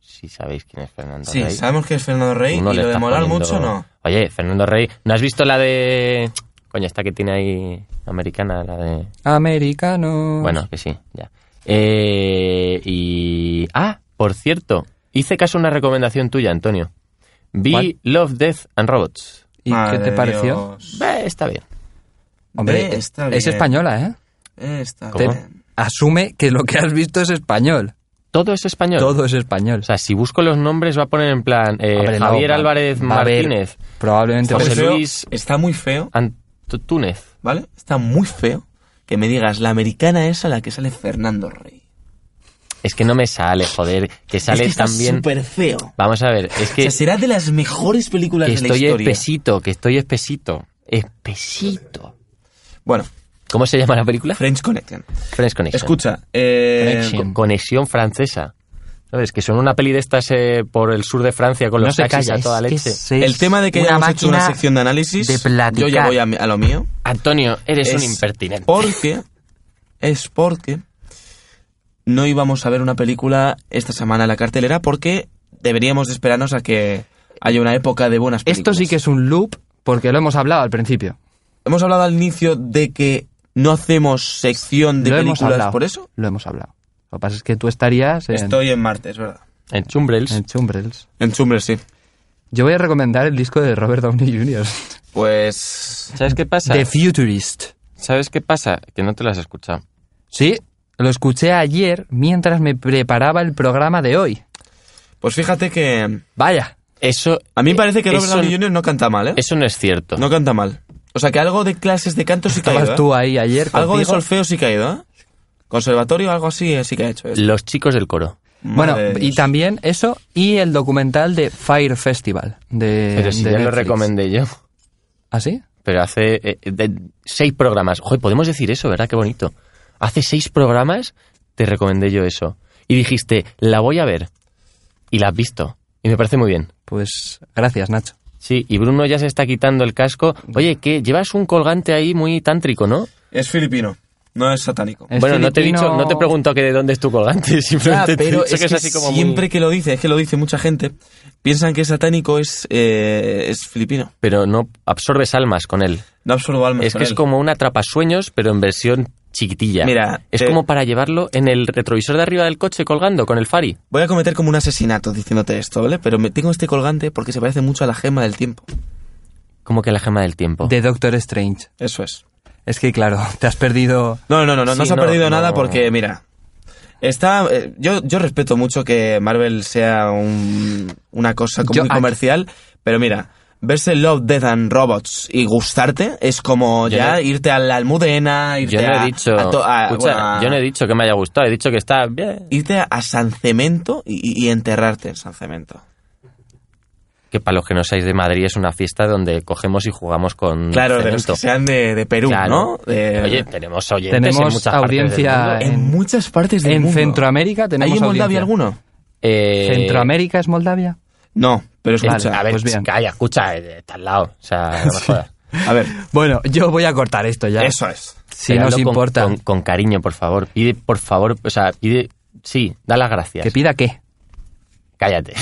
[SPEAKER 3] si sabéis quién es Fernando
[SPEAKER 2] Sí,
[SPEAKER 3] Rey.
[SPEAKER 2] sabemos que es Fernando Rey
[SPEAKER 3] uno
[SPEAKER 2] y
[SPEAKER 3] le
[SPEAKER 2] lo de
[SPEAKER 3] está
[SPEAKER 2] molar
[SPEAKER 3] poniendo-
[SPEAKER 2] mucho no.
[SPEAKER 3] Oye, Fernando Rey, ¿no has visto la de... Coño, esta que tiene ahí americana, la de...
[SPEAKER 1] Americano.
[SPEAKER 3] Bueno, que sí, ya. Eh, y. Ah, por cierto, hice caso a una recomendación tuya, Antonio. Vi
[SPEAKER 1] ¿Cuál?
[SPEAKER 3] Love, Death and Robots.
[SPEAKER 1] ¿Y
[SPEAKER 2] Madre
[SPEAKER 1] qué te
[SPEAKER 2] de
[SPEAKER 1] pareció?
[SPEAKER 2] Dios.
[SPEAKER 3] Bah, está bien.
[SPEAKER 1] Hombre,
[SPEAKER 2] Eh,
[SPEAKER 1] es,
[SPEAKER 2] está
[SPEAKER 1] es
[SPEAKER 2] bien.
[SPEAKER 1] española, ¿eh?
[SPEAKER 2] Eh, Está
[SPEAKER 3] ¿Cómo?
[SPEAKER 2] bien.
[SPEAKER 1] Asume que lo que has visto es español.
[SPEAKER 3] Todo es español.
[SPEAKER 1] Todo es español.
[SPEAKER 3] O sea, si busco los nombres, va a poner en plan eh,
[SPEAKER 1] Hombre, no,
[SPEAKER 3] Javier
[SPEAKER 1] va-
[SPEAKER 3] Álvarez
[SPEAKER 1] va a haber-
[SPEAKER 3] Martínez,
[SPEAKER 1] probablemente.
[SPEAKER 2] Está muy,
[SPEAKER 3] José
[SPEAKER 2] feo,
[SPEAKER 3] Luis-
[SPEAKER 2] está muy feo,
[SPEAKER 3] Anto- Túnez.
[SPEAKER 2] ¿vale? Está muy feo que me digas la americana esa a la que sale Fernando Rey.
[SPEAKER 3] Es que no me sale, joder. Que sale
[SPEAKER 2] es que está
[SPEAKER 3] también.
[SPEAKER 2] súper feo.
[SPEAKER 3] Vamos a ver, es
[SPEAKER 2] O
[SPEAKER 3] que,
[SPEAKER 2] sea, será de las mejores películas
[SPEAKER 3] que
[SPEAKER 2] de la
[SPEAKER 3] estoy
[SPEAKER 2] historia.
[SPEAKER 3] espesito, que estoy espesito. Espesito.
[SPEAKER 2] Bueno,
[SPEAKER 3] ¿Cómo se llama la película?
[SPEAKER 2] French Connection.
[SPEAKER 3] French Connection.
[SPEAKER 2] Escucha, eh,
[SPEAKER 1] Connection.
[SPEAKER 3] Co- conexión francesa. ¿Sabes? Que son una peli de estas eh, por el sur de Francia con
[SPEAKER 1] no
[SPEAKER 3] los
[SPEAKER 1] se
[SPEAKER 3] taxis
[SPEAKER 1] calla,
[SPEAKER 3] a toda
[SPEAKER 1] es que
[SPEAKER 3] leche.
[SPEAKER 1] es
[SPEAKER 2] eh, el tema de que
[SPEAKER 1] una
[SPEAKER 2] hayamos hecho una
[SPEAKER 1] máquina
[SPEAKER 2] sección de análisis,
[SPEAKER 1] de platicar.
[SPEAKER 2] yo ya voy a, mi- a lo mío.
[SPEAKER 3] Antonio, eres un
[SPEAKER 2] Es
[SPEAKER 3] impertinente.
[SPEAKER 2] Porque, es porque no íbamos a ver una película esta semana en la cartelera porque deberíamos de esperarnos a que haya una época de buenas
[SPEAKER 1] Esto
[SPEAKER 2] películas.
[SPEAKER 1] sí que es un loop porque lo hemos hablado al principio.
[SPEAKER 2] Hemos hablado al inicio de que no hacemos sección de
[SPEAKER 1] lo hemos
[SPEAKER 2] películas
[SPEAKER 1] hablado.
[SPEAKER 2] por eso.
[SPEAKER 1] Lo hemos hablado. Lo que pasa es que tú estarías en,
[SPEAKER 2] Estoy en Marte, es verdad.
[SPEAKER 3] En Chumbrels.
[SPEAKER 1] en Chumbrels.
[SPEAKER 2] En Chumbre, sí.
[SPEAKER 1] Yo voy a recomendar el disco de Robert Downey Jr.
[SPEAKER 2] Pues...
[SPEAKER 3] ¿Sabes qué pasa?
[SPEAKER 1] The Futurist.
[SPEAKER 3] ¿Sabes qué pasa? Que no te las has escuchado.
[SPEAKER 1] Sí, lo escuché ayer mientras me preparaba el programa de hoy.
[SPEAKER 2] Pues fíjate que...
[SPEAKER 1] Vaya.
[SPEAKER 3] Eso. eh,
[SPEAKER 2] A mí me parece que
[SPEAKER 3] eso,
[SPEAKER 2] Robert Downey Jr. no canta mal, ¿eh?
[SPEAKER 3] Eso no es cierto.
[SPEAKER 2] No canta mal. O sea, que algo de clases de canto sí que ha ido,
[SPEAKER 1] Estabas
[SPEAKER 2] ¿eh?
[SPEAKER 1] tú ahí ayer.
[SPEAKER 2] Algo de
[SPEAKER 1] contigo.
[SPEAKER 2] solfeo sí que ha ido, ¿eh? Conservatorio, algo así eh, sí que ha hecho. ¿eh?
[SPEAKER 3] Los chicos del coro.
[SPEAKER 1] Bueno,
[SPEAKER 2] Madre de
[SPEAKER 1] y
[SPEAKER 2] Dios.
[SPEAKER 1] también eso y el documental de Fire Festival.
[SPEAKER 2] Eh,
[SPEAKER 1] De,
[SPEAKER 3] Pero si
[SPEAKER 1] de
[SPEAKER 3] ya lo
[SPEAKER 1] Netflix.
[SPEAKER 3] recomendé yo.
[SPEAKER 1] ¿Ah, sí?
[SPEAKER 3] Pero hace eh, de- seis programas. Joder, podemos decir eso, ¿verdad? Qué bonito. Hace seis programas te recomendé yo eso. Y dijiste, la voy a ver. Y la has visto. Y me parece muy bien.
[SPEAKER 1] Pues gracias, Nacho.
[SPEAKER 3] Sí, y Bruno ya se está quitando el casco. Oye, que llevas un colgante ahí muy tántrico, ¿no?
[SPEAKER 2] Es filipino, no es satánico.
[SPEAKER 1] Es
[SPEAKER 3] bueno, no te he
[SPEAKER 1] Este filipino.
[SPEAKER 3] dicho, no te pregunto que de dónde es tu colgante,
[SPEAKER 2] Ya,
[SPEAKER 3] simplemente te he
[SPEAKER 2] pero
[SPEAKER 3] dicho
[SPEAKER 2] es
[SPEAKER 3] que es
[SPEAKER 2] que
[SPEAKER 3] así como muy-
[SPEAKER 2] siempre que lo dice, es que lo dice mucha gente, piensan que satánico es, eh, es filipino.
[SPEAKER 3] pero no absorbes almas con él.
[SPEAKER 2] No absorbo almas
[SPEAKER 3] es
[SPEAKER 2] con
[SPEAKER 3] que es
[SPEAKER 2] él.
[SPEAKER 3] como un atrapasueños, pero en versión chiquitilla.
[SPEAKER 2] Mira,
[SPEAKER 3] es
[SPEAKER 2] eh,
[SPEAKER 3] como para llevarlo en el retrovisor de arriba del coche colgando con el Fari.
[SPEAKER 2] Voy a cometer como un asesinato diciéndote esto, ¿vale? Pero me tengo este colgante porque se parece mucho a la gema del tiempo.
[SPEAKER 3] Como que la gema del tiempo.
[SPEAKER 1] De Doctor Strange.
[SPEAKER 2] Eso es.
[SPEAKER 1] Es que, claro, te has perdido...
[SPEAKER 2] No, no, no, no, no
[SPEAKER 3] Sí,
[SPEAKER 2] se ha
[SPEAKER 3] no,
[SPEAKER 2] perdido
[SPEAKER 3] no.
[SPEAKER 2] nada porque, mira, está... eh, yo, yo respeto mucho que Marvel sea un- una cosa como
[SPEAKER 5] Yo-
[SPEAKER 2] muy comercial, pero mira, verse Love, Death and Robots y gustarte es como
[SPEAKER 3] Yo
[SPEAKER 2] ya
[SPEAKER 3] no-
[SPEAKER 2] irte a la Almudena, irte
[SPEAKER 3] yo no
[SPEAKER 2] a...
[SPEAKER 3] he dicho.
[SPEAKER 2] a to- a-
[SPEAKER 3] escucha,
[SPEAKER 2] bueno, a-
[SPEAKER 3] yo no he dicho que me haya gustado, he dicho que está bien.
[SPEAKER 2] Irte a San Cemento y, y enterrarte en San Cemento.
[SPEAKER 3] Que para los que no seáis de Madrid es una fiesta donde cogemos y jugamos con.
[SPEAKER 2] Claro, de los
[SPEAKER 3] Mm, cemento.
[SPEAKER 2] que sean de, de Perú,
[SPEAKER 3] Claro.
[SPEAKER 2] ¿no? De-
[SPEAKER 3] Oye, tenemos oyentes en
[SPEAKER 5] Tenemos
[SPEAKER 3] muchas
[SPEAKER 5] audiencia
[SPEAKER 3] partes del mundo.
[SPEAKER 2] en muchas partes del
[SPEAKER 5] En
[SPEAKER 2] mundo.
[SPEAKER 5] Centroamérica
[SPEAKER 2] ¿Hay
[SPEAKER 5] tenemos
[SPEAKER 2] en Moldavia
[SPEAKER 5] audiencia.
[SPEAKER 2] alguno?
[SPEAKER 3] Eh,
[SPEAKER 5] ¿Centroamérica es Moldavia?
[SPEAKER 2] No, pero escucha.
[SPEAKER 5] Vale,
[SPEAKER 3] A ver,
[SPEAKER 5] Pues bien.
[SPEAKER 3] calla, escucha, eh, está al lado. O sea, no me jodas.
[SPEAKER 2] A ver,
[SPEAKER 1] Bueno, yo voy a cortar esto ya.
[SPEAKER 2] eso es.
[SPEAKER 1] Si
[SPEAKER 3] Pero
[SPEAKER 1] nos
[SPEAKER 3] hazlo con-
[SPEAKER 1] importa.
[SPEAKER 3] Con, con cariño, por favor. Pide, por favor, o sea, pide. Sí, da las gracias.
[SPEAKER 1] ¿Que pida qué?
[SPEAKER 3] Cállate.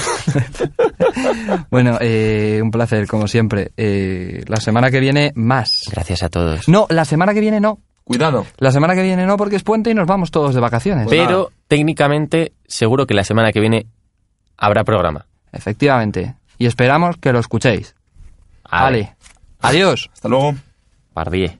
[SPEAKER 1] Bueno, eh, un placer, como siempre. Eh, la semana que viene, más.
[SPEAKER 3] Gracias a todos.
[SPEAKER 1] No, la semana que viene no.
[SPEAKER 2] Cuidado.
[SPEAKER 1] La semana que viene no, porque es puente y nos vamos todos de vacaciones.
[SPEAKER 2] Pues
[SPEAKER 3] Pero
[SPEAKER 2] nada.
[SPEAKER 3] técnicamente, seguro que la semana que viene habrá programa.
[SPEAKER 1] Efectivamente. Y esperamos que lo escuchéis. Vale. Adiós.
[SPEAKER 2] Hasta luego.
[SPEAKER 3] Pardié.